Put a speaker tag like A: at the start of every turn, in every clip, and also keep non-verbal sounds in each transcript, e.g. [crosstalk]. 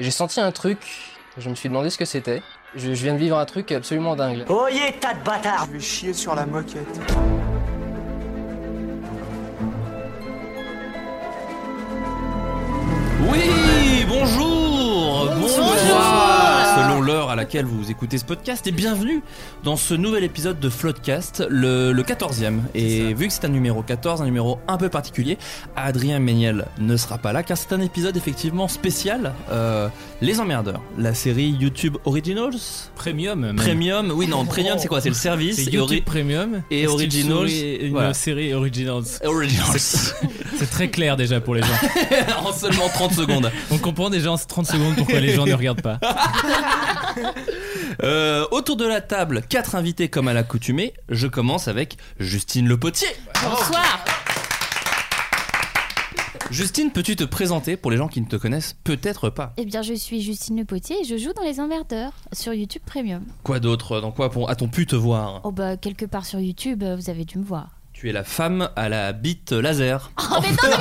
A: J'ai senti un truc, je me suis demandé ce que c'était. Je, je viens de vivre un truc absolument dingue.
B: Oyez, tas de bâtards
C: Je vais chier sur la moquette.
D: Oui, bonjour, bonsoir, selon l'heure à laquelle vous écoutez ce podcast et bienvenue dans ce nouvel épisode de Floodcast, le, le 14e. Et vu que c'est un numéro 14, un numéro un peu particulier, Adrien Méniel ne sera pas là car c'est un épisode effectivement spécial. euh, Les emmerdeurs, la série YouTube Originals
E: Premium. même.
D: Premium, oui non, Premium c'est quoi C'est le service
E: C'est
D: et
E: YouTube
D: ori-
E: Premium
D: et
E: Est-ce qu'il
D: Originals,
E: sourit Une
D: voilà.
E: série Originals.
D: Originals
E: C'est [laughs] très clair déjà pour les gens.
D: [laughs] en seulement 30 secondes.
E: On comprend déjà en 30 secondes pourquoi les gens ne
D: [laughs]
E: regardent pas.
D: Euh, autour de la table, quatre invités comme à l'accoutumée. Je commence avec Justine Le Potier.
F: Bonsoir.
D: Justine, peux-tu te présenter pour les gens qui ne te connaissent peut-être pas
F: Eh bien, je suis Justine Le Potier et je joue dans Les Emmerdeurs sur YouTube Premium.
D: Quoi d'autre Dans quoi pour, a-t-on pu te voir
F: Oh bah, quelque part sur YouTube, euh, vous avez dû me voir.
D: Tu es la femme à la bite laser.
F: Oh mais non,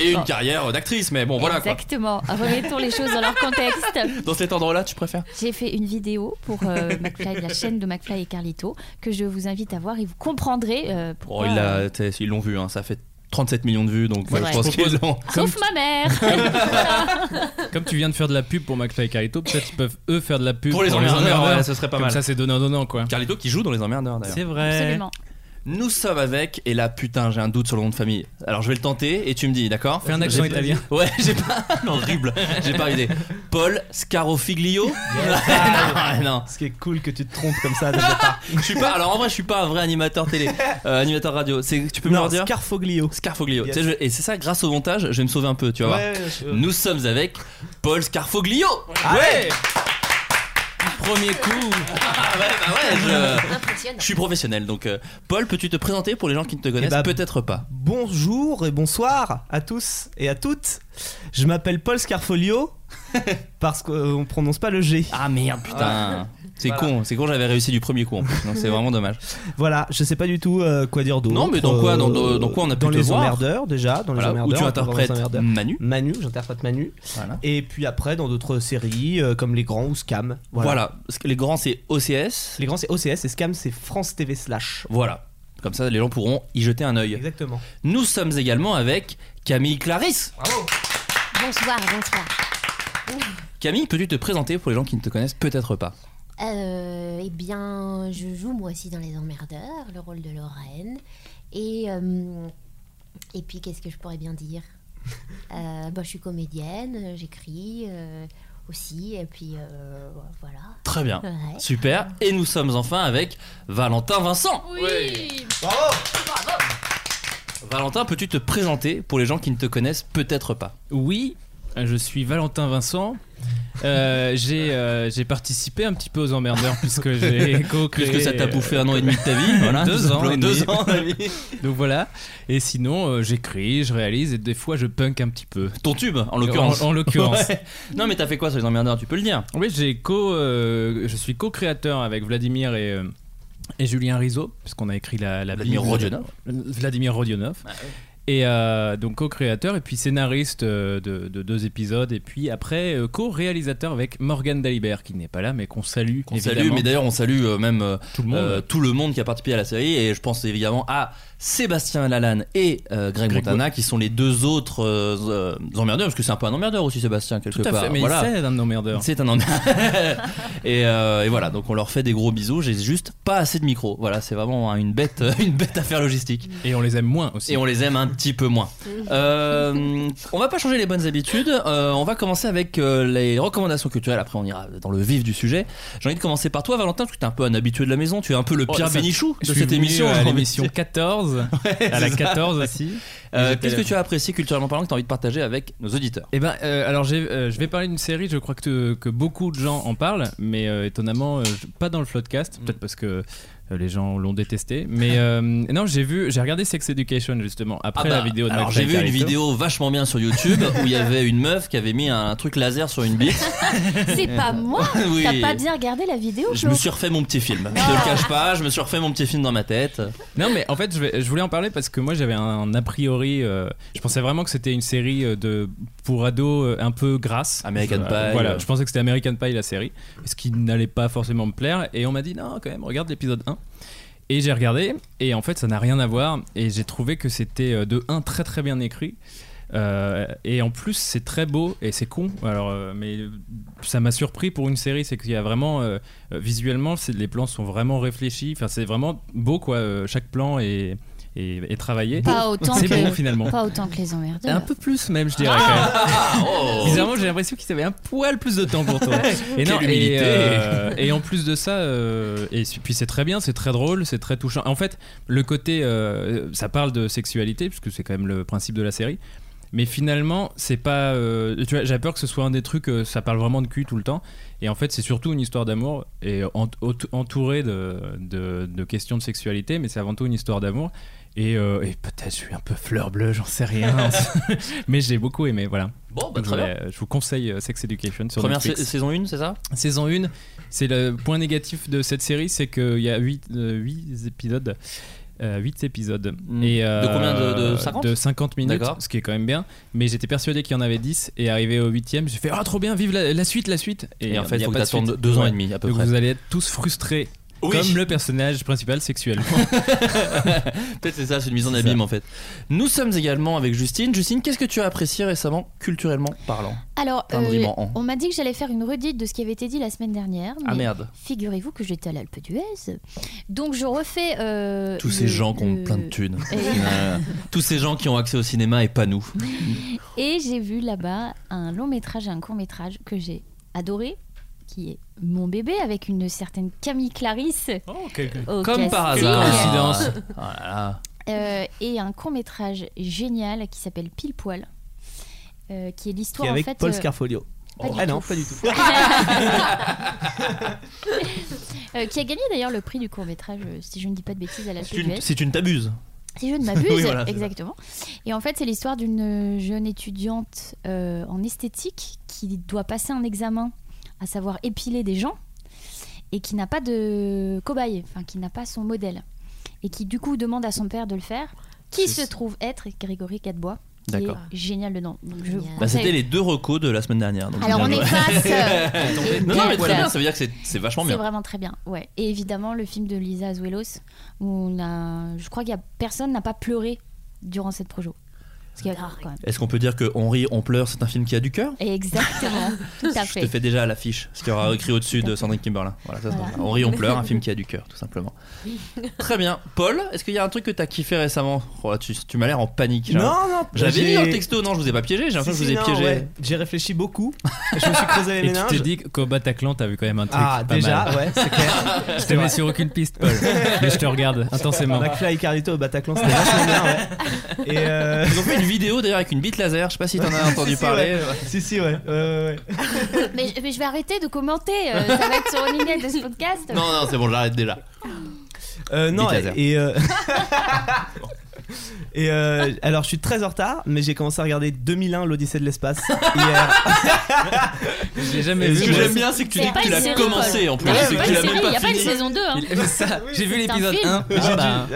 D: [laughs] Et une carrière d'actrice, mais bon, voilà quoi.
F: Exactement. Remettons les choses dans leur contexte.
D: Dans cet ordre-là, tu préfères
F: J'ai fait une vidéo pour euh, McFly, la chaîne de McFly et Carlito que je vous invite à voir et vous comprendrez euh,
D: Oh,
F: pourquoi.
D: il a-
F: euh,
D: t'es- ils l'ont vu, hein, ça fait 37 millions de vues, donc
F: C'est
D: euh,
F: vrai.
D: je pense
E: Je propose-
D: qu'ils l'ont.
F: Sauf ma mère.
D: [laughs]
E: Comme tu viens de faire de la pub pour McFly et Carlito, peut-être qu'ils peuvent eux faire de la pub
D: Pour les emmerdeurs, ouais, ce serait pas
E: Comme
D: mal.
E: ça, c'est donnant-donnant quoi.
D: Carlito qui joue dans Les Emmerdeurs d'ailleurs.
E: C'est vrai.
F: Absolument.
D: Nous sommes avec, et là putain, j'ai un doute sur le nom de famille. Alors je vais le tenter et tu me dis, d'accord
E: Fais un accent
D: J'ai-
E: italien.
D: Ouais, j'ai pas. [laughs] Non, horrible. J'ai pas idée. Paul Scarofiglio
E: [laughs]
D: Non, non.
G: Ce qui est cool que tu te trompes comme ça dès le départ.
D: Je suis pas. Alors en vrai, je suis pas un vrai animateur télé, euh, animateur radio. C'est, tu peux me
G: Non,
D: le dire
G: Scarfoglio.
D: Scarfoglio.
G: Yes.
D: Tu sais, je- et c'est ça, grâce au montage, je vais me sauver un peu, tu vois.
G: Ouais, ouais, je-
D: Nous sommes avec Paul Scarfoglio.
G: Allez
D: Premier coup. Ah ouais, bah ouais. Je, je suis professionnel, donc euh, Paul, peux-tu te présenter pour les gens qui ne te connaissent
G: bah,
D: peut-être pas
G: Bonjour et bonsoir à tous et à toutes. Je m'appelle Paul
D: [laughs]
G: Scarfoglio parce qu'on prononce pas le G.
D: Ah merde, putain. C'est
G: Voilà.
D: con, c'est con, j'avais réussi du premier coup. en plus. Donc c'est vraiment dommage.
G: Voilà, je sais pas du tout euh, quoi dire d'autre.
D: Non, mais dans quoi-
G: Euh,
D: dans- dans- dans quoi on a pu
G: Dans
D: te
G: les
D: voir
G: emmerdeurs déjà, dans
D: Voilà,
G: les
D: où
G: emmerdeurs.
D: tu
G: encore dans les
D: interprètes
G: emmerdeurs.
D: Manu.
G: Manu, j'interprète Manu.
D: Voilà.
G: Et puis après dans d'autres séries euh, comme Les Grands ou Scam. Voilà.
D: Voilà. Parce que les grands, c'est OCS.
G: Les Grands c'est OCS et Scam c'est France TV slash.
D: Voilà. Comme ça, les gens pourront y jeter un œil.
G: Exactement.
D: Nous sommes également avec Camille Clarisse.
G: Bravo.
F: Bonsoir, bonsoir.
D: Camille, peux-tu te présenter pour les gens qui ne te connaissent peut-être pas
H: Euh, eh bien, je joue moi aussi dans Les Emmerdeurs, le rôle de Lorraine. Et, euh, et puis, qu'est-ce que je pourrais bien
G: [laughs]
H: dire Euh, bah, Je suis comédienne, j'écris euh, aussi, et puis euh, voilà.
D: Très bien.
H: Ouais.
D: Super. Et nous sommes enfin avec Valentin Vincent.
F: Oui.
D: Valentin, peux-tu te présenter pour les gens qui ne te connaissent peut-être pas
E: Oui, je suis Valentin Vincent. Euh, j'ai euh, j'ai participé un petit peu aux emmerdeurs
D: [laughs]
E: puisque j'ai co-créé. euh,
D: Puisque ça t'a bouffé un an et demi de ta vie,
E: [laughs]
D: voilà.
E: Deux
D: tout
E: ans et
D: simplement. Deux
E: demi.
D: ans, ami.
E: [laughs] Donc voilà. Et sinon, euh, j'écris, je réalise et des fois je punk un petit peu.
D: Ton tube, en l'occurrence.
E: En- en l'occurrence.
D: Ouais. Non, mais t'as fait quoi sur les emmerdeurs Tu peux le dire.
E: Oui, j'ai co, euh, je suis co-créateur avec Vladimir et, euh, et Julien Rizzo, puisqu'on a écrit la, la
D: Vladimir
E: Bible-
D: Rodionov. Ah,
E: Vladimir Rodionov. Et euh, donc co-créateur et puis scénariste euh, de, de deux épisodes et puis après euh, co-réalisateur avec Morgan Dalibert qui n'est pas là mais qu'on salue.
D: On salue,
E: évidemment.
D: mais d'ailleurs on salue euh, même euh,
E: tout le monde.
D: euh, tout le monde qui a participé à la série et je pense évidemment à Sébastien Lalanne et euh, Greg,
E: Greg
D: Montana qui sont les deux autres euh, euh, emmerdeurs parce que c'est un peu un emmerdeur aussi Sébastien quelque
E: tout à
D: part.
E: fait. Mais
D: Voilà.
E: c'est un emmerdeur.
D: C'est un emmerdeur.
E: [laughs]
D: et, euh, et voilà, donc on leur fait des gros bisous. J'ai juste pas assez de micro. Voilà, c'est vraiment hein, une bête, une bête affaire logistique.
E: Et on les aime moins aussi.
D: Et on les aime un petit peu moins. Euh, on va pas changer les bonnes habitudes. Euh, on va commencer avec euh, les recommandations culturelles. Après, on ira dans le vif du sujet. J'ai envie de commencer par toi, Valentin, parce que t'es un peu un habitué de la maison. Tu es un peu le
E: Oh,
D: Pierre
E: ça-
D: Bénichou
E: Je
D: de
E: suis
D: cette
E: venu
D: émission.
E: à
D: j'ai envie de
E: l'émission
D: dire.
E: 14,
D: [laughs] Ouais,
E: à la
D: c'est ça.
E: 14 aussi.
D: Euh,
E: J'étais
D: Qu'est-ce que
E: là.
D: tu as apprécié culturellement parlant que t'as envie de partager avec nos auditeurs
E: Eh ben, euh, alors j'ai, euh, je vais parler d'une série, je crois que, que beaucoup de gens en parlent, mais euh, étonnamment, euh, je- pas dans le
D: Mm.
E: Floodcast, peut-être parce que euh, les gens l'ont détesté. Mais euh, [laughs] non, j'ai vu, j'ai regardé Sex Education justement, après
D: Ah bah,
E: la vidéo de
D: Alors
E: Max
D: j'ai vu une
E: Carlito.
D: vidéo vachement bien sur YouTube où il y avait une meuf qui avait mis un truc laser sur une bite.
H: C'est pas moi
D: Oui.
H: T'as pas bien regardé la vidéo,
D: Je
H: Flo
D: me suis refait mon petit film. Je te le cache pas, je me suis refait mon petit film dans ma tête.
E: Non, mais en fait, je, vais- je voulais en parler parce que moi j'avais un, un a priori, euh, je pensais vraiment que c'était une série euh, de, pour ados euh, un peu grasse.
D: American
E: Je-
D: Pie,
E: Voilà,
D: euh.
E: je pensais que c'était American Pie la série, ce qui n'allait pas forcément me plaire. Et on m'a dit non, quand même, regarde l'épisode 1. Et j'ai regardé, et en fait ça n'a rien à voir, et j'ai trouvé que c'était euh, de 1 très très bien écrit. Euh, et en plus, c'est très beau et c'est con. Alors, euh, mais ça m'a surpris pour une série, c'est qu'il y a vraiment euh, euh, visuellement, c'est- les plans sont vraiment réfléchis. Enfin, c'est vraiment beau quoi. euh, chaque plan est, est, est travaillé.
F: Pas autant
E: C'est
F: que-
E: bon finalement.
F: Pas autant que les
E: Un
F: emmerdeurs.
E: peu plus même, je dirais. quand même. Bizarrement, j'ai l'impression qu'ils avaient un poil plus de temps pour
D: [laughs]
E: toi. et non,
D: Oh. Quelle humilité.
E: et, euh, et en plus de ça, euh, et puis c'est très bien, c'est très drôle, c'est très touchant. En fait, le côté, euh, ça parle de sexualité puisque c'est quand même le principe de la série. Mais finalement, c'est pas. euh, tu vois, j'avais peur que ce soit un des trucs. euh, ça parle vraiment de cul tout le temps. Et en fait, c'est surtout une histoire d'amour et ent- aut- entourée de, de, de questions de sexualité, mais c'est avant tout une histoire d'amour. Et, euh, et peut-être je suis un peu fleur bleue, j'en sais
D: [laughs]
E: rien. mais j'ai beaucoup aimé, voilà.
D: Bon, bah,
E: Donc, je,
D: très bien.
E: voulais- je vous conseille euh, Sex Education sur
D: Première sa-
E: Netflix.
D: saison 1, c'est ça
E: Saison 1, c'est le point négatif de cette série, c'est qu'il y a 8, épisodes. 8 épisodes.
D: Mm.
E: Et, euh,
D: De combien de- de 50?
E: De 50 minutes,
D: D'accord.
E: ce qui est quand même bien. Mais j'étais persuadé qu'il y en avait 10. Et arrivé au 8ème, j'ai fait Ah, trop bien, vive la, la suite, la suite
D: Et, en fait,
E: il
D: il
E: y a
D: faut que
E: pas de
D: t'attendes
E: suite.
D: deux ans
E: Ouais.
D: et demi à peu
E: Donc
D: près.
E: vous allez être tous frustrés.
D: Oui.
E: Comme le personnage principal sexuellement.
D: [laughs] Peut-être c'est ça, c'est une mise en abîme en fait. Nous sommes également avec Justine. Justine, qu'est-ce que tu as apprécié récemment, culturellement parlant
F: Alors,
D: Un
F: euh,
D: rime en en.
F: on m'a dit que j'allais faire une redite de ce qui avait été dit la semaine dernière.
D: Ah
F: mais
D: merde.
F: Figurez-vous que j'étais à l'Alpe d'Huez. Donc je refais. euh,
D: Tous
F: le-
D: ces gens qui ont
F: le-
D: plein de thunes.
F: Et-
D: Euh, Tous ces gens qui ont accès au cinéma et pas nous.
F: Et j'ai vu là-bas un long métrage et un court métrage que j'ai adoré, qui est Mon bébé avec une certaine Camille Clarisse. au
D: Oh, Comme par
F: casting.
D: hasard.
E: Coïncidence.
D: Ah là là.
F: Euh, et un court métrage génial qui s'appelle Pile Poil. euh, qui est
G: Qui est
F: l'histoire en
G: avec
F: fait
G: Paul
F: euh,
G: Scarfolio.
F: pas du
G: ah
F: tout.
G: non, pas du
F: [laughs]
G: tout. [laughs]
F: euh, qui a gagné d'ailleurs le prix du court métrage euh, si je ne dis pas de bêtises à la
D: Si tu ne-
F: PGS.
D: Si tu ne t'abuses.
F: Si
D: [laughs]
F: je ne m'abuse,
D: Oui, voilà, c'est ça.
F: exactement. Et en fait, c'est l'histoire d'une euh, jeune étudiante euh, en esthétique qui doit passer un examen, à savoir épiler des gens, et qui n'a pas de cobaye, enfin qui n'a pas son modèle, et qui du coup demande à son père de le faire, qui
D: C'est-
F: se trouve être Grégory Cadebois, qui est
D: D'accord.
F: génial dedans. Donc, je vous
H: Génial.
D: Bah,
F: conseille-
D: c'était les deux recos de la semaine dernière. donc
F: Alors on
D: bien [laughs] joué.
F: efface. euh, et
D: Non, non, mais très
F: voilà.
D: bien, ça veut dire que c'est- c'est vachement
F: C'est
D: bien.
F: vraiment très bien, ouais. Et évidemment, le film de Lisa Azuelos, où on a, je crois qu'il y a personne n'a pas pleuré durant cette projo. Parce qu'il y a quand même.
D: Est-ce qu'on peut dire que On rit, on pleure, c'est un film qui a du cœur [laughs]
F: Exactement, tout à
D: Je te
F: fait.
D: fais déjà l'affiche, ce qu'il y
F: [laughs]
D: aura écrit au-dessus de Sandrine Kimberlin. Voilà, ça, c'est
F: Voilà.
D: normal. On rit, on
F: [laughs]
D: pleure, un film qui a du cœur, tout simplement. Très bien. Paul, est-ce qu'il y a un truc que t'as kiffé récemment Oh, Tu, tu m'as l'air en panique. là.
G: Non, non,
D: J'avais
G: j'ai-
D: dit dans le texto, non, je vous ai pas piégé, j'ai l'impression
G: Si,
D: que je vous
G: si,
D: ai
G: non,
D: piégé.
G: ouais. J'ai réfléchi beaucoup. [laughs] je me suis creusé les
E: Et tu
G: méninges.
E: t'es dit qu'au Bataclan, t'as vu quand même un truc.
G: ah,
E: pas
G: déjà,
E: mal.
G: ouais, c'est clair.
E: [laughs] Je te mets sur aucune piste, Paul. Mais je te regarde intensément.
G: McFly et Carlito Ah, au Bataclan, c'était vachement bien, Ah
D: [laughs]
G: ouais. Et euh,
D: Ils ont fait une vidéo d'ailleurs avec une bite laser, je sais pas si t'en as
G: [laughs]
D: entendu
G: si, si,
D: parler.
G: ouais. Si, si, [laughs] ouais. Euh, ouais, ouais, ouais.
F: Mais, je- mais je vais arrêter de commenter, euh, ça va être sur une de ce podcast.
D: [laughs] Non, non, c'est bon, j'arrête déjà.
G: Euh, non,
D: Dites laser.
G: et. et, euh, [laughs] et, euh, alors, je suis très en retard, mais j'ai commencé à regarder 2001, l'Odyssée de
D: [laughs]
G: l'espace. Hier.
E: J'ai jamais
G: Et
E: vu.
D: Ce que
G: moi,
D: j'aime bien, c'est que tu
F: C'est
D: dis
F: pas
D: que tu
F: une
D: l'as
F: série,
D: commencé en plus.
F: Il
D: c'est
F: n'y a
D: que
F: pas
D: tu l'as
F: une
D: même
F: série,
E: [laughs]
F: il n'y
D: pas
F: a pas une
D: fini.
F: saison 2. Hein.
E: Ça, j'ai vu
D: Ah
F: C'est un
E: l'épisode
F: film.
E: 1. Ah bah,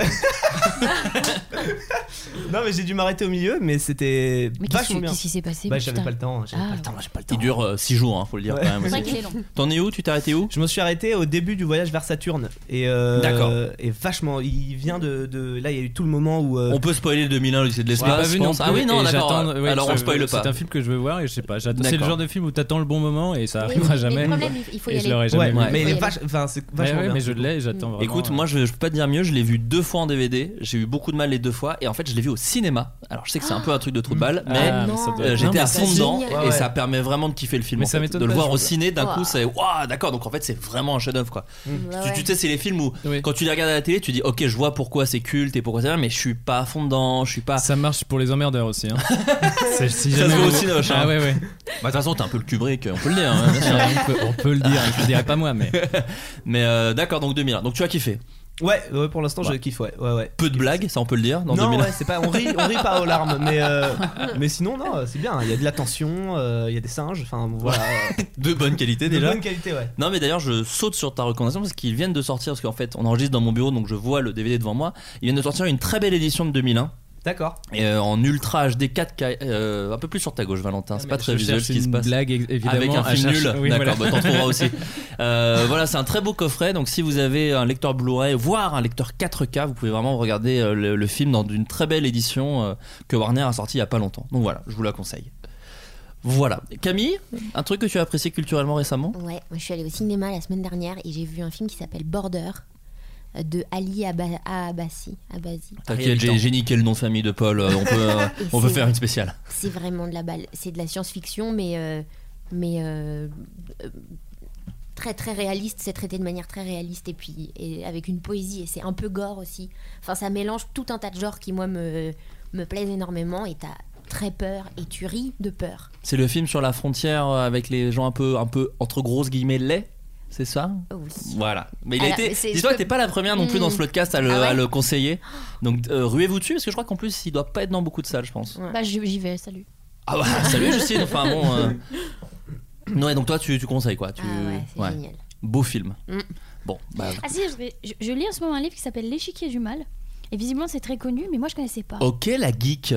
G: non, mais j'ai dû m'arrêter au milieu, mais c'était
F: Mais qu'est-ce
G: vachement
F: que-
G: bien.
F: qu'est-ce qui s'est passé
G: Bah,
F: mais
G: j'avais
F: putain.
G: pas le temps, j'avais
F: Ah,
G: pas le temps, j'ai pas le temps.
D: Il dure 6 jours, hein, faut le dire
G: Ouais.
D: quand même.
F: C'est vrai qu'il est long.
D: T'en es où Tu t'es arrêté où
G: Je me suis arrêté au début du voyage vers Saturne. Et, euh,
D: D'accord.
G: et vachement, il vient de, de- Là, il y a eu tout le moment où. euh,
D: On peut spoiler le 2001, l'Odyssée de
E: Je l'ai pas
D: l'espace.
E: vu
D: je
E: non
D: pense.
E: plus,
D: Ah oui, non,
E: et
D: d'accord.
E: j'attends- ouais,
D: Alors on
E: c'est-
D: spoil pas.
E: C'est un film que je veux voir et je sais pas. j'attends- C'est le
D: D'accord.
E: genre de film où t'attends le bon moment et ça
H: Mais-
E: arrivera
H: mais
E: jamais.
H: Le problème, il- il faut y
E: et je
H: aller.
E: l'aurais
G: ouais,
E: jamais vu.
G: mais
H: Ouais.
G: il est vache- enfin, c'est
E: Ouais,
G: vachement
E: ouais,
G: bien.
E: mais je l'ai, et j'attends vraiment. euh,
D: Écoute, moi je, je peux pas te dire mieux, je l'ai vu deux fois en DVD, j'ai eu beaucoup de mal les deux fois, et en fait je l'ai vu au cinéma. Alors je sais que c'est un peu un truc de trou de balle, mais
E: Ah,
H: non.
E: ça doit
D: euh,
E: être-
H: Non,
D: j'étais
H: mais
D: à
H: c'est
D: fond dedans,
H: génial.
D: et
G: Ouais, ouais.
D: ça permet vraiment de kiffer le film.
E: Mais
D: en
E: ça
D: fait.
E: m'étonne
D: De le
E: pas,
D: voir
E: je
D: au
E: trouve.
D: ciné, d'un coup
H: Ouah. Mm. Bah
D: c'est waouh, d'accord, donc en fait c'est vraiment un chef-d'œuvre quoi.
H: Ouais,
D: Tu, tu
H: ouais.
D: sais, c'est les films où
E: Oui.
D: quand tu les regardes à la télé, tu dis ok, je vois pourquoi c'est culte et pourquoi c'est bien, mais je suis pas à fond dedans, je suis pas.
E: Ça marche pour les emmerdeurs aussi.
D: [laughs]
E: Hein. C'est- si
D: Ça se
E: jamais
D: voit
E: vous-
D: aussi, Noche, hein.
E: Ah ouais, ouais.
D: Bah, de toute façon, t'es un peu le Kubrick, on peut le dire. hein, bien sûr.
E: on, peut, on peut le dire, je le dirais pas moi, mais.
D: [laughs] mais euh, d'accord, donc 2001. Donc tu as kiffé.
G: Ouais, ouais, pour l'instant, je kiffe, ouais. ouais, ouais.
D: Peu de blagues, ça on peut le dire dans
G: non,
D: 2001.
G: ouais, c'est pas, on rit, on rit
D: [laughs]
G: pas aux larmes, mais, euh, mais sinon, non, c'est bien. Il y a de l'attention, euh, il y a des singes, enfin bon, [laughs] voilà.
D: De bonne qualité
G: De
D: déjà.
G: bonne qualité, ouais.
D: Non mais d'ailleurs je saute sur ta recommandation parce qu'ils viennent de sortir parce qu'en fait on enregistre dans mon bureau donc je vois le DVD devant moi. Ils viennent de sortir une très belle édition de 2001
G: D'accord.
D: et, euh, en ultra HD 4K euh, un peu plus sur ta gauche Valentin c'est pas très
E: Ah, Je
D: visuel
E: cherche
D: ce qui se
E: une
D: passe.
E: blague, é- évidemment.
D: Avec un
E: à
D: film
E: chercher.
D: nul,
E: Oui,
D: d'accord,
E: voilà.
D: bah, t'en
E: [laughs]
D: trouveras aussi. Euh, voilà, c'est un très beau coffret. Donc, si vous avez un lecteur Blu-ray, voire un lecteur 4K, vous pouvez vraiment regarder euh, le, le film dans une très belle édition euh, que Warner a sorti il y a pas longtemps. Donc voilà, je vous la conseille. Voilà, Camille, un truc que tu as apprécié culturellement récemment
H: Ouais, moi, je suis allée au cinéma la semaine dernière et j'ai vu un film qui s'appelle Border euh, de Ali Abba- Abassi. Abassi.
D: T'inquiète, j'ai j'ai niqué le nom de famille de Paul. euh, On peut,
H: [laughs]
D: euh,
H: Et
D: on peut
H: c'est-
D: faire une spéciale.
H: C'est vraiment de la balle. C'est de la science-fiction, mais, euh, mais euh, euh, très très réaliste. C'est traité de manière très réaliste et puis et avec une poésie. Et c'est un peu gore aussi. Enfin, ça mélange tout un tas de genres qui, moi, me, me plaisent énormément. Et t'as très peur et tu ris de peur.
D: C'est le film sur la frontière euh, avec les gens un peu, un peu entre grosses guillemets laids. C'est ça
H: Oh oui.
D: Voilà. Mais il
H: Alors,
D: a
H: mais c'est-
D: été. Dis-toi,
H: je peux-
D: t'es pas la première non plus
H: Hmm.
D: dans ce podcast à le,
H: Ah ouais
D: à le conseiller. Donc euh, ruez-vous dessus parce que je crois qu'en plus il doit pas être dans beaucoup de salles, je pense.
F: Bah, j'y j'y vais, salut.
D: Ah bah [laughs] salut Justine. Enfin bon. euh,
H: [laughs]
D: Non, et donc toi tu, tu conseilles quoi tu...
H: Ah ouais, c'est
D: ouais.
H: génial.
D: Beau film.
H: Hmm.
D: Bon, bah.
F: Ah si, je, vais- je- je lis en ce moment un livre qui s'appelle L'échiquier du mal. Et visiblement, c'est très connu, mais moi, je connaissais pas.
D: Ok la geek.
F: Tu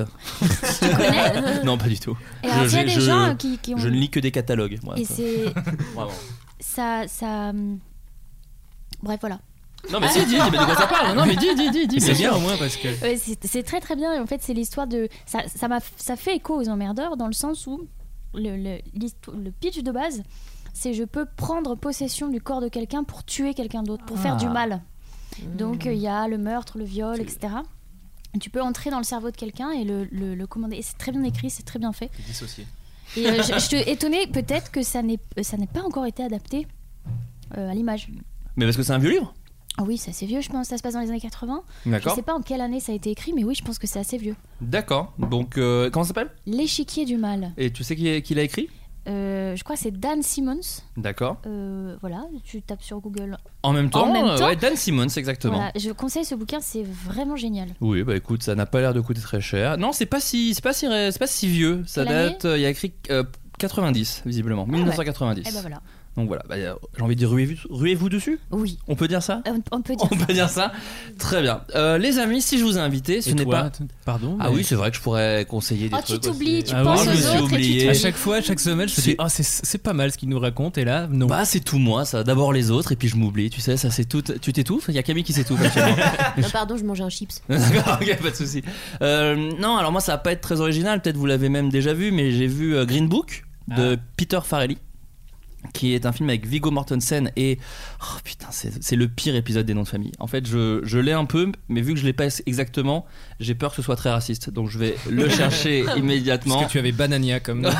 D: [laughs]
F: connais
D: non, pas du tout.
F: Et alors,
D: Je-
F: il y
D: je-
F: a des
D: je-
F: gens hein, qui, qui ont...
D: Je ne lis que des catalogues. Moi, [laughs]
F: Et c'est...
D: Vraiment.
F: ça, ça... hum, Bref, voilà.
D: Non mais si, dis, dis, mais de quoi ça
E: [laughs]
D: parle Non mais dis, dis, dis, dis.
E: C'est bien au moins parce que.
F: [laughs] Ouais, c'est c'est très très bien. Et en fait, c'est l'histoire de... Ça, ça, m'a- ça fait écho aux emmerdeurs dans le sens où le, le, l'histo- le pitch de base, c'est je peux prendre possession du corps de quelqu'un pour tuer quelqu'un d'autre, pour faire du mal. Donc, il y a le meurtre, le viol, etc. Tu peux entrer dans le cerveau de quelqu'un et le, le, le commander. Et c'est très bien écrit, c'est très bien fait.
D: Dissocié.
F: Et euh, je, je te étonnais peut-être que ça n'est euh, ça n'ait pas encore été adapté euh, à l'image.
D: [laughs] Mais parce que c'est un vieux livre.
F: Ah oui, c'est assez vieux, je pense. Ça se passe dans les années 80. Je
D: D'accord.
F: sais pas en quelle année ça a été écrit, mais oui, je pense que c'est assez vieux.
D: D'accord. Donc euh, comment ça s'appelle
F: L'échiquier du mal.
D: Et tu sais qui, qui l'a écrit
F: Euh, je crois que c'est Dan Simmons.
D: D'accord.
F: Euh, voilà, tu tapes sur Google.
D: En même temps,
F: même
D: euh,
F: temps.
D: ouais, Dan Simmons, exactement.
F: Voilà, je conseille ce bouquin, c'est vraiment génial.
D: Oui, bah écoute, ça n'a pas l'air de coûter très cher. Non, c'est pas si, c'est pas si, ré- c'est pas si vieux. Ça
F: Quelle année
D: date, euh, il y a écrit euh, 90 visiblement,
F: ouais.
D: 1990.
F: Et ben voilà.
D: Donc voilà, bah, euh, j'ai envie de dire ruez-vous ruez-vous dessus.
F: Oui,
D: On peut dire ça
F: on, on peut
D: On
F: dire. ça.
D: peut dire ça. Très bien. Euh, les amis, si je vous ai invité, ce
E: Et
D: n'est
E: toi,
D: pas.
E: t- Pardon
D: Ah
E: mais-
D: oui, c'est vrai que je pourrais conseiller des
F: Oh, tu
D: trucs.
F: t'oublies, tu
E: Ah
F: penses
E: oui, je me suis
F: aux autres et tu
D: oublié.
F: t'oublies.
E: À chaque fois, à chaque semaine, je me
D: C'est-
E: dis Ah, c'est- c'est pas mal ce qu'il nous raconte, et là, non.
D: Bah c'est tout moi, ça. D'abord les autres et puis je m'oublie. Tu sais, ça c'est tout. Tu t'étouffes Il y a Camille qui s'étouffe actuellement.
E: [laughs]
H: Non, pardon, je mangeais un chips.
D: D'accord, [laughs] ok, pas de souci. Euh, non, alors moi ça va pas être très original, peut-être vous l'avez même déjà vu, mais j'ai vu euh, Green Book de
E: Ah.
D: Peter Farrelly, qui est un film avec Viggo Mortensen et oh putain, c'est c'est le pire épisode des noms de famille. En fait, je, je l'ai un peu, mais vu que je l'ai pas exactement, j'ai peur que ce soit très raciste, donc je vais
E: [laughs]
D: le chercher
E: Parce
D: immédiatement.
E: que tu avais Banania comme.
D: [laughs]
E: nom.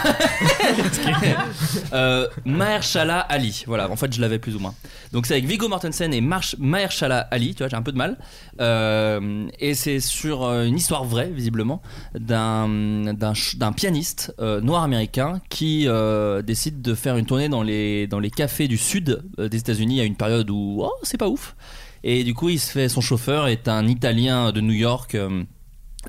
D: Euh, Mahershala Ali. Voilà, en fait, je l'avais plus ou moins. Donc, c'est avec Viggo Mortensen et Marsh, Mahershala Ali. Tu vois, j'ai un peu de mal. Euh, et c'est sur euh, une histoire vraie, visiblement, d'un d'un ch- d'un pianiste euh, noir américain qui euh, décide de faire une tournée dans les, dans les cafés du sud euh, des États-Unis à une période où, oh, c'est pas ouf. Et du coup, il se fait. Son chauffeur est un Italien de New York. euh,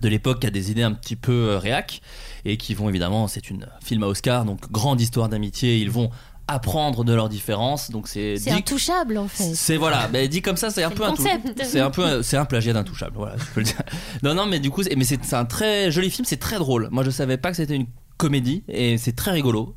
D: de l'époque qui a des idées un petit peu euh, réac et qui vont évidemment, c'est une film à Oscar, donc grande histoire d'amitié, ils vont apprendre de leurs différences. Donc c'est
F: C'est
D: dit-
F: intouchable en fait.
D: c'est voilà, mais dit comme ça, c'est un
F: C'est
D: peu
F: le
D: un tou-
F: concept.
D: c'est un peu un- c'est un plagiat d'intouchable, voilà, je peux le dire. Non non, mais du coup, c'est- mais c'est c'est un très joli film, c'est très drôle. Moi, je savais pas que c'était une comédie et c'est très rigolo.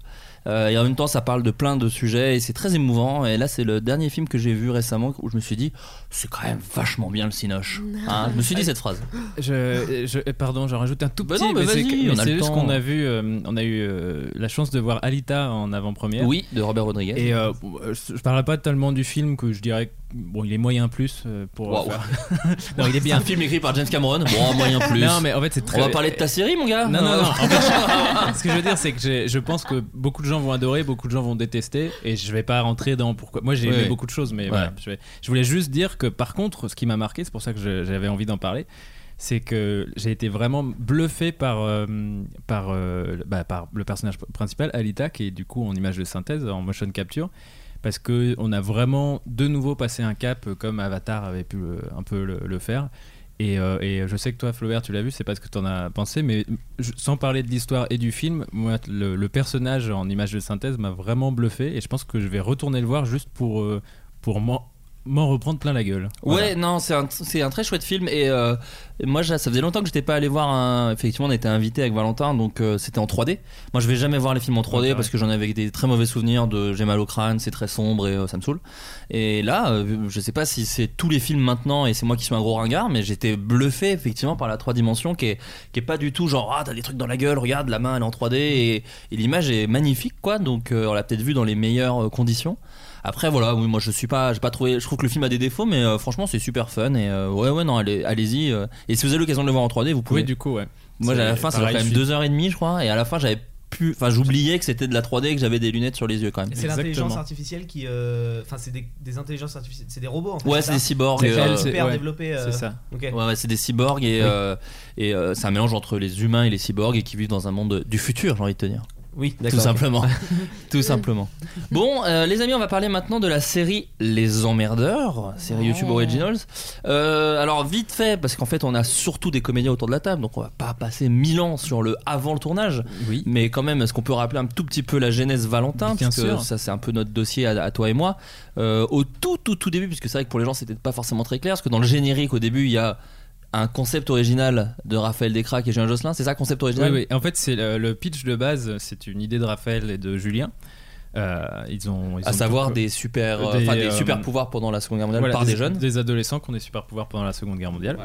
D: Euh, et en même temps, ça parle de plein de sujets et c'est très émouvant. Et là, c'est le dernier film que j'ai vu récemment où je me suis dit, c'est quand même vachement bien le Cinoche. Hein, je me suis dit cette phrase.
E: Je, je- pardon, j'en rajoute un tout
D: Bah
E: petit.
D: non, mais
E: c'est
D: vas-y, on
E: mais
D: a
E: c'est
D: le
E: juste
D: temps.
E: qu'on a vu, euh, on a eu euh, la chance de voir Alita en avant-première.
D: Oui, de Robert Rodriguez.
E: Et euh, je parlerai pas tellement du film que je dirais que, bon, il est moyen plus euh, pour.
D: Waouh.
E: faire- [laughs] non, il est
D: C'est un
E: bien.
D: film écrit par James Cameron. Bon, moyen plus.
E: Non, mais en fait, c'est très.
D: On va parler de ta série, mon gars.
E: Non, non, non. En
D: [laughs]
E: fait, ce que je veux dire, c'est que j'ai- je pense que beaucoup de gens vont adorer, beaucoup de gens vont détester, et je vais pas rentrer dans pourquoi. Moi, j'ai
D: Oui,
E: aimé
D: oui.
E: beaucoup de choses, mais
D: Ouais.
E: voilà. Je, vais- je voulais juste dire que, par contre, ce qui m'a marqué, c'est pour ça que je- j'avais envie d'en parler, c'est que j'ai été vraiment bluffé par, euh, par, euh, bah, par le personnage principal, Alita, qui est du coup en image de synthèse, en motion capture. Parce que on a vraiment de nouveau passé un cap euh, comme Avatar avait pu euh, un peu le- le faire. Et, euh, et je sais que toi, Flaubert, tu l'as vu, c'est pas ce que t'en as pensé, mais je- sans parler de l'histoire et du film, moi, le, le personnage en image de synthèse m'a vraiment bluffé et je pense que je vais retourner le voir juste pour, euh, pour m'en m'en reprendre plein la gueule.
D: Ouais, non, c'est un, c'est un très chouette film et euh, moi je- ça faisait longtemps que j'étais pas allé voir un. Effectivement, on était invité avec Valentin, donc euh, c'était en 3D. Moi, je vais jamais voir les films en 3D
E: Ouais,
D: parce que j'en avais des très mauvais souvenirs de j'ai mal au crâne, c'est très sombre et euh, ça me saoule. Et là, euh, je sais pas si c'est tous les films maintenant et c'est moi qui suis un gros ringard, mais j'étais bluffé effectivement par la 3 dimensions qui est qui est pas du tout genre ah t'as des trucs dans la gueule, regarde la main elle est en 3D et, et l'image est magnifique quoi. Donc euh, on l'a peut-être vu dans les meilleures euh, conditions. Après voilà, oui, moi je suis pas, j'ai pas trouvé, je trouve que le film a des défauts, mais euh, franchement c'est super fun et euh, ouais ouais non, allez- allez-y. euh, et si vous avez l'occasion de le voir en 3D, vous
E: Oui,
D: pouvez.
E: du coup, ouais.
D: moi à la
E: C'est
D: fin ça fait quand
E: pareil,
D: même
E: je
D: deux heures et demie je crois, et à la fin j'avais pu, enfin j'oubliais que c'était de la 3D et que j'avais des lunettes sur les yeux quand même.
G: C'est l'intelligence
E: Exactement.
G: artificielle qui. euh, Enfin, c'est des, des intelligences artificielles. C'est des robots en fait.
D: Ouais
G: c'est
D: c'est des
G: ça
D: cyborgs.
E: C'est
D: et, euh,
E: elle,
G: Super
E: ouais.
G: développé. euh,
E: C'est ça.
G: ok.
D: Ouais, ouais, c'est des cyborgs et,
G: Oui.
D: euh, et euh, c'est un mélange entre les humains et les cyborgs et qui vivent dans un monde du futur, j'ai envie de te dire.
G: Oui,
D: Tout
G: d'accord. [laughs]
D: simplement. Tout simplement. Bon, euh, les amis, on va parler maintenant de la série Les Emmerdeurs, série
G: Oh.
D: YouTube
F: Ouais.
D: Originals. Euh, alors, vite fait, parce qu'en fait, on a surtout des comédiens autour de la table, donc on va pas passer mille ans sur le avant le tournage.
E: Oui.
D: Mais quand même, est-ce qu'on peut rappeler un tout petit peu la genèse Valentin
E: Bien
D: Parce que
E: sûr.
D: ça, c'est un peu notre dossier à, à toi et moi. Euh, au tout, tout, tout début, puisque c'est vrai que pour les gens, c'était pas forcément très clair, parce que dans le générique, au début, il y a un concept original de Raphaël Descraques et Julien Josselin. C'est ça, concept
E: Oui,
D: original
E: oui. En fait, c'est le, le pitch de base, c'est une idée de Raphaël et de Julien. Euh, ils ont, ils
D: À
E: ont
D: savoir
E: tout-
D: des super, euh,
E: Des,
D: enfin, des
E: euh,
D: super pouvoirs pendant la Seconde Guerre mondiale
E: Voilà,
D: par des jeunes.
E: Des adolescents qui ont des super pouvoirs pendant la Seconde Guerre mondiale.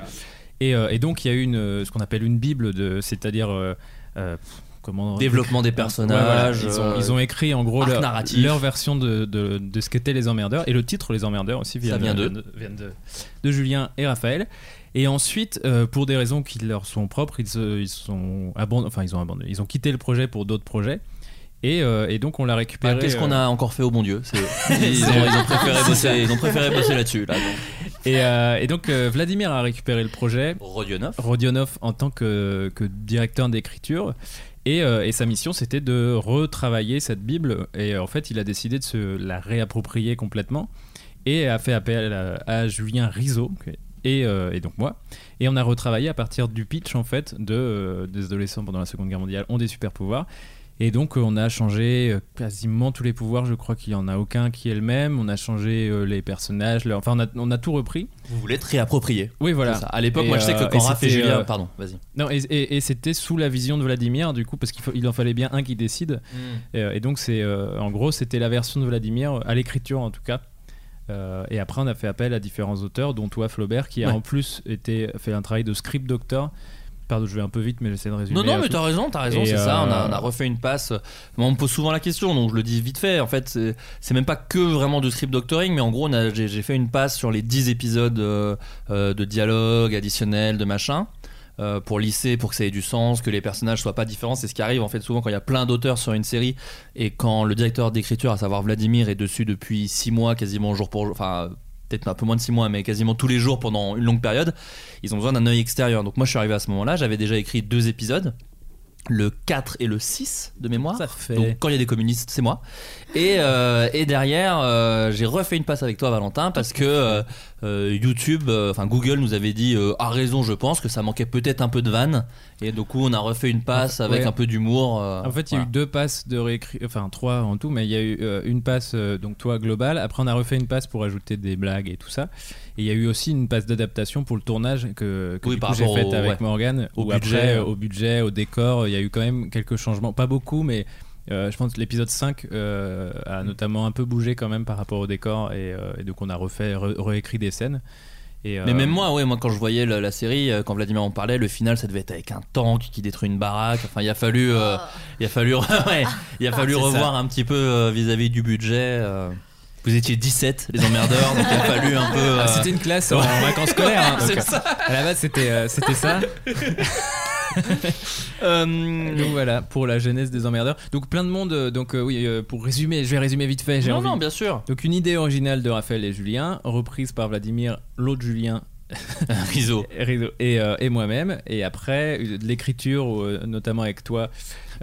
E: Et, euh, et donc, il y a eu une, euh, ce qu'on appelle une Bible, de- c'est-à-dire. euh, euh, pff, comment.
D: Développement des personnages.
E: Ouais, voilà. ils, ont,
D: euh,
E: ils ont écrit en gros
D: arc
E: leur,
D: narratif.
E: leur version de, de, de ce qu'étaient les emmerdeurs. Et le titre, les emmerdeurs aussi, vient,
D: vient d'eux.
E: viennent de, de Julien et Raphaël. Et ensuite, euh, pour des raisons qui leur sont propres, ils, euh, ils, sont abandon- enfin, ils, ont, abandonné, ils ont quitté le projet pour d'autres projets. Et, euh, et donc, on l'a
D: bah,
E: récupéré.
D: Qu'est-ce qu'on
E: euh,
D: a encore fait au bon Dieu C'est- ils, ont, ils ont préféré bosser, ils ont préféré bosser là-dessus. Là, donc.
E: et, euh, et donc, euh, Vladimir a récupéré le projet.
D: Rodionov.
E: Rodionov en tant que, que directeur d'écriture. Et, euh, et sa mission, c'était de retravailler cette Bible. Et euh, en fait, il a décidé de se la réapproprier complètement. Et a fait appel à, à Julien Rizzo. Et, euh, et donc moi. Et on a retravaillé à partir du pitch, en fait, de, euh, des adolescents pendant la Seconde Guerre mondiale ont des super pouvoirs. Et donc, euh, on a changé euh, quasiment tous les pouvoirs. Je crois qu'il n'y en a aucun qui est le même. On a changé euh, les personnages. leur- Enfin, on a, on a tout repris.
D: Vous voulez te réapproprier.
E: Oui, voilà.
D: C'est ça. À l'époque,
E: Et,
D: moi je sais que
E: euh,
D: quand
E: et
D: Raph et
E: c'était,
D: Julien.
E: euh,
D: Pardon, vas-y.
E: Non, et, et- et c'était sous la vision de Vladimir, du coup, parce qu'il faut- il en fallait bien un qui décide.
D: Hmm.
E: Et, euh, et donc, c'est euh, en gros, c'était la version de Vladimir, euh, à l'écriture en tout cas. Euh, et après, on a fait appel à différents auteurs, dont toi, Flaubert, qui a
D: Ouais.
E: en plus été, fait un travail de script doctor. Pardon, je vais un peu vite, mais j'essaie de résumer.
D: Non, non,
E: euh,
D: mais
E: tout.
D: t'as raison, t'as raison,
E: Et,
D: c'est ça. On a,
E: euh,
D: on a refait une passe. Mais on me pose souvent la question, donc je le dis vite fait. En fait, c'est- c'est même pas que vraiment du script doctoring, mais en gros, on a- j'ai j'ai fait une passe sur les 10 épisodes euh, euh, de dialogue additionnel, de machin. euh, pour lisser, pour que ça ait du sens, que les personnages soient pas différents, c'est ce qui arrive en fait souvent quand il y a plein d'auteurs sur une série et quand le directeur d'écriture, à savoir Vladimir, est dessus depuis 6 mois, quasiment jour pour jour, enfin peut-être un peu moins de 6 mois, mais quasiment tous les jours pendant une longue période, ils ont besoin d'un œil extérieur. Donc moi je suis arrivé à ce moment-là, j'avais déjà écrit deux épisodes, le 4 et le 6 de mémoire.
E: Ça fait.
D: Donc quand il y a des communistes, c'est moi. Et, euh, et derrière, euh, j'ai refait une passe avec toi, Valentin, parce que euh, euh, YouTube, euh, enfin Google nous avait dit euh, à raison, je pense, que ça manquait peut-être un peu de vanne. Et du coup, on a refait une passe avec
E: Ouais.
D: un peu d'humour. euh,
E: En fait, il y a eu
D: voilà.
E: deux passes de réécrit, enfin trois en tout, mais il y a eu euh, une passe, euh, donc toi globale. Après, on a refait une passe pour ajouter des blagues et tout ça. Et il y a eu aussi une passe d'adaptation pour le tournage que, que
D: Oui,
E: du
D: par
E: coup, j'ai
D: rapport
E: faite
D: au-
E: avec
D: ouais.
E: Morgan.
D: Au
E: où
D: budget.
E: après, euh, au budget, au décor, il y a eu quand même quelques changements. Pas beaucoup, mais euh, je pense que l'épisode 5 euh, a notamment un peu bougé quand même par rapport au décor. Et, euh, et donc, on a refait, re- réécrit des scènes. Et,
D: Mais
E: euh,
D: même moi, ouais, moi quand je voyais la, la série, euh, quand Vladimir en parlait, le final, ça devait être avec un tank qui détruit une baraque. Enfin, il a fallu, euh, il a fallu, [laughs] ouais, il a fallu
G: Oh. Ah, C'est ça.
D: revoir un petit peu euh, vis-à-vis du budget. euh. Vous étiez 17, les emmerdeurs, donc il a fallu un peu.
E: Ah,
D: euh,
E: c'était une classe en
D: ouais.
E: vacances scolaires. hein, donc,
D: [laughs] C'est ça.
E: À la base, c'était euh, c'était
D: [laughs]
E: ça.
D: Euh,
E: Donc voilà, pour la jeunesse des emmerdeurs. Donc plein de monde, euh, donc euh, oui, euh, pour résumer, je vais résumer vite fait, j'ai
D: non,
E: envie.
D: non, bien sûr.
E: Donc une idée originale de Raphaël et Julien, reprise par Vladimir, l'autre
D: [laughs]
E: Julien
D: Riso.
E: Rideau et, euh, et moi-même, et après euh, de l'écriture, euh, notamment avec toi,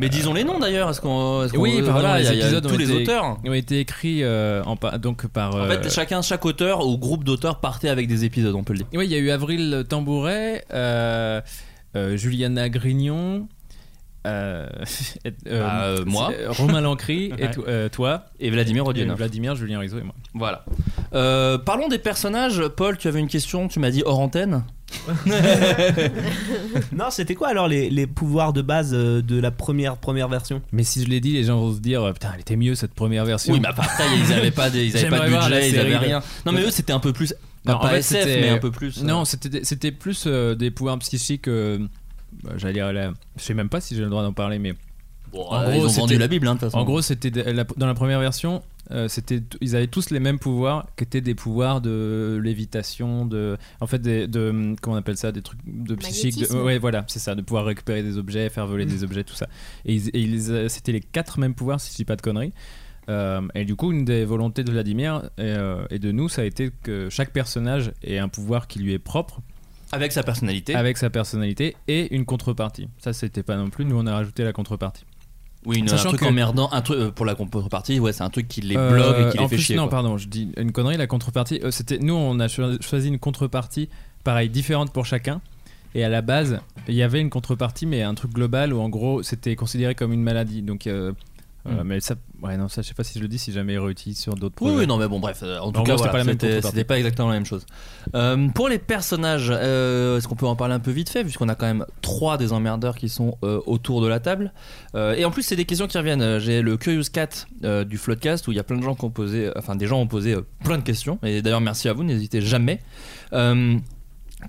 D: Mais disons les noms d'ailleurs. Est-ce qu'on, est-ce qu'on-
E: Oui, pardon,
D: voilà, il y a-
E: les
D: il y a
E: épisodes ont
D: tous les
E: été-
D: auteurs.
E: ont été écrits euh, en pa- donc par...
D: En
E: euh,
D: fait, chacun, chaque auteur ou groupe d'auteurs partait avec des épisodes, on peut le dire.
E: Oui, il y a eu Avril Tambouret, euh, euh, Juliana Grignon, euh, [laughs] et- euh,
D: Bah, euh, moi.
E: c'est- euh, Romain Lancry, et
G: Ouais.
E: to- euh, toi,
D: Et Vladimir
E: et
D: Rodionov.
E: Vladimir, Julien Rizzo et moi.
D: Voilà. Euh, parlons des personnages. Paul, tu avais une question, tu m'as dit
E: [laughs]
D: hors antenne.
G: [laughs] Non, c'était quoi alors les, les pouvoirs de base euh, de la première première version
E: Mais si je l'ai dit, les gens vont se dire euh, putain, elle était mieux cette première version.
D: Oui, mais après, ça, ils
E: [laughs]
D: avaient pas de, ils avaient pas
E: J'aimerais
D: de
E: voir la
D: budget, ils
E: série
D: avaient
E: de-
D: rien. Non, mais eux, c'était un peu plus.
E: Non,
D: pas
E: en fait,
D: SF,
E: c'était-
D: mais un peu plus. euh,
E: Non, c'était des- c'était plus euh, des pouvoirs psychiques. euh, bah, J'allais dire, là, je sais même pas si j'ai le droit d'en parler, mais
D: bon,
E: en
D: euh, ils
E: gros,
D: ont vendu
E: c'était-
D: la Bible, hein, de toute façon.
E: en gros, c'était de- la- dans la première version, euh, c'était t- ils avaient tous les mêmes pouvoirs, qui étaient des pouvoirs de lévitation, de en fait des, de comment on appelle ça, des trucs de psychique. de-
H: Magnétisme.
E: ouais, voilà, c'est ça, de pouvoir récupérer des objets, faire voler
D: Mm.
E: des objets, tout ça. Et, ils- et ils, euh, c'était les quatre mêmes pouvoirs, si je dis pas de conneries. Euh, et du coup, une des volontés de Vladimir et, euh, et de nous, ça a été que chaque personnage ait un pouvoir qui lui est propre
D: avec sa personnalité.
E: avec sa personnalité et une contrepartie. Ça, c'était pas non plus. Nous, on a rajouté la contrepartie.
D: Oui, une- un
E: Sachant
D: truc
E: que-
D: emmerdant, un truc euh, pour la contrepartie. Ouais, c'est un truc qui les bloque et qui
E: Euh,
D: les
E: en
D: fait
E: plus,
D: chier.
E: Non,
D: quoi.
E: pardon, je dis une connerie. La contrepartie, euh, c'était nous, on a cho- choisi une contrepartie, pareil, différente pour chacun. Et à la base, il y avait une contrepartie, mais un truc global où en gros, c'était considéré comme une maladie. Donc, euh, euh, mais ça, ouais, non, ça, je sais pas si je le dis, si jamais il réutilise sur d'autres.
D: Hmm. Oui,
E: projets.
D: oui, non, mais bon, bref. euh, En tout
E: gros,
D: cas,
E: c'était
D: voilà,
E: pas la même
D: c'était
E: contrepartie.
D: c'était pas exactement la même chose. Euh, pour les personnages, euh, est-ce qu'on peut en parler un peu vite fait, puisqu'on a quand même trois des emmerdeurs qui sont euh, autour de la table. Euh, et en plus, c'est des questions qui reviennent. Euh, J'ai le Curious Cat euh, du Floodcast où il y a plein de gens qui ont posé, enfin, des gens ont posé euh, plein de questions. Et d'ailleurs, merci à vous, n'hésitez jamais. Euh,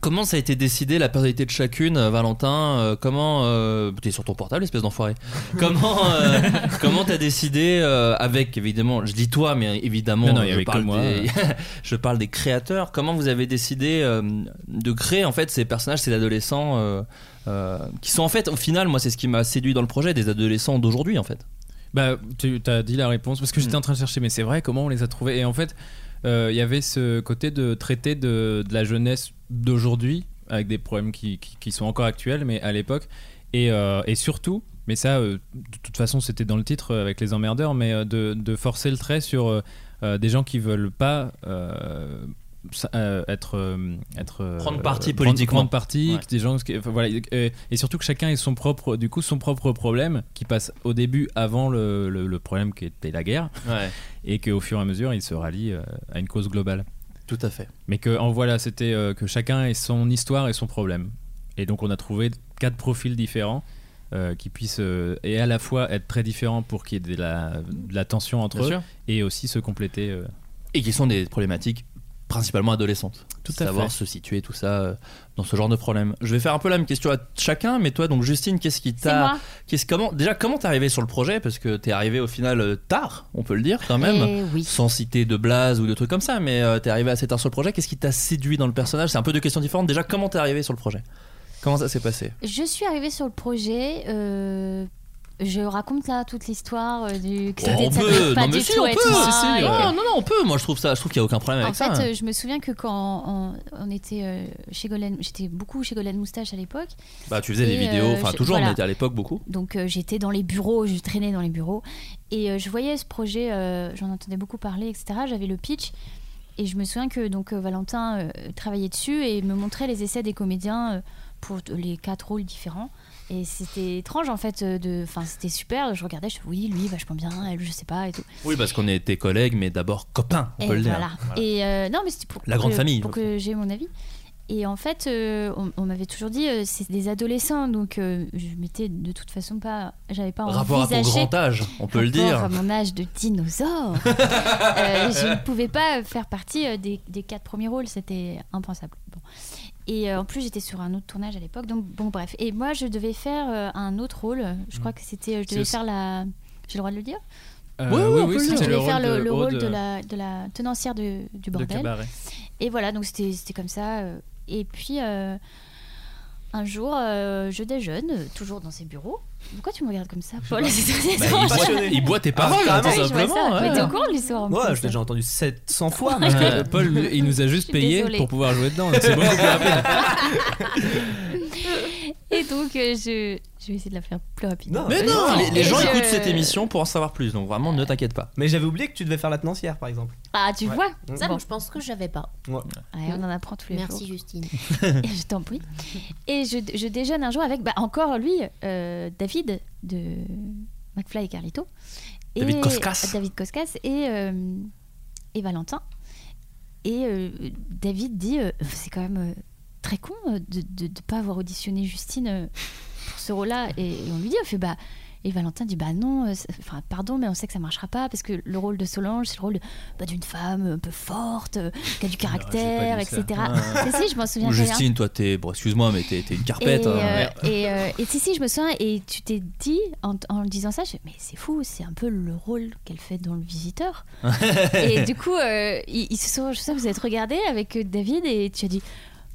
D: Comment ça a été décidé la personnalité de chacune, euh, Valentin euh, Comment euh, t'es sur ton portable, espèce d'enfoiré Comment euh, comment t'as décidé euh, avec évidemment, je dis toi, mais évidemment,
E: Non, non, il y
D: je
E: avait que
D: parle
E: moi.
D: des- [laughs] je parle des créateurs. Comment vous avez décidé euh, de créer en fait ces personnages, ces adolescents euh, euh, qui sont en fait au final, moi c'est ce qui m'a séduit dans le projet, des adolescents d'aujourd'hui en fait.
E: Bah, tu as dit la réponse parce que j'étais en train de chercher, mais c'est vrai, comment on les a trouvés Et en fait, euh, il y avait ce côté de traiter de, de la jeunesse d'aujourd'hui avec des problèmes qui, qui- qui sont encore actuels, mais à l'époque. Et, euh, et surtout, mais ça, euh, de toute façon, c'était dans le titre euh, avec les emmerdeurs, mais euh, de, de forcer le trait sur euh, euh, des gens qui veulent pas. euh, s- euh, être euh, être euh,
D: Prendre parti
E: prendre-
D: politiquement.
E: prendre parti
D: Ouais.
E: que des gens qui- enfin, voilà et, euh, et surtout que chacun ait son propre du coup son propre problème qui passe au début avant le, le- le problème qui était la guerre
D: Ouais,
E: et qu'au fur et à mesure il se rallie euh, à une cause globale
D: tout à fait.
E: mais que en voilà c'était euh, que chacun ait son histoire et son problème et donc on a trouvé quatre profils différents euh, qui puissent euh, et à la fois être très différents pour qu'il y ait de la, de la tension entre eux
D: sûr.
E: et aussi se compléter euh.
D: Et qui sont des problématiques principalement adolescentes.
E: Tout à
D: Savoir
E: fait.
D: se situer tout ça euh, dans ce genre de problème. Je vais faire un peu la même question à chacun, mais toi donc Justine, qu'est-ce qui
F: C'est
D: t'a
F: moi.
D: qu'est-ce comment déjà comment t'es arrivé sur le projet parce que t'es arrivé au final euh, tard, on peut le dire quand même.
H: Eh oui.
D: sans citer de blase ou de trucs comme ça, mais euh, t'es arrivé assez tard sur le projet. Qu'est-ce qui t'a séduit dans le personnage C'est un peu deux questions différentes. Déjà, comment t'es arrivé sur le projet Comment ça s'est passé
F: Je suis arrivée sur le projet. euh, Je raconte là toute l'histoire euh, du que
D: Oh,
F: c'était- ça devait pas
D: non mais
F: du
D: si,
F: tout
D: on
F: être
D: peut.
F: moi, et que-
D: non, non, non, on peut. Moi, je trouve ça, je trouve qu'il y a aucun problème
F: En
D: avec
F: fait,
D: ça. hein.
F: euh, je me souviens que quand on, on était euh, chez Golden, j'étais beaucoup chez Golden Moustache à l'époque,
D: Bah, tu faisais des
F: et,
D: vidéos,
F: euh,
D: enfin
F: je-
D: toujours,
F: voilà.
D: mais t'es à l'époque beaucoup.
F: donc euh, j'étais dans les bureaux, je traînais dans les bureaux, et euh, je voyais ce projet, euh, j'en entendais beaucoup parler, etc. J'avais le pitch, Et je me souviens que donc euh, Valentin euh, travaillait dessus et me montrait les essais des comédiens euh, pour t- les quatre rôles différents. Et c'était étrange en fait, euh, de, enfin c'était super. Je regardais, je oui, lui vachement bien, elle, je sais pas et tout.
D: Oui, parce qu'on était collègues, mais d'abord copains, on
F: Et
D: peut le dire.
F: voilà. Et euh, non, mais c'était pour
D: La grande
F: que-
D: famille.
F: pour que j'ai mon avis. Et en fait, euh, on, on m'avait toujours dit euh, c'est des adolescents, donc euh, je m'étais de toute façon pas, j'avais pas
D: Rapport à ton
F: envisagé-
D: grand âge, on peut le
F: Rapport
D: dire.
F: à mon âge de dinosaure, [laughs] Euh, je ne pouvais pas faire partie euh, des, des quatre premiers rôles, c'était impensable. Bon. Et euh, en plus, j'étais sur un autre tournage à l'époque, donc bon, bref. Et moi, je devais faire euh, un autre rôle. Je
D: Mm.
F: crois que c'était, euh, je
E: C'est
F: devais
E: aussi-
F: faire la. J'ai le droit de le dire
E: Euh,
D: Oui, oui, on peut le
F: Je
E: c'était
F: devais faire le, le
E: Aude,
F: rôle de
E: euh,
F: la, de la tenancière de- du
E: de
F: bordel.
E: cabaret.
F: Et voilà, donc c'était c'était comme ça. euh, Et puis, euh, un jour, euh, je déjeune, euh, toujours dans ses bureaux. Pourquoi tu me regardes comme ça, Paul [laughs] C'est
D: Bah,
F: étrange.
D: il, boit, il boit tes paroles, hein,
G: Ah,
D: tout
G: carrément.
F: Ouais, je vois
D: simplement.
F: ça. Mais
D: ouais.
F: t'es au courant de l'histoire en
G: Moi,
F: plus,
G: je l'ai déjà
F: hein.
G: entendu 700 fois.
E: Parce que [laughs] Paul, il nous a
F: Je
E: juste
F: suis
E: payé
F: désolée.
E: pour pouvoir jouer dedans. donc C'est beaucoup plus rapide.
F: [laughs] Et donc, euh, je... je vais essayer de la faire plus rapide.
G: Non,
D: Mais non, les, les
F: Et
D: gens
F: je-
D: écoutent cette émission pour en savoir plus, donc vraiment ne t'inquiète pas.
G: [laughs] Mais j'avais oublié que tu devais faire la tenancière, par exemple.
F: Ah, tu
G: Ouais. Mm.
F: vois
H: Ça,
F: Bon.
H: je pense que j'avais pas.
F: Ouais, On en apprend tous les jours.
H: Merci,
F: [laughs]
H: Justine.
F: Et je t'en prie. Et je, je déjeune un jour avec bah, encore lui, euh, David de McFly et Carlito. Et-
D: David Koskas.
F: David Koskas et, euh, et Valentin. Et euh, David dit euh, c'est quand même euh, très con euh, de ne pas avoir auditionné Justine euh, pour ce rôle-là. Et, et on lui dit on fait bah. Et Valentin dit bah non, euh, c'est- enfin pardon, mais on sait que ça marchera pas parce que le rôle de Solange, c'est le rôle de- bah, d'une femme un peu forte, euh, qui a du caractère,
E: dit ça.
F: etc. Si, si, je m'en souviens
D: Ou
F: très bien.
D: Justine, toi, t'es. Bon, excuse-moi, mais t'es t'es une
F: Et,
D: carpette. hein.
F: euh, et, euh, et si, si, je me souviens, et tu t'es dit, en, en le disant ça, je fais, mais c'est fou, c'est un peu le rôle qu'elle fait dans
D: [laughs]
F: Le Visiteur. et du coup, euh, ils, ils se sont, je sais, pas, vous êtes regardés avec euh, David et tu as dit,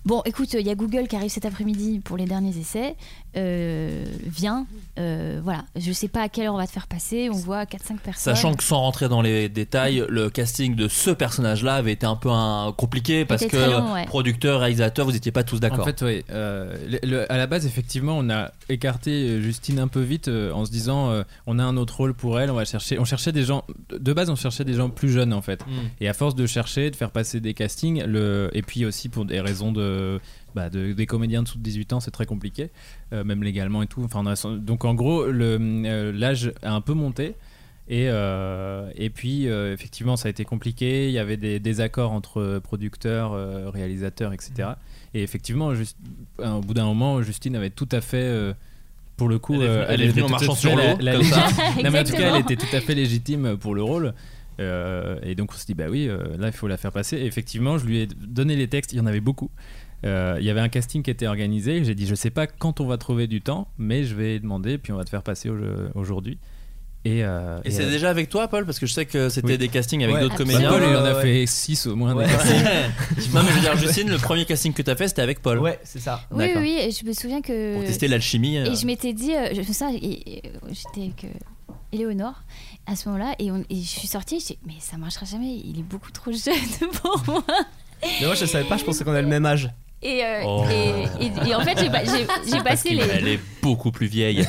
F: bon, écoute, il y a Google qui arrive cet après-midi pour les derniers essais, euh, viens, euh, voilà, je sais pas à quelle heure on va te faire passer, on voit 4-5 personnes.
D: Sachant que sans rentrer dans les détails, le casting de ce personnage-là avait été un peu un- compliqué parce
F: C'était très
D: que
F: long, ouais.
D: producteur, réalisateur, vous n'étiez pas tous d'accord.
E: En fait, ouais, euh, le- le- à la base, effectivement, on a écarté euh, Justine un peu vite euh, en se disant euh, on a un autre rôle pour elle, on va chercher. On cherchait des gens. de- De base, on cherchait des gens plus jeunes en fait.
D: Hmm.
E: Et à force de chercher, de faire passer des castings, le, et puis aussi pour des raisons de, bah, de- des comédiens en dessous de 18 ans, c'est très compliqué, euh, même légalement et tout. Enfin, on a- donc en gros, le, euh, l'âge a un peu monté. Et, euh, et puis, euh, effectivement, ça a été compliqué. Il y avait des désaccords entre producteurs, euh, réalisateurs, etc.
D: Mm.
E: Et effectivement, juste, euh, au bout d'un moment, Justine avait tout à fait, euh, pour le coup,
D: Elle est-
E: euh,
D: elle est
E: était
D: venue en
E: tout à
D: marchant
E: fait
D: sur
E: la-
D: l'eau,
E: la
D: comme ça.
E: non, mais en tout cas,
F: Exactement.
E: elle était tout à fait légitime pour le rôle. Euh, et donc, on s'est dit, bah oui, euh, là, il faut la faire passer. Et effectivement, je lui ai donné les textes. Il y en avait beaucoup. Euh, il y avait un casting qui était organisé. J'ai dit, je sais pas quand on va trouver du temps, mais je vais demander, puis on va te faire passer au- aujourd'hui. Et, euh,
D: Et c'est
E: euh,
D: déjà avec toi, Paul Parce que je sais que c'était
E: Oui.
D: des castings avec
E: Ouais.
D: d'autres
F: Ah,
E: bah,
D: comédiens.
E: Paul, il en a
G: Ouais,
E: fait 6 au moins.
G: Ouais.
E: des-
D: [laughs] non, mais je veux dire, Justine, le premier casting que t'as fait, c'était avec Paul.
G: Ouais, c'est ça.
F: Oui, oui,
D: D'accord.
F: oui, et je me souviens que.
D: Pour tester l'alchimie. euh,
F: Et je m'étais dit, euh, je, ça, et- et- j'étais avec euh, Éléonore à ce moment-là, et, on- et je suis sortie, je dis, mais ça marchera jamais, il est beaucoup trop jeune [laughs] pour moi.
G: Mais moi, je savais pas, je pensais qu'on avait le même âge.
F: Et, euh,
D: Oh.
F: et, et- et en fait, j'ai pas-
D: [laughs]
F: j'ai j'ai
D: parce
F: passé
D: qu'il-
F: les.
D: Elle est beaucoup plus vieille.
F: [laughs] je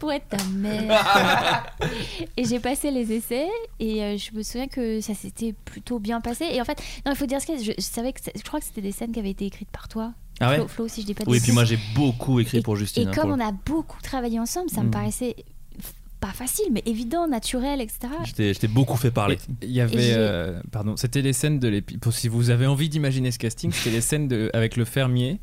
F: pourrais être ta mère.
D: [laughs]
F: et j'ai passé les essais et euh, je me souviens que ça s'était plutôt bien passé. Et en fait, non, il faut dire ce qu'il y a, je, je savais que c'est- je crois que c'était des scènes qui avaient été écrites par toi.
D: Ah ouais
F: Flo, Flo, si je dis pas de
D: Oui, puis
F: bêtises.
D: moi, j'ai beaucoup écrit pour
F: Et
D: Justine. hein,
F: comme
D: pour
F: on a beaucoup travaillé ensemble, ça me
E: Mm.
F: paraissait f- pas facile, mais évident, naturel, etc.
D: le- Je t'ai je t'ai beaucoup fait parler.
E: Il y
F: Et
E: avait,
F: j'ai-
E: euh, pardon, c'était les scènes de l'épi- pour Si vous avez envie d'imaginer ce casting, c'était les scènes de, avec le fermier.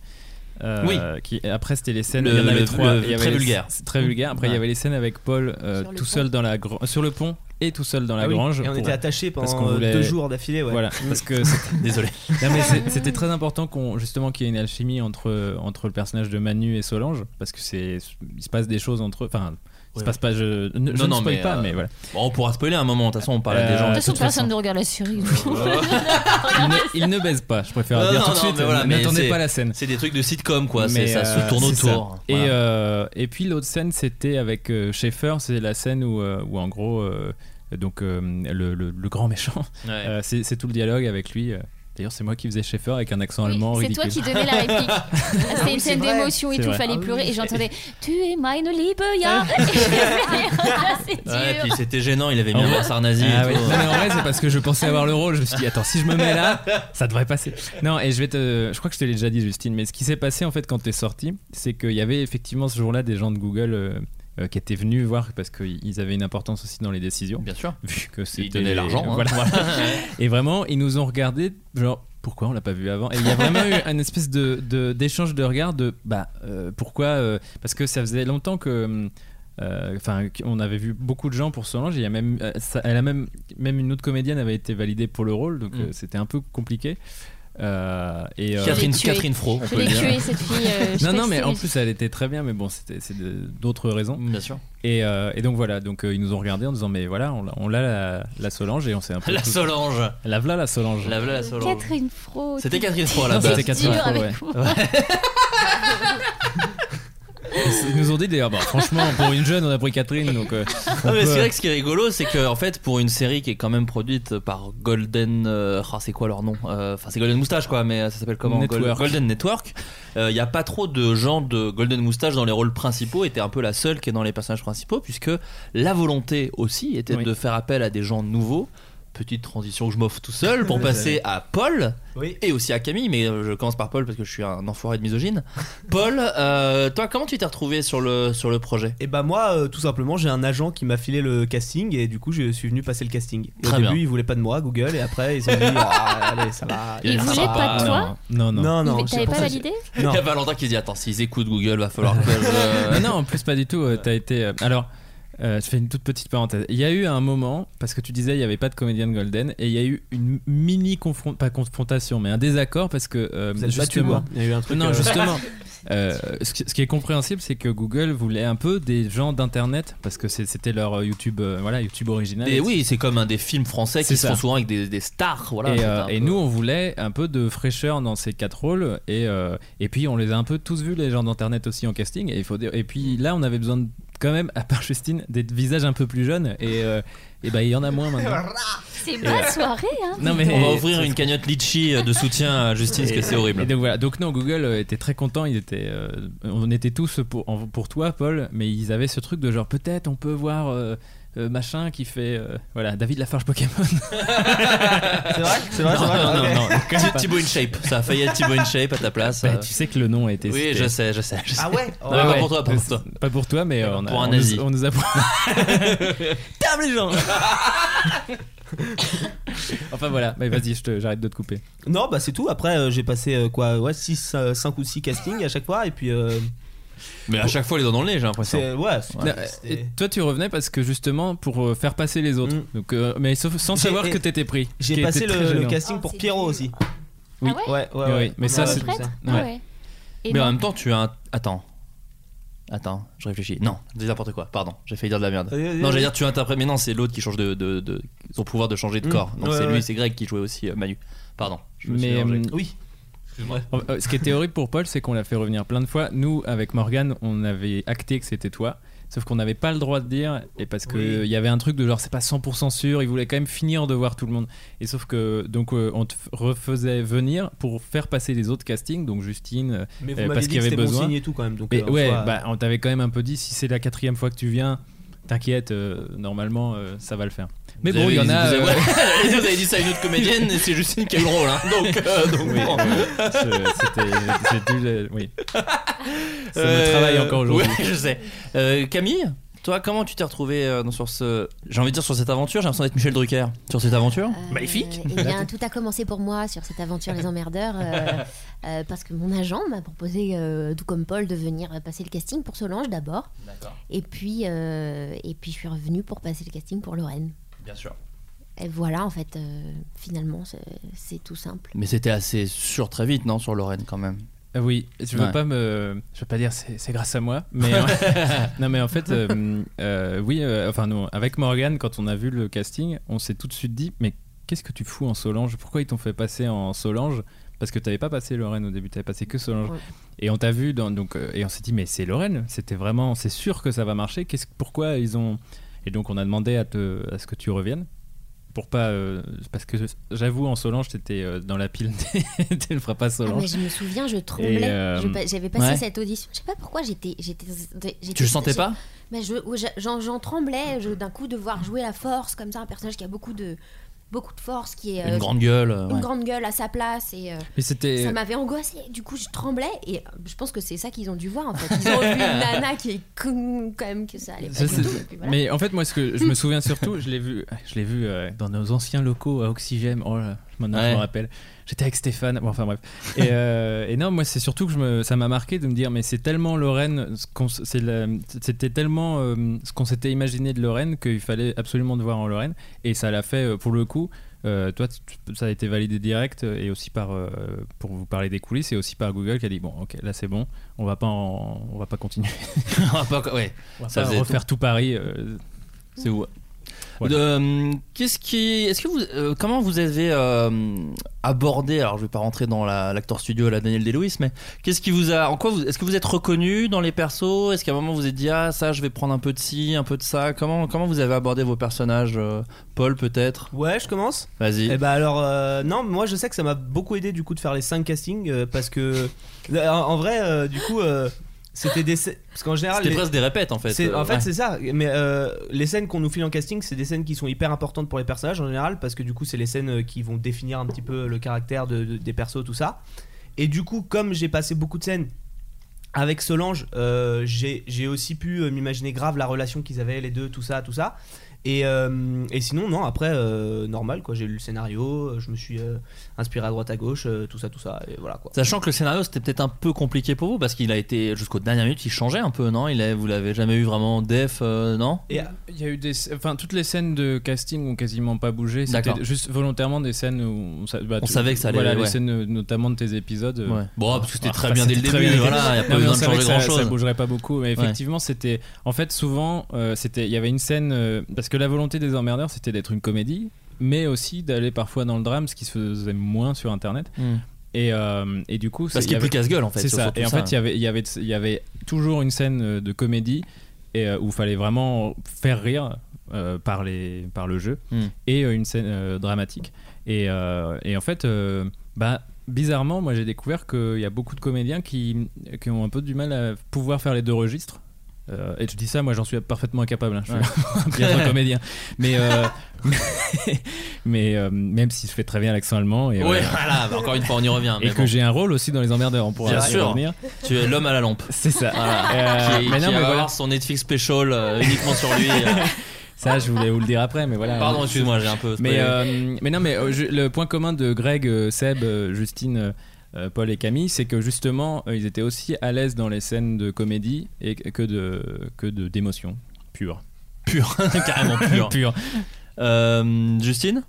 E: euh,
D: Oui.
E: Qui, et après, c'était les scènes.
D: Le-
E: il y en avait
D: le-
E: trois.
D: le-
E: il y avait
D: très
E: les-
D: vulgaire.
E: c'est Très vulgaire. Après, il y
D: Ouais.
E: avait les scènes avec Paul euh,
H: Sur le
E: tout
H: pont.
E: seul dans la gr- sur le pont et tout seul dans la
G: Ah oui,
E: grange.
G: Et on
E: pour-
G: était attachés
E: Parce
G: pendant
E: qu'on
G: euh,
E: voulait-
G: deux jours d'affilée, ouais. [laughs]
E: Voilà, parce que c'était-
D: [laughs] Désolé.
E: non, mais c'est- c'était très important qu'on justement qu'il y ait une alchimie entre entre le personnage de Manu et Solange parce que c'est il se passe des choses entre eux. Enfin, il se
D: Ouais.
E: passe pas. Je, ne, je
D: Non,
E: ne
D: non,
E: spoil
D: mais,
E: pas,
D: euh,
E: mais voilà.
D: Bon, on pourra spoiler un moment. De toute façon, on parle à des
E: Euh,
D: gens.
E: de
F: De
E: toute
F: toute façon, personne ne regarde la série.
D: Ah.
F: [laughs]
E: Il ne, il ne baise pas. Je préfère
D: Non,
E: dire
D: non,
E: tout de
D: non,
E: suite.
D: mais voilà, mais
E: N'attendez
D: c'est-
E: pas la scène.
D: C'est des trucs de sitcom, quoi. c'est-
E: Mais,
D: ça
E: euh,
D: se tourne
E: c'est ça.
D: autour.
E: Et,
D: Voilà.
E: euh, et puis l'autre scène, c'était avec euh, Schaeffer. C'est la scène où, euh, où en gros, euh, donc, euh, le, le- le grand méchant,
D: Ouais.
E: euh, c'est c'est tout le dialogue avec lui. euh, D'ailleurs, c'est moi qui faisais Schaeffer avec un accent
F: Oui,
E: allemand
F: c'est
E: ridicule.
F: toi qui donnais
D: [laughs]
F: la réplique.
E: [laughs]
F: Ah, C'était une scène
G: vrai.
F: d'émotion et
E: C'est
F: tout,
E: vrai.
F: fallait
G: Ah oui.
F: pleurer. Et j'entendais Tu es meine Liebe,
D: Ah
F: ja. [laughs] Et je
D: [laughs]
F: pleurais. C'est dur.
D: Ouais, puis c'était gênant, il avait mis
E: En
D: un
E: vrai-
D: brassard nazi. et
E: Ah oui.
D: tout.
E: Non, mais en vrai, c'est parce que je pensais avoir le rôle. Je me suis dit, attends, si je me mets
D: [laughs]
E: là, ça devrait passer. Non, et je vais te. Je crois que je te l'ai déjà dit, Justine, mais ce qui s'est passé en fait quand t'es sorti, c'est qu'il y avait effectivement ce jour-là des gens de Google euh, euh, qui étaient venus voir parce qu'ils avaient une importance aussi dans les décisions,
D: Bien sûr.
E: vu que c'était.
D: Il donnait l'argent. hein. [laughs]
E: Voilà. [laughs]
D: Voilà.
E: Et vraiment, ils nous ont regardé, genre, pourquoi on l'a pas vu avant Et il y a vraiment eu un espèce de, de- d'échange de regards de, bah, euh, pourquoi euh, Parce que ça faisait longtemps que. euh, Enfin, on avait vu beaucoup de gens pour Solange. et Il y a même, euh, ça- elle a même, même une autre comédienne avait été validée pour le rôle, donc
D: Mm.
E: euh, c'était un peu compliqué. Euh, et euh,
D: Catherine,
F: Je l'ai tué.
D: Catherine Fro, on
F: Je
D: peut le
F: l'ai
D: dire.
F: tuée, cette fille. euh, je
E: non,
F: sais
E: non,
F: que
E: mais
F: c'est-
E: en plus elle était très bien, mais bon, c'était c'est de- d'autres raisons.
D: Bien sûr.
E: Et, euh, et donc voilà, donc euh, ils nous ont regardé en disant mais voilà, on l'a- on l'a la, la Solange et on
D: [laughs]
E: s'est un peu
D: La
E: tous-
D: Solange.
E: la voilà la Solange.
D: La voilà la Solange.
F: Catherine Fro.
D: C'était
F: t'es
D: Catherine Fro à la
E: Non,
D: base.
E: c'était Catherine
F: dure
E: Fro,
F: avec
E: ouais.
F: moi.
E: [laughs] Ils nous ont dit d'ailleurs, bah, franchement, pour une jeune, on a pris Catherine, donc
D: [laughs]
E: euh, on
D: Non, Ah, mais
E: peut-
D: c'est vrai que ce qui est rigolo, c'est que en fait, pour une série qui est quand même produite par Golden, euh, ah, c'est quoi leur nom Euh, Enfin, c'est Golden Moustache, quoi. Mais euh, ça s'appelle comment Gol-
E: Network.
D: Golden Network. Il n'y a pas trop de gens de Golden Moustache dans les rôles principaux. Était un peu la seule qui est dans les personnages principaux, puisque la volonté aussi était
E: Oui.
D: de faire appel à des gens nouveaux. Petite transition que je m'offre tout
E: [laughs]
D: seul pour passer à Paul
G: Oui.
D: et aussi à Camille, mais euh, je commence par Paul parce que je suis un enfoiré de misogyne. Paul, euh, toi, comment tu t'es retrouvé sur le, sur le projet
G: Et bah moi, euh, tout simplement, j'ai un agent qui m'a filé le casting et du coup, je suis venu passer le casting. Et
D: Très
G: au début,
D: bien.
G: ils voulaient pas de moi, Google, et après, ils ont
F: [laughs]
G: dit, Ah, allez, ça va.
F: Ils
D: Ça
F: voulaient
D: va.
F: pas de toi
G: [laughs]
E: Non, non.
G: Non, non,
F: Mais
G: c'est
F: T'avais
G: pour
F: pas
G: ça que-
F: validé
G: Non.
D: Il y a Valentin qui dit Attends, s'ils écoutent Google, va falloir que
E: Mais
D: [laughs] je.
E: [laughs] non, en plus, pas du tout. euh, T'as été. euh, alors, euh, je fais une toute petite parenthèse. Il y a eu un moment, parce que tu disais, il n'y avait pas de comédienne Golden, et il y a eu une mini confrontation, pas confrontation, mais un désaccord, parce que. euh,
G: Vous êtes battus,
E: justement-
G: moi. Il y a eu un truc.
E: Non,
G: euh, [laughs]
E: justement. euh, ce, qui, ce qui est compréhensible, c'est que Google voulait un peu des gens d'internet parce que c'est- c'était leur euh, YouTube, euh, voilà, YouTube original.
D: Et oui, c'est comme un des films français
E: C'est
D: qui se
E: ça.
D: font souvent avec des, des stars. Voilà,
E: et
D: C'est
E: euh,
D: un
E: et
D: peu-
E: nous, on voulait un peu de fraîcheur dans ces quatre rôles. Et, euh, et puis, on les a un peu tous vus, les gens d'Internet aussi en casting. Et, il faut dire, et puis là, on avait besoin de, quand même, à part Justine, des visages un peu plus jeunes. Et, euh, et bah, il y en a moins maintenant. euh,
F: C'est ma soirée, hein.
E: Non, mais,
D: on va ouvrir une cagnotte litchi euh, de soutien à Justine, parce que c'est
E: Et
D: horrible.
E: donc voilà, donc non, Google euh, était très content, ils étaient, euh, on était tous pour, en- pour toi, Paul, mais ils avaient ce truc de genre peut-être on peut voir euh, euh, machin qui fait euh, voilà David Lafarge
D: [laughs]
E: Pokémon.
G: C'est vrai, c'est vrai, c'est
D: Non,
G: vrai.
D: non,
G: ok.
D: [laughs] non, non. Thibaut InShape, ça a failli être Thibaut InShape à ta place.
E: Bah,
D: euh.
E: tu sais que le nom a été.
D: Oui,
E: cité.
D: je sais, je sais. je sais.
G: Ah ouais
D: Non, mais
G: Ouais,
D: pas
G: ouais.
D: pour toi, pas pour toi.
E: Pas pour toi, mais euh, on, a,
D: Pour un
E: on,
D: nazi.
E: nous,
G: [laughs]
E: on nous a.
D: Table les gens
E: enfin voilà, mais vas-y, je te- j'arrête de te couper.
G: Non, bah c'est tout. Après, euh, j'ai passé euh, quoi ouais, 6, 5 ou 6 castings à chaque fois. Et puis, euh,
D: Mais à chaque fois, les dents dans le nez, j'ai l'impression.
G: c'est. Ouais, c'est-
E: Non,
G: c'était-
E: et toi, tu revenais parce que justement pour euh, faire passer les autres.
G: Mm.
E: Donc, euh, mais sauf- sans
G: J'ai-
E: savoir
G: et-
E: que t'étais pris. ce qui
G: J'ai
E: était
G: passé
E: très
G: le, le
E: gênant.
G: casting pour
H: Oh, c'est
G: Pierrot
H: dur.
G: aussi.
E: Oui.
F: Ah ouais
G: Ouais, ouais,
E: Oui,
G: ouais.
E: oui, mais ça,
G: Ouais,
E: c'est-
G: ouais,
F: Prête
G: ça.
F: Ah
E: Ouais.
F: ouais. Et
D: Mais en
F: non.
D: même temps, tu as un. Attends. Attends, je réfléchis. Non, je dis n'importe quoi, pardon, j'ai failli dire de la merde.
G: Vas-y, vas-y,
D: Non,
G: vas-y.
D: j'allais dire tu interprètes, mais non, c'est l'autre qui change de, de- de- son pouvoir de changer de
G: Mm.
D: corps. Donc
G: Ouais,
D: c'est
G: ouais.
D: lui, c'est Greg qui jouait aussi euh, Manu. Pardon. Je me suis
E: Mais
D: mélangé.
E: euh,
G: Oui.
E: Euh, euh, Ce qui était horrible pour Paul, c'est qu'on l'a fait revenir plein de fois. Nous, avec Morgan, on avait acté que c'était toi. Sauf qu'on n'avait pas le droit de dire, et parce qu'il
G: Oui.
E: y avait un truc de genre c'est pas 100% sûr, il voulait quand même finir de voir tout le monde. Et sauf que donc euh, on te f- refaisait venir pour faire passer les autres castings, donc Justine. euh,
G: Mais vous
E: Euh,
G: m'avez
E: parce
G: dit
E: qu'il y
G: que
E: avait
G: c'était bon
E: besoin.
G: signe et tout quand même. Donc,
E: mais
G: euh, en
E: ouais,
G: soi,
E: bah, on t'avait quand même un peu dit si c'est la quatrième fois que tu viens, t'inquiète, euh, normalement euh, ça va le faire. Mais
D: Vous
E: bon,
D: avez-
E: il y en a.
D: Vous
E: euh,
D: avez, [laughs]
E: [laughs]
D: J'allais dire, vous avez dit ça à une autre comédienne, et c'est Justine qui a eu le rôle. hein. Donc, euh,
E: oui,
D: donc [laughs] bon.
E: euh, je- c'était- j'ai dû le- oui. Ça me
D: Euh,
E: travaille encore aujourd'hui.
D: ouais, je sais. Euh, Camille, toi, comment tu t'es retrouvée euh, dans- sur ce. J'ai envie de dire sur cette aventure, j'ai l'impression d'être Michel Drucker. Sur cette aventure
H: Magnifique. Eh bien, tout a commencé pour moi sur cette aventure Les Emmerdeurs euh, euh, parce que mon agent m'a proposé, euh, tout comme Paul, de venir passer le casting pour Solange d'abord.
D: D'accord,
H: Et puis, euh, et puis je suis revenue pour passer le casting pour Lorraine.
D: bien sûr.
H: Et voilà, en fait, euh, finalement, c'est- c'est tout simple.
D: Mais c'était assez sûr très vite, non, sur Lorraine quand même.
E: Ah Oui, je veux
D: Ouais.
E: pas me, je veux pas dire c'est c'est grâce à moi, mais euh,
D: [laughs]
E: [laughs] non mais en fait, euh, euh, oui, euh, enfin non, avec Morgan quand on a vu le casting, on s'est tout de suite dit mais qu'est-ce que tu fous en Solange Pourquoi ils t'ont fait passer en Solange Parce que t'avais pas passé Lorraine au début, t'avais passé que Solange.
H: Ouais.
E: Et on t'a vu dans, donc euh, et on s'est dit mais c'est Lorraine, c'était vraiment, c'est sûr que ça va marcher. Qu'est-ce pourquoi ils ont et donc on a demandé à te à ce que tu reviennes. pour pas euh, parce que j'avoue en Solange t'étais euh, dans la pile [laughs] des, des le feras pas
H: Ah, mais
E: Solange
H: je me souviens, je tremblais.
E: Et, euh,
H: Je pa- J'avais passé
D: ouais.
H: cette audition. Je sais pas pourquoi j'étais. j'étais- j'étais-
D: Tu le sentais
H: j'ai-
D: pas
H: mais je- ouais, j'a- J'en j'en tremblais je- d'un coup de voir jouer la force comme ça, un personnage qui a beaucoup de, beaucoup de force, qui est. euh,
D: Une grande gueule.
H: une
D: ouais.
H: grande gueule à sa place et euh,
E: mais c'était
H: ça m'avait angoissé du coup je tremblais et euh, je pense que c'est ça qu'ils ont dû voir en fait ils ont vu une nana qui est con, quand même que ça allait pas
E: Ça,
H: du
E: c'est-
H: tout et puis voilà.
E: Mais en fait, moi, ce que je me souviens surtout, je l'ai vu, je l'ai vu euh, dans nos anciens locaux à Oxygène. Oh là, maintenant je
D: Ouais.
E: me rappelle. J'étais avec Stéphane. Bon, enfin bref. Et, euh, et non, moi, c'est surtout que je me, ça m'a marqué de me dire, mais c'est tellement Lorraine, ce qu'on s- c'est la- c'était tellement euh, ce qu'on s'était imaginé de Lorraine qu'il fallait absolument te voir en Lorraine. Et ça l'a fait euh, pour le coup. euh, toi, tu- tu- ça a été validé direct et aussi par, euh, pour vous parler des coulisses, et aussi par Google qui a dit bon, ok, là c'est bon, on va pas, en- on va pas continuer,
D: [laughs] On va pas- ouais.
E: on va
D: Ça
E: pas
D: faisait
E: refaire tout, Paris. euh,
D: C'est où
E: Voilà.
D: euh, Qu'est-ce qui, est-ce que vous, euh, comment vous avez euh, abordé Alors, je vais pas rentrer dans la- l'acteur studio, la Daniel Day-Lewis, mais qu'est-ce qui vous a, en quoi, vous- est-ce que vous êtes reconnu dans les persos Est-ce qu'à un moment vous vous êtes dit ah ça, je vais prendre un peu de ci, un peu de ça Comment, comment vous avez abordé vos personnages euh, Paul peut-être
G: Ouais, je commence.
D: Vas-y.
G: Et bah alors, euh, non, moi je sais que ça m'a beaucoup aidé du coup de faire les 5 castings euh, parce que en, en vrai, euh, du coup, euh, c'était des. scè- Parce qu'en général.
D: C'était
G: les-
D: presque des répètes en fait.
G: c'est- en
D: Euh,
G: fait,
D: ouais.
G: c'est ça. Mais euh, les scènes qu'on nous file en casting, c'est des scènes qui sont hyper importantes pour les personnages en général, parce que du coup, c'est les scènes euh, qui vont définir un petit peu le caractère de- de- des persos, tout ça. Et du coup, comme j'ai passé beaucoup de scènes avec Solange, euh, j'ai j'ai aussi pu euh, m'imaginer grave la relation qu'ils avaient les deux, tout ça, tout ça. Et, euh, et sinon, non, après, euh, normal, quoi. J'ai lu le scénario, euh, je me suis euh, inspiré à droite à gauche, euh, tout ça, tout ça, et voilà, quoi.
D: Sachant que le scénario c'était peut-être un peu compliqué pour vous parce qu'il a été jusqu'aux dernières minutes, il changeait un peu, non Il a- vous l'avez jamais eu vraiment def, euh, non
G: Et-
E: Il y a eu des, enfin toutes les scènes de casting ont quasiment pas bougé.
D: D'accord.
E: C'était juste volontaires des scènes où on, sa- bah,
D: On
E: tu-
D: savait que ça allait-
E: Voilà
D: ouais.
E: les scènes euh, notamment de tes épisodes. euh,
D: Ouais. Bon, parce que c'était
E: Ah,
D: très
E: bah,
D: bien dès le
E: c'était très
D: début,
E: bien.
D: voilà, il n'y a pas
E: Non, mais on
D: besoin de
E: savait
D: changer
E: que ça,
D: grand
E: ça
D: chose.
E: bougerait pas beaucoup, mais effectivement, c'était. En fait, souvent, euh, c'était. Il y avait une scène euh, parce que la volonté des emmerdeurs, c'était d'être une comédie, mais aussi d'aller parfois dans le drame, ce qui se faisait moins sur Internet. Et, euh, et du coup, c'est-
D: Hmm. Parce
E: il
D: qu'il
E: y
D: est plus
E: avait-
D: casse-gueule en fait.
E: c'est
D: sur-
E: ça.
D: surtout
E: Et en fait, il y avait, il y avait, il y avait toujours une scène euh, de comédie et euh, où il fallait vraiment faire rire euh, par les, par le jeu
D: Hmm.
E: et euh, une scène euh, dramatique. Et, euh, et en fait, euh, bah. Bizarrement, moi j'ai découvert qu'il y a beaucoup de comédiens qui, qui ont un peu du mal à pouvoir faire les deux registres. Euh, et je dis ça, moi j'en suis parfaitement incapable. hein. Je suis bien [laughs]
D: [laughs]
E: un comédien. Mais, euh, [laughs] mais euh, même si je fais très bien l'accent allemand et,
D: Ouais,
E: euh,
D: [laughs] voilà, bah, encore une fois, on y revient.
E: et
D: mais
E: que
D: bon.
E: j'ai un rôle aussi dans Les Emmerdeurs, on pourra
D: Bien
E: y
D: sûr.
E: revenir.
D: Tu es l'homme à la lampe.
E: [laughs] C'est ça.
D: Voilà.
E: Euh,
D: qui
E: mais
D: qui
E: non, mais
D: va
E: voilà.
D: avoir son Netflix special euh, uniquement sur
E: [laughs]
D: lui. euh.
E: Ça, je voulais vous le dire après, mais voilà.
D: Pardon, excuse-moi, j'ai un peu.
E: Mais, euh, mais non, mais euh, je- le point commun de Greg, euh, Seb, euh, Justine, euh, euh, Paul et Camille, c'est que justement, euh, ils étaient aussi à l'aise dans les scènes de comédie et que de que de d'émotion pure.
D: pur, [laughs] carrément pur.
E: [laughs] Pure.
D: Euh, Justine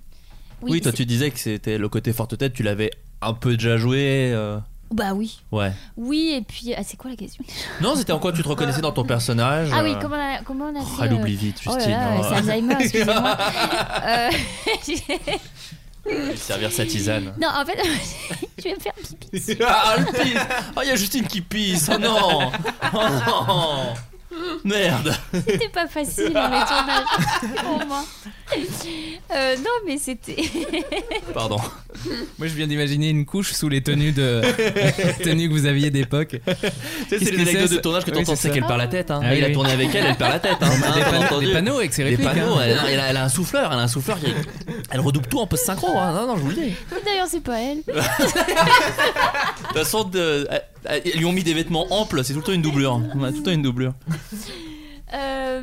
F: Oui,
D: toi
F: c'est-
D: tu disais que c'était le côté forte tête, tu l'avais un peu déjà joué. euh,
F: Bah oui.
D: Ouais.
F: Oui, et puis. Ah, c'est quoi la question
D: Non, c'était en quoi tu te reconnaissais dans ton personnage
F: Ah oui,
D: euh,
F: comment on a, comment on a
D: Oh,
F: fait,
D: elle
F: euh,
D: oublie vite,
F: Oh
D: Justine.
F: là là,
D: hein.
F: c'est Alzheimer,
D: [laughs]
F: excusez-moi. Euh, [laughs] j'ai-
D: Lui Servir sa
F: [laughs]
D: tisane.
F: non, en fait, [laughs] je vais me faire pipi.
D: Ah, elle pisse Oh, il y a Justine qui pisse Oh non Oh non Merde
F: C'était pas facile hein, les tournages pour moi. Euh, non, mais c'était.
D: [laughs] Pardon.
E: Moi, je viens d'imaginer une couche sous les tenues
D: [laughs]
E: de tenues que vous aviez d'époque.
D: Tu sais,
E: Qu'est-ce
D: c'est
E: que
D: les anecdotes
E: c'est,
D: de tournage que
E: Ah Oui,
D: t'entends,
E: c'est
D: c'est
E: ça.
D: qu'elle perd la tête. Hein.
E: Ah
D: il
E: oui,
D: a
E: oui.
D: tourné avec elle, elle perd la tête. Hein.
E: des,
D: Hein,
E: panneaux,
D: entendu.
E: des panneaux avec ses
D: Des
E: répliques.
D: panneaux,
E: hein.
D: elle, a- elle a, elle a un souffleur, elle a un souffleur qui elle redouble tout en post synchro. Hein. Non, non, je vous le dis. De
F: D'ailleurs, c'est pas elle.
D: toute façon, de- elle- elle- ils lui ont mis des vêtements amples, c'est tout le temps une doublure. On a tout le temps une doublure.
F: Euh,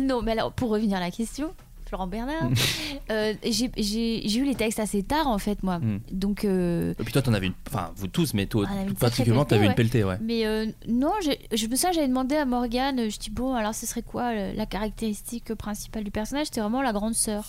F: non, mais alors, pour revenir à la question, Florent Bernard,
D: Mm.
F: euh, j'ai- j'ai j'ai eu les textes assez tard, en fait, moi.
D: Mm.
F: Donc, euh,
D: Et puis toi, t'en avais une. Enfin, vous tous, mais toi,
F: On avait une
D: particulièrement,
F: sacrée
D: t'avais une pelletée, ouais.
F: mais euh, non, j'ai- je me souviens, j'avais demandé à Morgane, euh, je dis, bon, alors, ce serait quoi euh, la caractéristique principale du personnage C'était vraiment la grande sœur.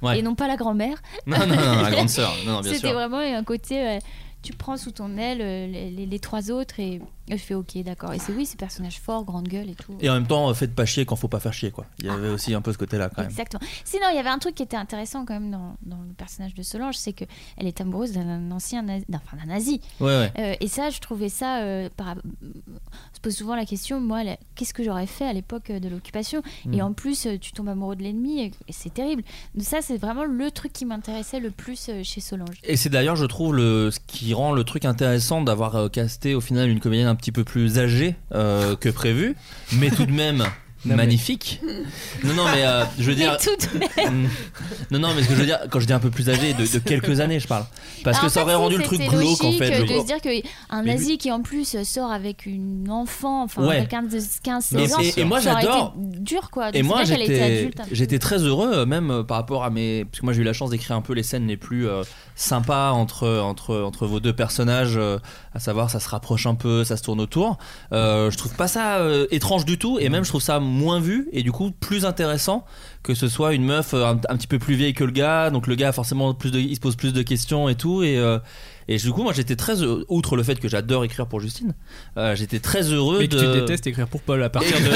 D: Ouais.
F: Et non pas la grand-mère.
D: Non, non, non,
F: [laughs]
D: la grande sœur. Non, non, bien
F: C'était
D: sûr.
F: euh, vraiment un côté, euh, tu prends sous ton aile euh, les, les- les trois autres et Et je fais ok, d'accord. Et c'est oui, c'est personnage fort, grande gueule et tout.
D: Et en même temps, euh, faites pas chier quand faut pas faire chier, quoi. Il y
F: Ah.
D: avait aussi un peu ce côté-là, quand même.
F: Exactement. Sinon, il y avait un truc qui était intéressant quand même dans, dans le personnage de Solange, c'est que elle est amoureuse d'un ancien, nazi, d'un- enfin d'un nazi.
D: Ouais, ouais.
F: Euh, et ça, je trouvais ça. euh, par- On se pose souvent la question, moi, la- qu'est-ce que j'aurais fait à l'époque euh, de l'occupation
D: Mm.
F: Et en plus, euh, tu tombes amoureux de l'ennemi, et- et c'est terrible. Donc ça, c'est vraiment le truc qui m'intéressait le plus euh, chez Solange.
D: Et c'est d'ailleurs, je trouve, le, ce qui rend le truc intéressant d'avoir euh, casté au final une comédienne un petit peu plus âgée euh, que prévu, mais tout de
F: [laughs]
D: même
E: mais-
D: magnifique. Non, non, mais euh, je veux
F: Mais
D: dire.
F: tout de même,
D: [laughs] Mm. Non, non, mais ce que je veux dire, quand je dis un peu plus âgé, de, de quelques années, je parle. Parce
F: Alors,
D: que
F: en
D: ça
F: fait,
D: aurait
F: si,
D: rendu le truc
F: c'était
D: glauque, en
F: logique,
D: fait.
F: euh,
D: je-
F: de se dire qu'un
D: Mais lui-
F: nazi qui en plus euh, sort avec une enfant, enfin
D: Ouais.
F: quelqu'un de 15
D: Mais-
F: 16 ans,
D: et- et moi,
F: ça aurait été
D: j'adore.
F: dur quoi. Donc,
D: Et
F: c'est
D: moi,
F: vrai qu'elle était
D: j'étais,
F: adulte. hein.
D: j'étais très heureux, euh, même euh, par rapport à mes. Parce que moi, j'ai eu la chance d'écrire un peu les scènes les plus euh, sympas entre, entre, entre vos deux personnages, euh, à savoir, ça se rapproche un peu, ça se tourne autour. Euh, je trouve pas ça euh, étrange du tout, et même, je trouve ça moins vu, et du coup, plus intéressant que ce soit une meuf euh, un, un petit peu plus vieille que le gars. Donc, le gars, forcément, plus de, il se pose plus de questions et tout, et. euh, et du coup, moi j'étais très heureux, outre le fait que j'adore écrire pour Justine, euh, j'étais très heureux
E: Mais que
D: de.
E: tu détestes écrire pour Paul à partir de.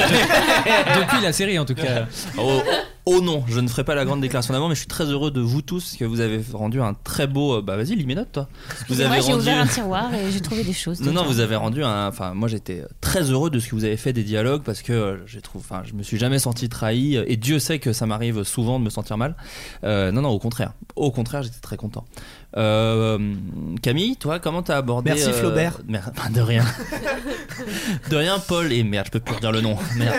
E: Depuis la série, en tout cas.
D: Oh, oh non, je ne ferai pas la grande déclaration d'amour, mais je suis très heureux de vous tous parce que vous avez rendu un très beau. euh, Bah vas-y, lis mes notes, toi. Vous
F: Et
D: avez
F: moi, j'ai
D: rendu.
F: ouvert
D: [laughs]
F: un tiroir et j'ai trouvé des choses.
D: Non, non,
F: dedans.
D: vous avez rendu un. Enfin, moi j'étais très heureux de ce que vous avez fait des dialogues parce que euh, j'ai trouvé. Enfin, je me suis jamais senti trahi euh, et Dieu sait que ça m'arrive souvent de me sentir mal. Euh, non, non, au contraire. Au contraire, j'étais très content. Euh, Camille, toi, comment t'as abordé.
G: Merci,
D: euh,
G: Flaubert.
D: mer- [laughs] enfin, de rien. de rien, Paul. Et merde, je peux plus redire le nom. Merde.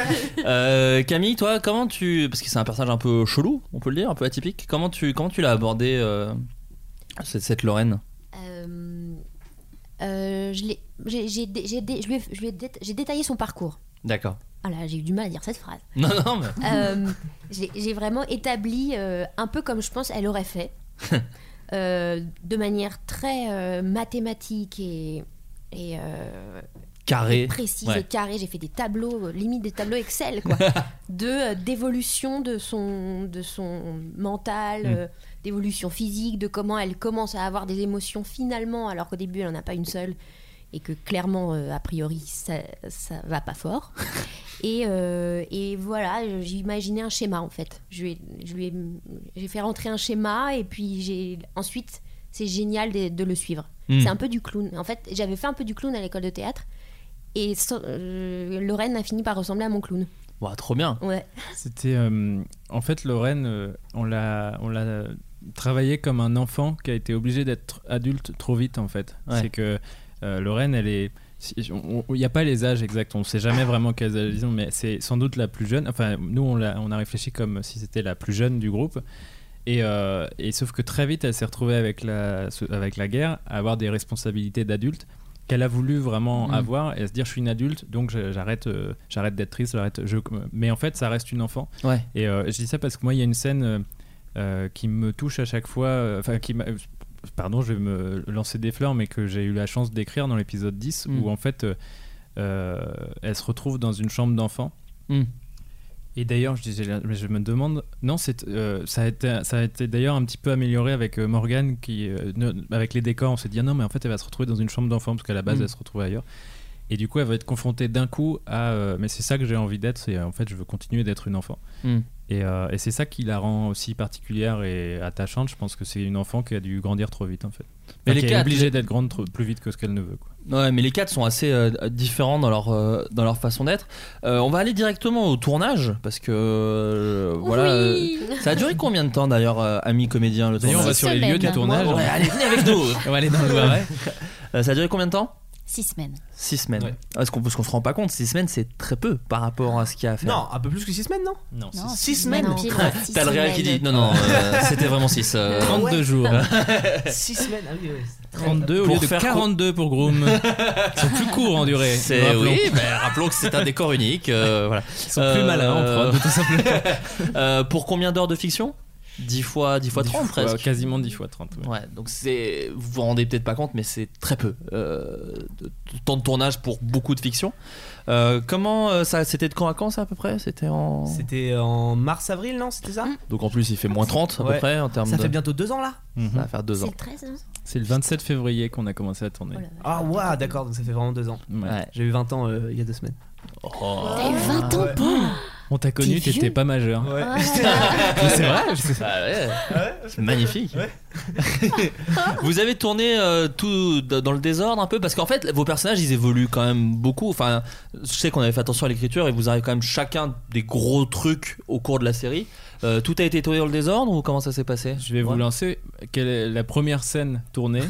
D: Euh, Camille, toi, comment tu. Parce que c'est un personnage un peu chelou, on peut le dire, un peu atypique. Comment tu, comment tu l'as abordé euh, cette, cette Lorraine
H: Euh, euh, je l'ai- j'ai- j'ai dé- j'ai dé- je lui ai- je lui ai déta- j'ai détaillé son parcours.
D: D'accord.
H: Ah là, j'ai eu du mal à dire cette phrase.
D: Non, non, mais.
H: Euh, j'ai j'ai vraiment établi euh, un peu comme je pense elle
D: [laughs]
H: aurait fait, Euh, de manière très euh, mathématique et, et, euh,
D: Carré.
H: précise
D: Ouais.
H: et carrée. J'ai fait des tableaux, euh, limite des tableaux Excel,
D: [laughs]
H: quoi, de euh, d'évolution de son de son
D: Mm.
H: mental, euh, d'évolution physique, de comment elle commence à avoir des émotions finalement, alors qu'au début elle n'en a pas une seule et que clairement euh, a priori ça ça va
D: [laughs]
H: pas fort. Et, euh, et voilà, je- j'ai imaginé un schéma en fait. Je lui ai- je lui ai- j'ai fait rentrer un schéma et puis j'ai ensuite c'est génial de, de le suivre.
D: Hmm.
H: C'est un peu du clown. En fait, j'avais fait un peu du clown à l'école de théâtre et so- euh, Lorraine a fini par ressembler à mon
F: [laughs]
H: clown.
D: Ouah, trop bien.
H: Ouais.
E: C'était. euh, en fait, Lorraine, euh, on l'a, on l'a travaillé comme un enfant qui a été obligé d'être adulte trop vite, en fait.
D: Ouais.
E: C'est que euh, Lorraine, elle est. si- on- on- Il n'y a pas les âges exacts, on ne sait jamais vraiment quels âges ils ont, mais c'est sans doute la plus jeune. Enfin, nous, on a, on a réfléchi comme si c'était la plus jeune du groupe. Et, euh, et sauf que très vite, elle s'est retrouvée avec la, ce- avec la guerre, à avoir des responsabilités d'adulte qu'elle a voulu vraiment
D: Mhm.
E: avoir et à se dire je suis une adulte, donc je- j'arrête, euh, j'arrête d'être triste, j'arrête. Je, mais en fait, ça reste une enfant.
D: Ouais.
E: Et euh, je dis ça parce que moi, il y a une scène euh, euh, qui me touche à chaque fois. euh, Enfin, qui m'a- Pardon, je vais me lancer des fleurs, mais que j'ai eu la chance d'écrire dans l'épisode 10,
D: Mm.
E: où en fait, euh, euh, elle se retrouve dans une chambre d'enfant.
D: Mm.
E: Et d'ailleurs, je, disais, mais je me demande. Non, c'est, euh, ça a été, ça a été d'ailleurs un petit peu amélioré avec euh, Morgane, qui, euh, ne- avec les décors, on s'est dit, ah non, mais en fait, elle va se retrouver dans une chambre d'enfant, parce qu'à la base,
D: Mm.
E: elle se retrouve ailleurs. Et du coup, elle va être confrontée d'un coup à. euh, mais c'est ça que j'ai envie d'être, c'est euh, en fait, je veux continuer d'être une enfant.
D: Mm.
E: Et, euh, et c'est ça qui la rend aussi particulière et attachante. Je pense que c'est une enfant qui a dû grandir trop vite, en fait.
D: Mais
E: Enfin,
D: les
E: qui est
D: quatre-
E: obligée d'être grande trop- plus vite que ce qu'elle ne veut. Quoi.
D: Ouais, mais les quatre sont assez euh, différents dans leur, euh, dans leur façon d'être. Euh, on va aller directement au tournage parce que euh, voilà.
F: Oui.
D: euh, ça a duré combien de temps d'ailleurs, euh, amis comédiens le
E: D'ailleurs, on va
D: tournage
F: Six
E: sur les lieux du
F: semaines.
E: tournage.
D: Ouais, allez, venez avec nous.
E: [laughs] On va aller dans le Loiret.
D: Euh, ça a duré combien de temps
F: Six semaines.
D: Six semaines.
E: Ouais.
D: Est-ce qu'on parce qu'on se rend pas compte Six semaines, c'est très peu par rapport à ce qu'il y a à faire.
G: [laughs] Non, un peu plus que 6 semaines, non
E: Non,
F: Non,
E: c'est
G: six semaines.
D: [laughs]
F: non.
H: Pile, six
D: T'as le réel
H: semaines.
D: qui dit non, non,
G: [laughs]
D: euh, c'était vraiment six.
F: Ah
D: euh,
E: 32 jours.
G: 6 semaines, ah oui, oui.
E: 32 au
D: Pour
E: lieu de
D: faire
E: 42 pour
D: [laughs]
E: Groom. [laughs] Ils sont plus courts en durée.
D: C'est
E: rappelons.
D: oui, mais rappelons que c'est un
E: [laughs]
D: décor unique. euh, voilà. [laughs]
E: Ils sont plus malins en prod, tout simplement.
D: Euh, pour combien d'heures de fiction 10 fois, 10 fois
E: 10
D: 30 presque.
E: Quasiment 10 fois 30. ouais.
D: Ouais, donc c'est vous vous rendez peut-être pas compte, mais c'est très peu euh, de, de temps de tournage pour beaucoup de fiction. Euh, comment euh, ça C'était de quand à quand ça à peu près C'était en
G: C'était en mars-avril, non C'était ça
D: donc en plus il fait moins 30 à peu
G: Ouais.
D: près en termes
G: Ça
D: de
G: fait bientôt deux ans là
D: ça va faire deux
H: C'est
D: ans.
H: le 13 ans
E: Mhm. C'est le 27 février qu'on a commencé à tourner.
H: Oh la vache.
G: Ah, waouh, d'accord, donc ça fait vraiment deux ans.
E: Ouais.
D: Ouais.
G: J'ai eu 20 ans euh, il y a deux semaines.
D: Oh.
H: T'as eu 20 ans,
G: Ouais.
H: Paul
E: On t'a connu,
H: T'es
E: t'étais
H: vieux.
E: pas majeur.
G: Ouais.
H: Oh là là.
D: [laughs] c'est vrai
E: Ah
G: Ah
E: [laughs]
D: C'est magnifique. [laughs] Vous avez tourné euh, tout d- dans le désordre un peu parce qu'en fait vos personnages ils évoluent quand même beaucoup. Enfin, je sais qu'on avait fait attention à l'écriture et vous avez quand même chacun des gros trucs au cours de la série. Euh, tout a été tourné dans le désordre ou comment ça s'est passé
E: Je vais vous
D: Ouais.
E: lancer. Quelle est la première scène tournée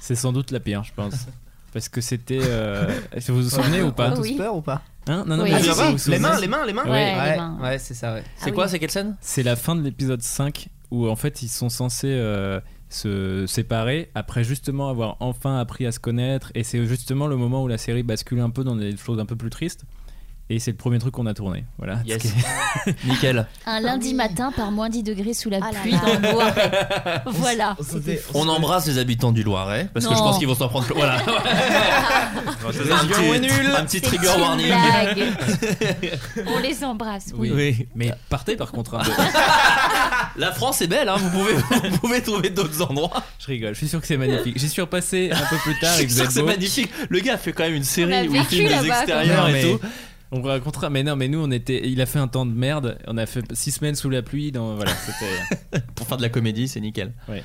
E: C'est sans doute la pire, je pense. Parce que c'était. euh, Est-ce que vous vous souvenez ou pas
H: Ah
G: Tous
H: oui.
G: peur ou pas
E: Hein Non, non,
H: Oui.
E: mais
H: Ah,
E: vous
H: si,
E: vous
H: si.
E: souvenez
G: Les mains, les mains, les mains
E: Oui.
H: Ouais, les
G: Ouais,
H: mains.
G: ouais, c'est ça, ouais.
D: C'est
H: Ah
D: quoi
H: oui.
D: C'est quelle scène
E: C'est la fin de l'épisode 5 où en fait ils sont censés euh, se séparer après justement avoir enfin appris à se connaître et c'est justement le moment où la série bascule un peu dans des choses un peu plus tristes et c'est le premier truc qu'on a tourné. Voilà.
D: Yes.
E: Parce que- [laughs]
D: [laughs] Nickel.
F: Un lundi
H: oui.
F: matin par moins 10 degrés sous la
H: Ah là
F: pluie
H: là.
F: dans le Loiret. voilà.
G: On s'était-
D: On embrasse les habitants du Loiret parce que je
F: Non.
D: pense qu'ils vont s'en prendre. Voilà.
F: [laughs]
D: un, petit, un petit
F: C'est
D: trigger
F: une
D: warning.
F: blague.
D: [laughs]
F: On les embrasse. Oui.
E: Mais partez par contre. hein.
D: La France est belle, hein, vous, pouvez, [laughs] vous pouvez trouver d'autres endroits.
E: je rigole. Je suis sûr que c'est magnifique. J'y suis repassé un peu plus tard.
D: Je
E: et
D: suis
E: vous
D: sûr
E: êtes
D: que c'est
E: beau.
D: magnifique. Le gars a fait quand même une
F: On a
D: série où il
F: vécu
D: filme des
F: là-bas,
D: extérieurs
E: quoi.
D: et
E: Non,
D: tout.
E: On vous racontera. Mais non, mais nous on était. Il a fait un temps de merde. On a fait six semaines sous la pluie. Dans voilà. C'était.
D: [laughs] Pour faire de la comédie, c'est nickel.
E: [laughs] Ouais.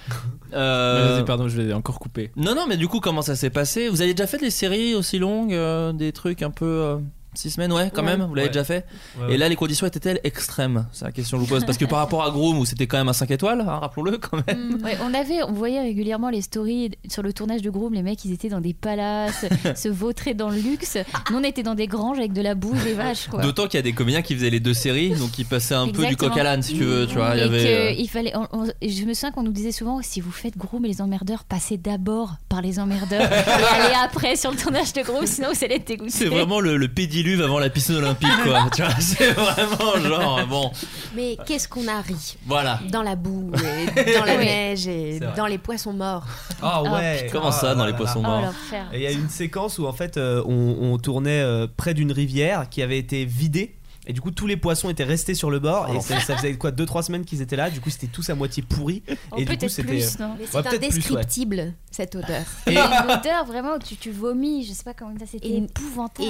D: Euh,
E: Vas-y, pardon, je l'ai encore coupé.
D: non, non, mais du coup, comment ça s'est passé Vous avez déjà fait des séries aussi longues, euh, des trucs un peu. euh, Six semaines, ouais, quand
H: Ouais.
D: même, vous l'avez
G: Ouais.
D: déjà fait.
G: Ouais,
D: Et
G: ouais.
D: là, les conditions étaient-elles extrêmes C'est la question que je vous pose. Parce que par rapport à Groom, où c'était quand même un 5 étoiles, hein, rappelons-le quand même.
F: Ouais, on avait, on voyait régulièrement les stories sur le tournage de Groom, les mecs ils étaient dans
D: [laughs]
F: des palaces, se vautraient dans le luxe. Nous on était dans des granges avec de la boue, des vaches quoi.
D: D'autant qu'il y a des comédiens qui faisaient les deux séries, donc ils passaient un peu du
F: Exactement.
D: coq à l'âne, si tu veux, tu vois. Il y
F: Et
D: avait, euh,
F: que il fallait, on- on- je me souviens qu'on nous disait souvent si vous faites Groom et les emmerdeurs, passez d'abord par les
D: [laughs]
F: emmerdeurs et allez après sur le tournage de Groom, sinon vous allez être dégoûté.
D: C'est vraiment le, le pédiluve avant la piscine olympique, quoi. [laughs] tu vois, c'est vraiment genre, bon,
H: Mais qu'est-ce qu'on a ri
D: voilà.
H: dans la boue,
G: [laughs]
H: et dans la
F: Oui.
H: neige et
G: C'est vrai.
H: dans les poissons morts.
G: Ah ouais.
D: Comment ça,
G: Ah
D: dans
G: là
D: les
G: là.
D: poissons
F: Oh
D: morts
F: l'enfer.
G: Et Il y a une séquence où en fait euh, on, on tournait euh, près d'une rivière qui avait été vidée. Et du coup, tous les poissons étaient restés sur le
F: Oh,
G: bord. et ça, ça faisait quoi 2-3 semaines qu'ils étaient là. Du coup, c'était tous à moitié pourris.
F: Oh,
G: et du coup,
F: peut-être
G: c'était. euh,
F: plus, non
H: Mais c'est
G: Ouais, peut-être plus,
H: indescriptible cette odeur.
F: Il y a une odeur vraiment où tu, tu vomis, je sais pas comment ça, c'était
H: Et- Et
F: épouvantable.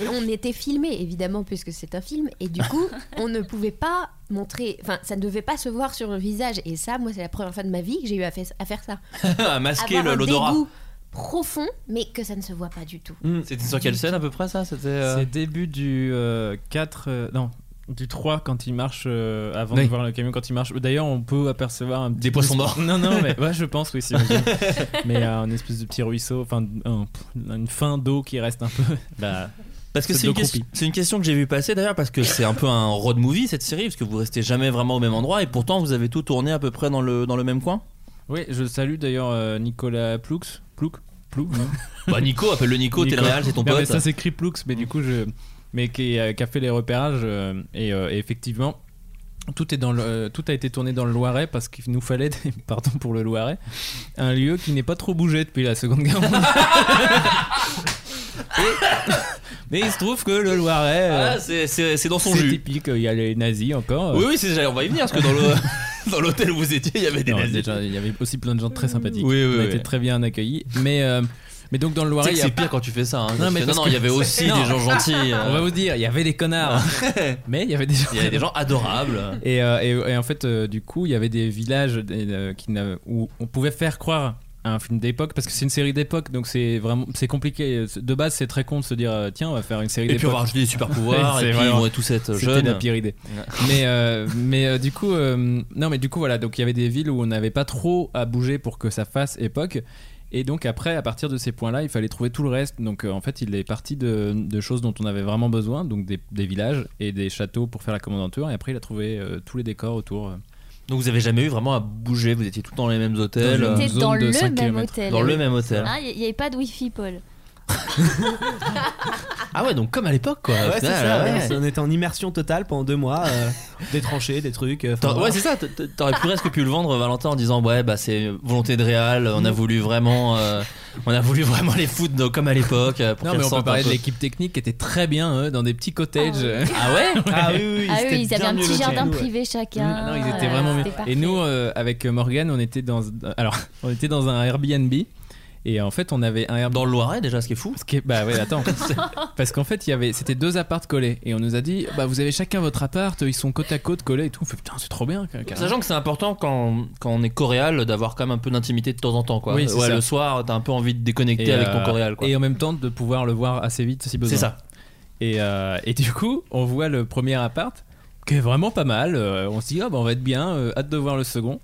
H: il- on était filmé évidemment puisque c'est un film et du coup on ne pouvait pas montrer, enfin ça ne devait pas se voir sur le visage et ça moi c'est la première fois de ma vie que j'ai eu à, fait- à faire ça.
D: À masquer
H: Avoir
D: le-
H: un
D: l'odorat.
H: dégoût profond mais que ça ne se voit pas du tout.
E: Hmm.
D: C'était sur quelle scène à peu près ça C'était. euh,
E: Mm. C'est début du euh, 4. euh, non. Du 3 quand il marche euh, avant
D: Oui.
E: de voir le camion quand il marche. D'ailleurs, on peut apercevoir un petit
D: Des poissons morts.
E: [laughs] Non, non, mais ouais, je pense, oui, si.
D: [laughs]
E: j'imagine. mais euh, un espèce de petit ruisseau, enfin, un- une fin d'eau qui reste un peu. Bah,
D: Parce que
E: c'est
D: c'est une,
E: de
D: question- c'est une question que j'ai vu passer d'ailleurs, parce que c'est un peu un road movie cette série, parce que vous restez jamais vraiment au même endroit et pourtant vous avez tout tourné à peu près dans le, dans le même coin.
E: oui, je salue d'ailleurs euh, Nicolas Ploux. Ploux Ploux non
D: [laughs] Bah, Nico, appelle-le Nico, t'es le
E: Nico.
D: réel, c'est ton
E: Non, mais
D: pote.
E: ça s'écrit Ploux, mais du coup, je. Mais qui, euh, qui a fait les repérages. euh, et, euh, et effectivement, tout, est dans le, euh, tout a été tourné dans le Loiret parce qu'il nous fallait, des- [laughs] pardon pour le Loiret, un lieu qui n'est pas trop bougé depuis la Seconde Guerre
D: [laughs]
E: mondiale. Et- mais il se trouve que le Loiret. euh,
D: Ah, c'est- c'est c'est dans son
E: c'est
D: jus.
E: typique, il y a les nazis encore. euh.
D: Oui, oui, c'est- on va y venir, parce que dans le- [laughs] dans l'hôtel où vous étiez, il y avait des
E: Non,
D: nazis.
E: déjà, il y avait aussi plein de gens très sympathiques.
D: Oui, oui,
E: On a
D: oui.
E: été très bien accueillis. Mais, euh, mais donc dans le
D: Tu sais
E: Loiret,
D: que
E: il y a
D: C'est pire quand tu fais ça. hein, parce
E: mais
D: que- Non,
E: parce
D: non,
E: que-
D: il y avait aussi
E: Non.
D: des gens
E: [laughs]
D: gentils. euh,
E: On va vous dire, il y avait des
D: [laughs]
E: connards. mais il y avait des gens.
D: Il y avait des gens adorables.
E: Et, euh, et- et en fait, euh, du coup, il y avait des villages des, euh, qui n'avaient- où on pouvait faire croire à un film d'époque parce que c'est une série d'époque, donc c'est vraiment c'est compliqué. De base, c'est très con de se dire euh, tiens, on va faire une série
D: Et
E: d'époque.
D: puis on va rajouter des super pouvoirs,
E: [laughs] C'est
D: et puis ils
E: vraiment-
D: vont tous être
E: C'était
D: jeunes.
E: la pire idée. mais euh, mais euh, du coup, euh, non, mais du coup, voilà. Donc il y avait des villes où on n'avait pas trop à bouger pour que ça fasse époque. Et donc après, à partir de ces points-là, il fallait trouver tout le reste. Donc euh, en fait, il est parti de, de choses dont on avait vraiment besoin, donc des, des villages et des châteaux pour faire la commandanture. Et après, il a trouvé euh, tous les décors autour. euh,
D: Donc vous avez jamais eu vraiment à bouger, vous étiez tout le temps dans les mêmes hôtels,
E: Dans
D: euh,
E: une
F: T'es
E: zone
F: dans
E: de
F: le
E: cinq
F: même Ah,
E: kilomètres.
F: hôtel.
D: dans le même hôtel.
F: Hein, Il n'y avait pas de wifi, Paul.
D: Ah ouais, donc comme à l'époque quoi.
G: Ouais, c'est
D: Putain,
G: ça,
D: ouais.
G: ouais. on était en immersion totale pendant deux mois,
D: [laughs]
G: euh, des tranchées, des trucs. euh, enfin,
D: T'aurais-
G: voilà.
D: Ouais, c'est ça. t- t- T'aurais presque pu le vendre, Valentin, en disant ouais, bah c'est volonté de Real. On a
E: Mm.
D: voulu vraiment, euh, on a voulu vraiment les foutre dans- comme à l'époque. euh, Pour
E: Non,
D: qu'elles
E: mais on peut
D: sentent
E: parler
D: un
E: de
D: peu.
E: l'équipe technique qui était très bien eux, dans des petits cottages.
D: Ah ouais.
G: Ah
E: [laughs]
G: oui, oui, oui,
F: Ah
G: c'était
F: oui, ils avaient
G: bien
F: un
G: mieux
F: petit
G: lotis.
F: jardin
G: Ouais.
F: privé chacun.
E: Non,
H: Ah
E: ils étaient
F: euh,
E: vraiment bien.
F: c'était
E: Et
F: parfait.
E: nous, euh, avec Morgan, on était dans, alors, on était dans un Airbnb. Et en fait, on avait un Airbnb.
D: Dans le Loiret déjà, ce qui est fou.
E: Parce que- bah ouais,
F: [laughs]
E: attends. Parce qu'en fait, il y avait, c'était deux appartes collés. Et on nous a dit, bah vous avez chacun votre appart, ils sont côte à côte collés et tout. On fait putain, c'est trop bien. car- carrément.
D: Sachant que c'est important quand, quand on est coréal d'avoir quand même un peu d'intimité de temps en temps quoi.
E: Oui, c'est
D: ouais,
E: ça.
D: le soir, t'as un peu envie de déconnecter
E: Et,
D: avec ton
E: euh,
D: coréal quoi.
E: Et en même temps, de pouvoir le voir assez vite si besoin.
D: C'est ça.
E: Et, euh, et du coup, on voit le premier appart, qui est vraiment pas mal. Euh, on se dit, ah bah, on va être bien, euh, hâte de voir le second.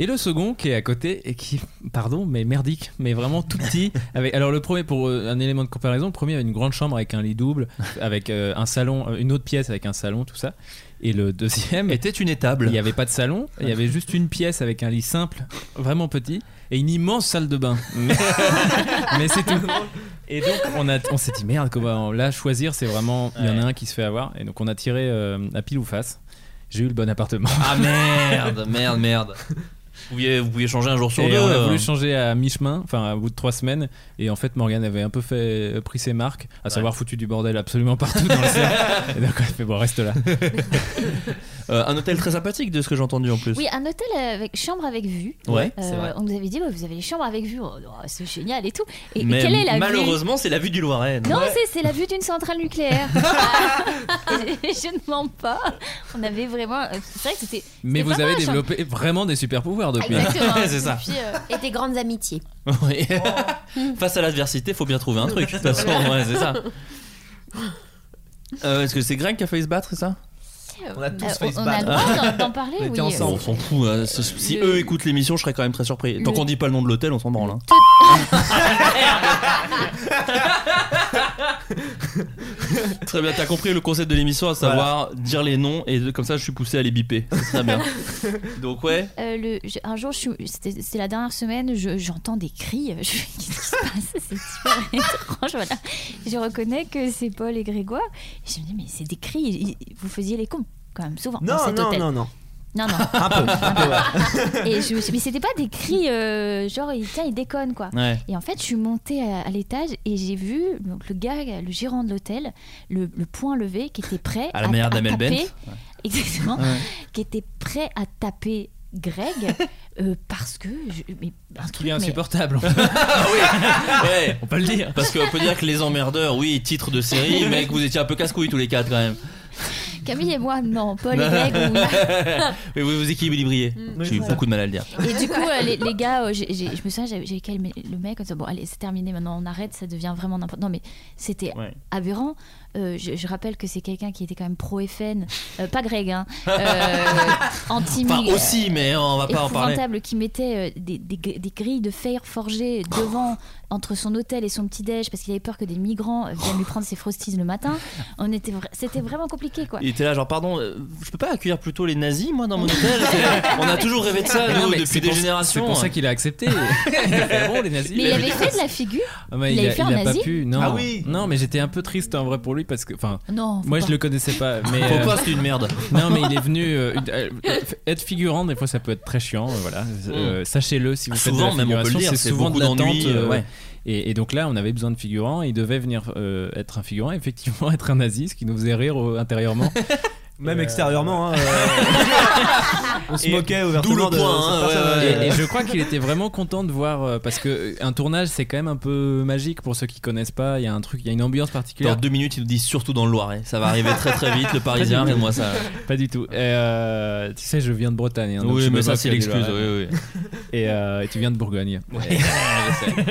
E: Et le second qui est à côté et qui, pardon, mais merdique, mais vraiment tout
D: [laughs]
E: petit. Avec, alors le premier, pour euh, un élément de comparaison, le premier avait une grande chambre avec un lit double, avec euh, un salon, euh, une autre pièce avec un salon, tout ça. Et le deuxième,
D: Était une étable.
E: il n'y avait pas de salon, il y avait juste une pièce avec un lit simple, vraiment petit, et une immense salle de
D: [laughs]
E: bain. Mais, mais c'est tout. Et donc on, a, on s'est dit merde, comment, là choisir c'est vraiment, il y en a un qui se fait avoir, et donc on a tiré euh, à pile ou face. J'ai eu le bon appartement. [laughs]
D: Ah merde, merde, merde. Vous pouviez, vous pouviez changer un jour sur
E: Et
D: deux.
E: on a
D: euh.
E: voulu changer à mi-chemin, enfin au bout de trois semaines, et en fait Morgan avait un peu fait euh, pris ses marques, à savoir foutu du bordel absolument partout dans le
D: [laughs]
E: salon. Et donc on a fait bon reste là.
D: Euh, un hôtel très sympathique de ce que j'ai entendu en plus.
F: Oui, un hôtel avec chambre avec vue.
D: Ouais.
F: Euh, on nous avait dit, bah, vous avez les chambres avec vue, Oh, oh, c'est génial et tout. Et, et
D: Mais
F: quelle est la vue
D: malheureusement, c'est la vue du Loiret.
F: Non, c'est- c'est la vue d'une centrale nucléaire. [laughs] je ne mens pas. On avait vraiment. euh, C'est vrai que c'était.
E: Mais
F: c'était
E: vous
F: pas hein.
E: avez
F: mal, chambre.
E: développé vraiment des super pouvoirs [laughs] depuis. hein.
D: [laughs]
F: Exactement.
D: C'est ça.
F: Et puis, euh,
H: Et tes grandes amitiés.
D: Oui. [laughs] Face à l'adversité, faut bien trouver un truc. De
H: [laughs]
D: toute façon, ouais, c'est ça. [laughs] Euh, Est-ce que c'est Greg qui a failli se battre, c'est ça
G: On a tous
F: euh,
G: fait se
F: on a le
G: battre.
F: droit d'en- d'en parler,
G: On était
F: Eh oui.
G: ensemble.
D: Bon, On s'en fout. hein. Si- Si
F: Le-
D: eux écoutent l'émission, je serais quand même très surpris. Tant
F: Le-
D: qu'on dit pas le nom de l'hôtel, on s'en [laughs] branle. hein.
F: Ah,
D: Très bien, t'as compris le concept de l'émission, à savoir dire les noms et de- comme ça je suis poussé à les biper. C'est très [laughs] bien. Donc ouais,
F: Euh, le- je- un jour, je suis- c'était c'était la dernière semaine, je- j'entends des cris. euh, Je fais, Qu'est-ce qui se passe C'est super [laughs] étrange. Voilà. Je reconnais que c'est Paul et Grégoire. Et je me dis, mais c'est des cris. Ils- ils- Vous faisiez les cons, quand même, souvent. dans
G: Non,
F: cet
G: non,
F: hôtel.
G: non, non.
F: Non, non.
G: [laughs] Un peu. un peu, ouais.
F: Et je me suis- Mais c'était pas des cris, euh, genre, il- tiens, il déconne, quoi.
D: ouais.
F: Et en fait, je suis montée à, à l'étage et j'ai vu donc, le gars, le gérant de l'hôtel, le, le point levé, qui était prêt
D: À la manière d'Amel
F: taper-
D: Bent.
F: Exactement.
D: Ouais.
F: Qui était prêt à taper
E: [laughs]
F: Greg euh, parce que. Je, mais, un truc,
E: Il est
F: mais-
E: insupportable.
D: [laughs] on peut le dire. Parce qu'on peut dire que les emmerdeurs, oui, titre de [laughs] série, mec, vous étiez un peu casse-couille tous les quatre quand même.
F: Camille et moi, non.
E: [laughs]
F: Paul et Greg, oui.
D: [laughs]
F: Mm.
D: Mais vous vous équilibriez. J'ai eu beaucoup de mal à le dire.
F: Et du coup, euh, les, les gars, euh, j'ai- j'ai- je me souviens, j'avais- j'avais calmé le mec comme ça. Bon, allez, c'est terminé maintenant, on arrête, ça devient vraiment n'importe. Non, mais c'était
D: Ouais.
F: aberrant. Euh, je, je rappelle que c'est quelqu'un qui était quand même pro-FN, euh, pas
D: [laughs]
F: Greg, hein, euh, anti
D: Enfin, aussi, mais hein, on va pas en parler.
F: épouvantable qui mettait euh, des, des gr- des grilles de fer forgé
D: [laughs]
F: devant entre son hôtel et son petit déj parce qu'il avait peur que des migrants euh, viennent lui prendre ses frosties le matin. On était vra- c'était vraiment compliqué quoi.
D: Il était là, genre, pardon, euh, je peux pas accueillir plutôt les nazis, moi, dans mon
E: [laughs]
D: hôtel On a toujours rêvé de ça,
E: Mais non,
D: nous,
E: mais
D: depuis
E: c'est
D: des
E: pour-
D: générations. hein.
E: C'est pour ça qu'il a accepté.
D: [laughs]
E: il a fait, Ah bon, les nazis.
F: Mais il avait fait de la figure.
E: Ah, mais
F: il avait
E: a-
F: fait un
E: a pas
F: nazi
E: pu. Non.
G: Ah oui.
E: Non, mais j'étais un peu triste en vrai pour lui parce que, enfin,
F: Non. faut
E: moi
F: pas.
E: je le connaissais
F: [laughs]
E: pas. Mais euh,
D: Pourquoi c'est une merde
E: [laughs] non, mais il est venu euh, une- euh, être figurant. Des fois, ça peut être très chiant. euh, Voilà, Euh, sachez-le si vous faites de la
D: Mm. Souvent, même, on peut le
E: figuration,
D: dire,
E: C'est
D: c'est
E: souvent
D: beaucoup
E: de l'attente.
D: d'ennuis,
E: euh,
D: ouais.
E: Et, et donc là, on avait besoin de figurants. Il devait venir euh, être un figurant, effectivement, [laughs] être un nazi, ce qui nous faisait rire euh,
D: [laughs]
E: intérieurement.
G: Même extérieurement. hein, euh, on se
D: Et
G: moquait
D: D'où le
G: ouvertement de
D: point,
G: cette
D: hein, ouais,
G: personne,
D: ouais,
G: ouais.
D: ouais.
E: Et, et je crois qu'il était vraiment content de voir euh, parce que euh, un tournage c'est quand même un peu magique pour ceux qui connaissent pas. Il y a un truc, il y a une ambiance
D: Dans
E: particulière.
D: deux minutes, il nous dit surtout dans le Loiret. Ça va arriver très très vite, le Parisien,
E: Pas du tout.
D: regarde-moi ça.
E: Pas du tout. Et, euh, tu sais, je viens de Bretagne. hein, donc je
D: oui,
E: me
D: mais ça,
E: moque
D: c'est
E: du
D: l'excuse.
E: Loiret.
D: Oui, oui.
E: Et, euh, et tu viens de Bourgogne.
D: [laughs]
E: [laughs]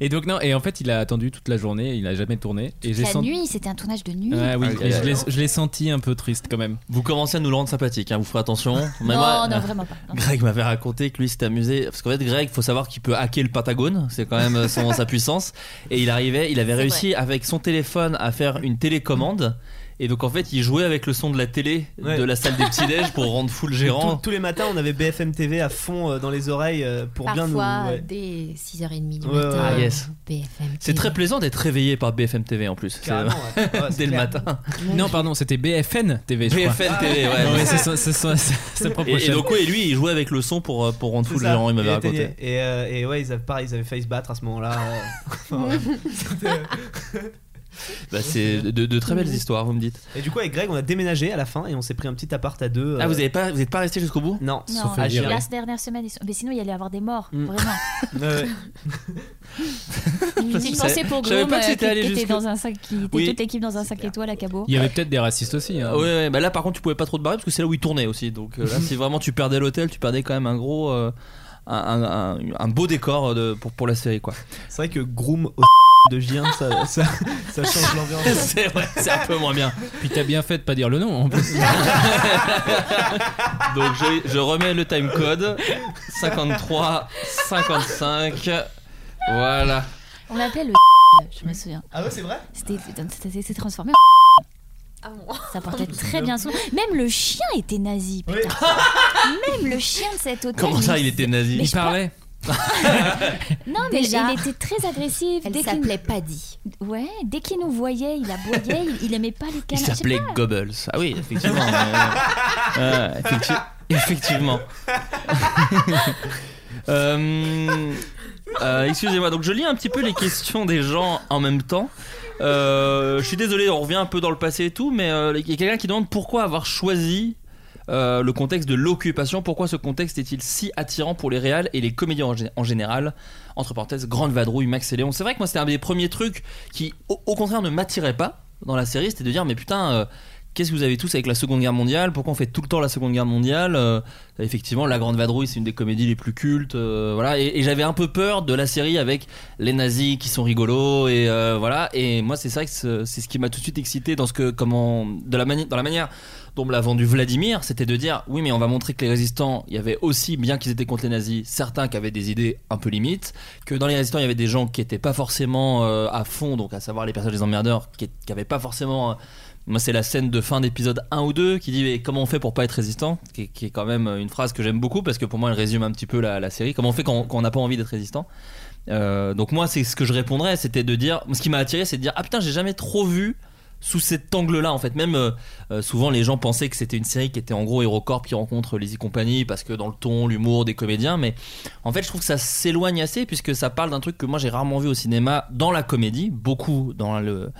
E: Et donc non. Et en fait, il a attendu toute la journée. Il a jamais tourné. Et j'ai
F: La
E: senti.
F: nuit, c'était un tournage de nuit.
E: Ouais, oui,
D: Ah,
E: et
D: oui,
E: je l'ai-
D: oui.
E: je l'ai senti un peu triste quand même.
D: Vous commencez à nous le rendre sympathique, hein, vous ferez attention. Mais
F: non,
D: moi-
F: non, vraiment pas. Non.
D: Greg m'avait raconté que lui s'était amusé parce qu'en fait Greg faut savoir qu'il peut hacker le Pentagone c'est quand même euh, son, sa puissance et il arrivait il avait réussi avec son téléphone à faire une télécommande Et donc en fait, il jouait avec le son de la télé
G: Ouais.
D: de la salle des petits déj hein. pour rendre fou le
G: Tous,
D: gérant.
G: tous les matins, on avait BFM TV à fond euh, dans les oreilles euh, pour bien nous.
H: Parfois,
G: ouais.
H: dès 6h30 du
G: Ouais,
H: matin.
G: ouais,
D: Ah yes.
H: BFM.
D: C'est très plaisant d'être réveillé par BFM TV en plus. C'est-
G: Carrément, ouais. Ouais, c'est
D: [laughs] Dès le
G: clair. [laughs]
D: matin.
E: Non, pardon, c'était BFN TV, je crois. Ah,
D: BFM TV, ouais.
E: Ouais,
D: ouais.
E: c'est ça- c'est
G: [laughs]
E: ça- c'est sa propre
D: Et, et
E: chaîne.
D: donc oui, lui, il jouait avec le son pour, euh, pour rendre fou
G: C'est
D: le
G: ça.
D: gérant, il m'avait
G: Et
D: raconté.
G: Athénée. Et, euh, et ouais, ils avaient, pareil, ils avaient failli se battre à ce moment-là. euh. Enfin, ouais. euh,
D: Bah, c'est de, de très belles histoires, vous me dites.
G: Et du coup, avec Greg, on a déménagé à la fin et on s'est pris un petit appart à deux.
D: Ah,
G: euh,
D: vous n'êtes pas, vous êtes pas resté jusqu'au bout
G: Non,
F: Non,
G: à
F: les
G: Gérard.
F: last dernières semaines, ils sont- mais sinon il y allait avoir des morts,
G: Mm.
D: [laughs]
F: vraiment.
G: [laughs] Ouais, ouais.
F: C'est
D: Je
F: une pensée
D: savais-
F: pour
D: je savais
F: Grom
D: pas que
F: euh, qui
D: c'était allé
F: était
D: jusque-
F: dans un sac, qui était
D: Oui.
F: toute l'équipe dans un sac étoile à Cabo.
E: Il y avait peut-être des racistes aussi. hein.
D: Ouais, ouais, bah là par contre tu pouvais pas trop te barrer parce que c'est là où il tournait aussi. Donc
E: [laughs]
D: euh, là si vraiment tu perdais l'hôtel, tu perdais quand même un gros, euh, un, un- un- un beau décor euh, de, pour, pour la série quoi.
G: C'est vrai que Groom au [laughs] de Gien, ça, ça, ça change l'ambiance.
D: c'est vrai, c'est un peu moins bien.
E: Puis t'as bien fait de pas dire le nom en
D: [laughs]
E: plus.
D: Donc je, je remets le time code 53 55. Voilà.
F: On l'appelait le je me souviens.
G: Ah ouais, c'est vrai
F: C'était c'était- c'était transformé.
H: Ah bon
F: en-
H: [laughs]
F: Ça portait très bien son. nom. Même le chien était nazi.
G: Oui.
F: putain.
G: [laughs]
F: Même le chien de cet hôtel.
D: Comment ça il était nazi
E: Il parlait.
F: Non, mais
H: Déjà.
F: il était très agressif.
H: Elle
F: dès qu'il-
H: s'appelait Paddy.
F: Ouais, dès qu'il nous voyait, il aboyait, il, il aimait pas les
D: Il
F: câlins. je sais
D: s'appelait
F: pas.
D: Goebbels. Ah oui, effectivement. euh, euh, effecti-
F: [laughs]
D: effectivement. Euh, euh, Excusez-moi, donc je lis un petit peu les questions des gens en même temps. Euh, je suis désolé, on revient un peu dans le passé et tout, mais euh, il y a quelqu'un qui demande pourquoi avoir choisi euh, le contexte de l'occupation, pourquoi ce contexte est-il si attirant pour les réals et les comédiens en, gé- en général Entre parenthèses, Grande Vadrouille, Max et Léon. C'est vrai que moi, c'était un des premiers trucs qui, au, au contraire, ne m'attirait pas dans la série, c'était de dire, mais putain, euh, qu'est-ce que vous avez tous avec la Seconde Guerre mondiale Pourquoi on fait tout le temps la Seconde Guerre mondiale Euh, Effectivement, La Grande Vadrouille, c'est une des comédies les plus cultes, euh, voilà. Et, et j'avais un peu peur de la série avec les nazis qui sont rigolos et euh, voilà. Et moi, c'est vrai que c'est c'est ce qui m'a tout de suite excité dans ce que, comment, de la mani- dans la manière dont me l'a vendu Vladimir, c'était de dire oui, mais on va montrer que les résistants, il y avait aussi, bien qu'ils étaient contre les nazis, certains qui avaient des idées un peu limites, que dans les résistants, il y avait des gens qui étaient pas forcément euh, à fond, donc à savoir les personnages des emmerdeurs, qui, qui avaient pas forcément. euh, moi, c'est la scène de fin d'épisode 1 ou 2 qui dit mais comment on fait pour pas être résistant qui, qui est quand même une phrase que j'aime beaucoup parce que pour moi, elle résume un petit peu la, la série. Comment on fait quand quand on n'a pas envie d'être résistant Euh, donc moi c'est ce que je répondrais c'était de dire ce qui m'a attiré c'est de dire ah putain j'ai jamais trop vu sous cet angle là en fait même euh, euh, souvent les gens pensaient que c'était une série qui était en gros HeroCorp qui rencontre les e compagnie parce que dans le ton, l'humour des comédiens, mais en fait je trouve que ça s'éloigne assez puisque ça parle d'un truc que moi j'ai rarement vu au cinéma dans la comédie, beaucoup dans le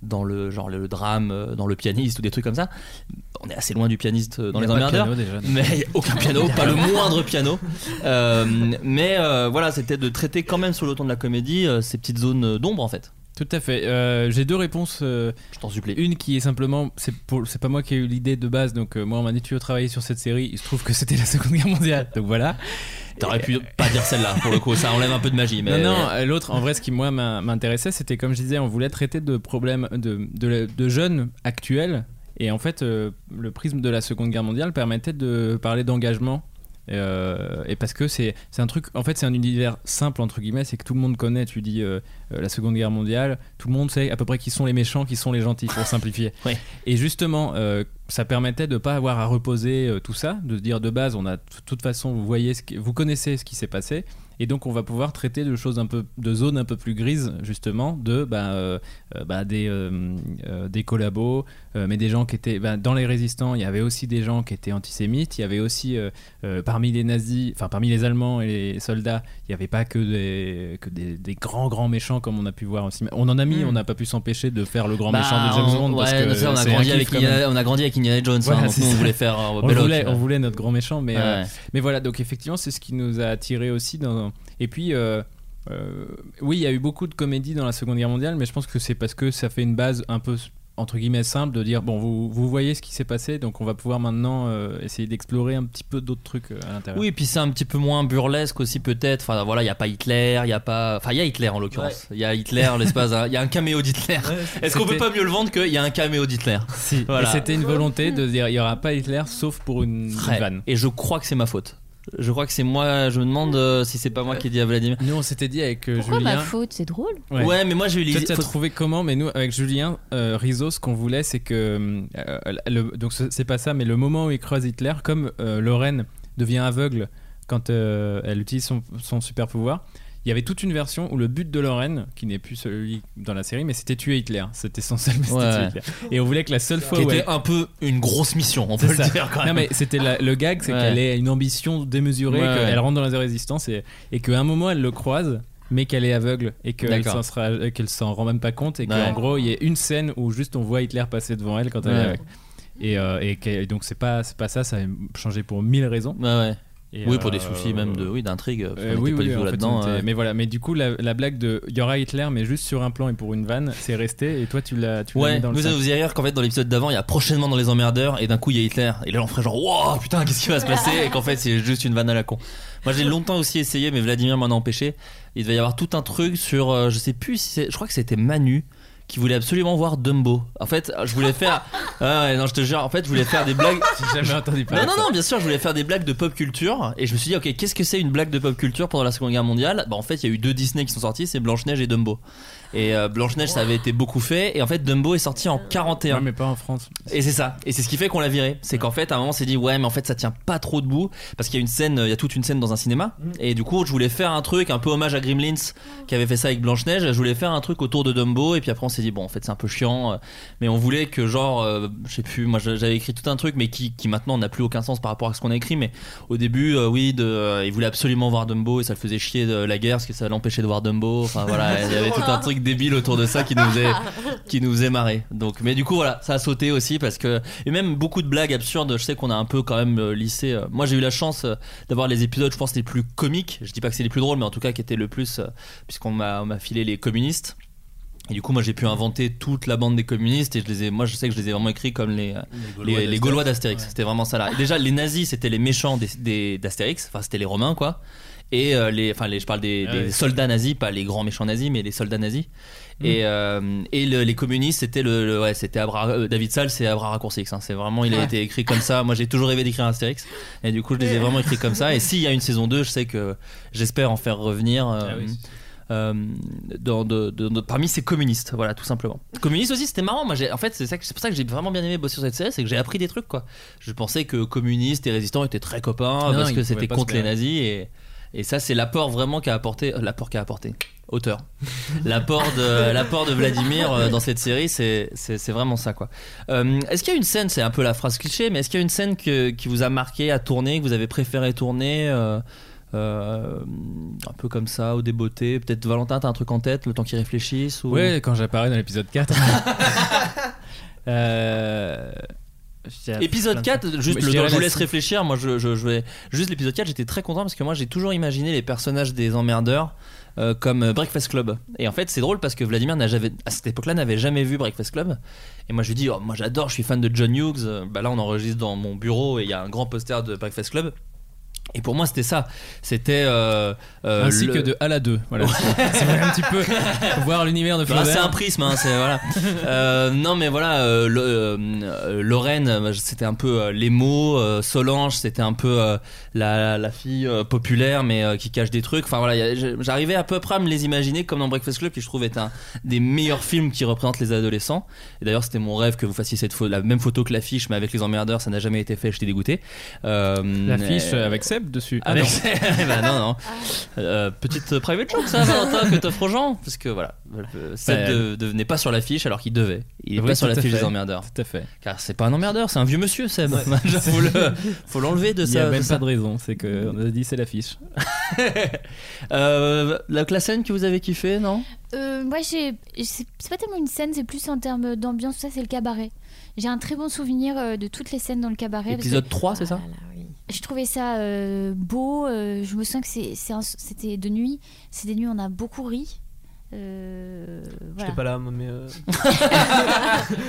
D: dans le genre le drame, euh, dans le pianiste ou des trucs comme ça. On est assez loin du pianiste euh, dans
E: Il y
D: les
E: a pas de
D: emmerdeurs.
E: piano, déjà, non.
D: Mais [laughs] aucun piano, pas le moindre piano. Euh, mais euh, voilà, c'était de traiter quand même sur le ton de la comédie euh, ces petites zones d'ombre en fait.
E: Tout à fait. Euh, J'ai deux réponses. euh,
D: Je t'en supplie.
E: Une qui est simplement, c'est pour- c'est pas moi qui ai eu l'idée de base, donc euh, moi on m'a dit tu veux travailler sur cette série, il se trouve que c'était la Seconde Guerre mondiale, donc voilà.
D: T'aurais pu pas dire celle-là pour le coup, ça enlève un peu de magie. Mais
E: Non, non, euh, l'autre, en vrai, ce qui moi m'in- m'intéressait, c'était comme je disais, on voulait traiter de problèmes de, de, la- de jeunes actuels, et en fait, euh, le prisme de la Seconde Guerre mondiale permettait de parler d'engagement. euh, et parce que c'est c'est un truc, en fait, c'est un univers simple entre guillemets, c'est que tout le monde connaît. Tu dis euh, euh, la Seconde Guerre mondiale, tout le monde sait à peu près qui sont les méchants, qui sont les gentils, pour simplifier.
D: Oui.
E: Et justement, euh, ça permettait de pas avoir à reposer euh, tout ça, de se dire de base, on a de toute façon, vous voyez, ce qui- vous connaissez ce qui s'est passé, et donc on va pouvoir traiter de choses un peu, de zones un peu plus grises justement, de bah, euh, euh, bah, des euh, euh, des collabos, euh, mais des gens qui étaient bah, dans les résistants, il y avait aussi des gens qui étaient antisémites, il y avait aussi euh, euh, parmi les nazis, enfin parmi les Allemands et les soldats, il n'y avait pas que des que des, des grands grands méchants comme on a pu voir aussi. On en a mis,
D: Mm.
E: on n'a pas pu s'empêcher de faire le grand
D: Bah,
E: méchant de James
D: on-
E: Bond parce
D: ouais,
E: que
D: ça, on, a
E: c'est un
D: grandi
E: kiff
D: avec
E: quand
D: Indiana-
E: même.
D: on a grandi avec Indiana Jones, hein,
E: Voilà,
D: donc
E: c'est
D: nous on
E: ça.
D: voulait faire euh,
E: On
D: Belloc,
E: voulait,
D: là.
E: on voulait notre grand méchant, mais
D: Ouais,
E: euh,
D: ouais.
E: mais voilà, donc effectivement, c'est ce qui nous a attirés aussi. Dans... Et puis, euh, euh, oui, il y a eu beaucoup de comédies dans la Seconde Guerre mondiale, mais je pense que c'est parce que ça fait une base un peu entre guillemets simple de dire bon, vous, vous voyez ce qui s'est passé, donc on va pouvoir maintenant euh, essayer d'explorer un petit peu d'autres trucs euh, à l'intérieur.
D: Oui, et puis c'est un petit peu moins burlesque aussi peut-être. Enfin voilà, il y a pas Hitler, il y a pas enfin il y a Hitler en l'occurrence. Il y a Hitler l'espace d'un- il y a un caméo d'Hitler. Est-ce qu'on peut
E: C'était-
D: pas mieux le vendre qu'il y a un caméo d'Hitler
E: Si.
D: Voilà.
E: Et c'était une volonté de dire il y aura pas Hitler sauf pour une, une
D: Frais.
E: vanne.
D: Et je crois que c'est ma faute. Je crois que c'est moi, je me demande euh, si c'est pas moi qui ai dit à Vladimir.
E: Nous, on s'était dit avec euh,
F: Pourquoi
E: Julien.
F: ma faute C'est drôle.
D: Ouais, mais moi j'ai eu
E: Toi,
D: l'idée.
E: tu as
D: faut-
E: trouvé comment, mais nous, avec Julien euh, Rizzo, ce qu'on voulait, c'est que. euh, le- donc, ce- c'est pas ça, mais le moment où il creuse Hitler, comme euh, Lorraine devient aveugle quand euh, elle utilise son, son super pouvoir, il y avait toute une version où le but de Lorraine, qui n'est plus celui dans la série, mais c'était tuer Hitler. C'était son seul but, c'était
D: Ouais.
E: tuer Hitler. Et on voulait que la seule fois
D: qui
E: où.
D: était
E: elle-
D: un peu une grosse mission, on peut
E: C'est
D: le
E: ça.
D: dire quand
E: Non
D: même.
E: mais c'était la- le gag, c'est
D: Ouais.
E: qu'elle ait une ambition démesurée,
D: Ouais,
E: qu'elle
D: ouais.
E: rentre dans la résistance et, et qu'à un moment elle le croise, mais qu'elle est aveugle et qu'elle
D: D'accord.
E: s'en sera- euh, qu'elle s'en rend même pas compte et
D: Ouais.
E: qu'en gros il y a une scène où juste on voit Hitler passer devant elle quand elle
D: Ouais.
E: est aveugle. Et, euh, et qu'elle- donc c'est pas c'est pas ça, ça a changé pour mille raisons.
D: Ouais, ouais.
E: Et,
D: Oui, pour des
E: euh,
D: soucis même de, oui, d'intrigue. parce qu'on
E: euh,
D: était
E: oui,
D: pas
E: oui,
D: du
E: en
D: tout
E: fait,
D: là-dedans.
E: on était-
D: euh.
E: Mais voilà, mais du coup, la, la blague de il y aura Hitler, mais juste sur un plan et pour une vanne, c'est resté. Et toi, tu l'as tu l'as
D: Ouais,
E: mis dans le
D: vous
E: sac.
D: allez vous allez rire qu'en fait dans l'épisode d'avant il y a prochainement dans les emmerdeurs et d'un coup il y a Hitler et là on ferait genre wow putain qu'est-ce qui va se passer et qu'en fait c'est juste une vanne à la con. Moi j'ai longtemps aussi essayé mais Vladimir m'en a empêché. Il devait y avoir tout un truc sur euh, je sais plus si c'est- je crois que c'était Manu qui voulait absolument voir Dumbo. En fait je voulais faire Ah ouais, non je te jure en fait je voulais faire des blagues
E: J'ai
D: [laughs]
E: jamais entendu parler.
D: non,
E: de
D: non,
E: ça.
D: non, bien sûr, je voulais faire des blagues de pop culture et je me suis dit, ok, qu'est-ce que c'est une blague de pop culture pendant la Seconde Guerre mondiale Bah, en fait, il y a eu deux Disney qui sont sortis, c'est Blanche-Neige et Dumbo. Et euh, Blanche-Neige, ça avait été beaucoup fait, et en fait, Dumbo est sorti en 41.
E: Ouais, mais pas en France.
D: Et c'est ça. Et c'est ce qui fait qu'on l'a viré. C'est qu'en fait, à un moment, on s'est dit, ouais, mais en fait, ça tient pas trop debout. Parce qu'il y a une scène, euh, il y a toute une scène dans un cinéma. Et du coup, je voulais faire un truc, un peu hommage à Gremlins, qui avait fait ça avec Blanche-Neige. Je voulais faire un truc autour de Dumbo. Et puis après, on s'est dit, bon, en fait, c'est un peu chiant. euh, Mais on voulait que, genre, euh, je sais plus, moi, j'a- j'avais écrit tout un truc, mais qui, qui maintenant n'a plus aucun sens par rapport à ce qu'on a écrit. Mais au début, euh, oui, de, euh, il voulait absolument voir Dumbo. Et ça le faisait chier de la guerre, parce que ça l'empêchait de voir Dumbo. Enfin, voilà, il y avait tout un truc débile autour de ça qui nous faisait qui nous faisait marrer. Donc, mais du coup, voilà, ça a sauté aussi parce que et même beaucoup de blagues absurdes. Je sais qu'on a un peu quand même euh, lissé. euh, Moi, j'ai eu la chance euh, d'avoir les épisodes, je pense, les plus comiques. Je dis pas que c'est les plus drôles, mais en tout cas qui étaient le plus, euh, puisqu'on m'a on m'a filé les communistes. Et du coup, moi, j'ai pu inventer toute la bande des communistes et je les ai. Moi, je sais que je les ai vraiment écrits comme les euh, les, les Gaulois d'Astérix. C'était vraiment ça là. Et déjà, les nazis, c'était les méchants des- des- d'Astérix. Enfin, c'était les Romains, quoi. Et euh, les, enfin, les, je parle des,
E: Ah
D: des
E: oui.
D: soldats nazis, pas les grands méchants nazis, mais les soldats nazis.
E: Mm.
D: Et, euh, et le- les communistes, c'était le, le- ouais, c'était Abra- euh, David Salle, c'est Abra Raccourcix. hein. C'est vraiment, il a été écrit comme ça. Moi, j'ai toujours rêvé d'écrire un Astérix. Et du coup, je les ai vraiment écrits comme ça. Et s'il y a une saison 2, je sais que j'espère en faire revenir. euh,
E: Ah oui,
D: euh, dans, de- de- de- parmi ces communistes, voilà, tout simplement. Communistes aussi, c'était marrant. Moi, j'ai- en fait, c'est ça que- c'est pour ça que j'ai vraiment bien aimé bosser sur cette série, c'est que j'ai appris des trucs, quoi. Je pensais que communistes et résistants étaient très copains
E: Non,
D: parce
E: ils
D: que
E: pouvaient
D: c'était
E: pas
D: contre
E: se
D: les
E: plaire.
D: nazis et, et ça, c'est l'apport vraiment qu'a apporté, euh, l'apport qu'a apporté, auteur, l'apport de, [laughs] l'apport de Vladimir euh, dans cette série, c'est, c'est, c'est vraiment ça, quoi. Euh, est-ce qu'il y a une scène, c'est un peu la phrase cliché, mais est-ce qu'il y a une scène que- qui vous a marqué à tourner, que vous avez préféré tourner euh, euh, un peu comme ça, ou des beautés. Peut-être Valentin, t'as un truc en tête, le temps qu'ils réfléchissent ou...
E: Ouais, quand j'apparais dans l'épisode
D: [laughs]
E: 4. Euh, j'ai appris
D: Épisode
E: plein de
D: 4, juste
E: Mais je
D: le temps
E: dirais
D: que je vous
E: la
D: laisse
E: sc-
D: réfléchir. Moi, je, je, je vais juste l'épisode 4. J'étais très content parce que moi, j'ai toujours imaginé les personnages des emmerdeurs euh, comme euh, Breakfast Club. Et en fait, c'est drôle parce que Vladimir n'a jamais, à cette époque-là, n'avait jamais vu Breakfast Club. Et moi, je lui dis, oh, moi, j'adore. Je suis fan de John Hughes. Euh, Bah là, on enregistre dans mon bureau et il y a un grand poster de Breakfast Club. Et pour moi, c'était ça. C'était euh, euh,
E: Ainsi
D: le-
E: que de Al à 2.
D: [laughs]
E: Voilà. c'est vrai un petit peu voir l'univers de
D: Bah,
E: Flaubert.
D: c'est un prisme, hein, c'est voilà. Euh, non, mais voilà, euh, le- euh, Lorraine, euh, c'était un peu euh, les mots. euh, Solange, c'était un peu euh, la, la fille euh, populaire, mais euh, qui cache des trucs. Enfin voilà, y a- je- j'arrivais à peu près à me les imaginer comme dans Breakfast Club, qui je trouve est un des meilleurs films qui représente les adolescents. Et d'ailleurs, c'était mon rêve que vous fassiez cette pho- la même photo que l'affiche, mais avec les emmerdeurs, ça n'a jamais été fait. J'étais dégoûté. Euh,
E: L'affiche
D: euh,
E: euh, avec Seb dessus. Ah,
D: avec- [laughs]
E: non.
D: Bah non, non. Euh, petite euh, private joke, ça, Valentin, que t'offres aux gens. Parce que voilà, euh, Seb
E: Bah,
D: de- devenait pas sur l'affiche alors qu'il devait. Il est
E: Oui,
D: pas sur
E: tout à
D: l'affiche
E: fait.
D: des emmerdeurs.
E: Tout à fait.
D: Car c'est pas un emmerdeur, c'est un vieux monsieur, Seb. [laughs]
E: [laughs]
D: faut le- faut l'enlever de
E: Il n'y a
D: ça.
E: même
D: de ça.
E: pas de raison, c'est que on a dit c'est l'affiche.
D: Euh, la, la scène que vous avez kiffé, non
F: Euh, moi, j'ai- c'est c'est pas tellement une scène, c'est plus en termes d'ambiance, tout ça, c'est le cabaret. J'ai un très bon souvenir euh, de toutes les scènes dans le cabaret. parce que
D: Épisode 3, c'est ça
H: Voilà, oui.
F: je trouvais ça euh, beau. euh, je me sens que c'est- c'est un- c'était de nuit. C'est des nuits, on a beaucoup ri. Euh, voilà.
G: J'étais pas
F: [laughs]
G: là, moi, mais. euh,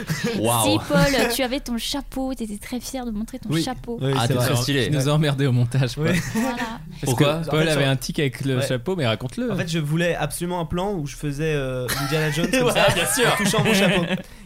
F: Si,
D: Waouh
F: Paul, tu avais ton chapeau, tu étais très fier de montrer ton
E: Oui.
F: chapeau.
G: oui,
D: Ah,
G: c'est
D: t'es
G: vrai.
D: très stylé.
E: Il nous a emmerdé au montage. quoi.
G: Ouais.
F: Voilà.
E: Parce que
D: Pourquoi
G: En
E: Paul
G: fait,
E: avait
G: sur-
E: un tic avec le
G: Ouais.
E: chapeau, mais raconte-le.
G: En fait, je voulais absolument un plan où je faisais euh, Indiana Jones comme
E: [laughs]
D: Ouais,
G: ça,
D: bien sûr.
G: en touchant mon chapeau.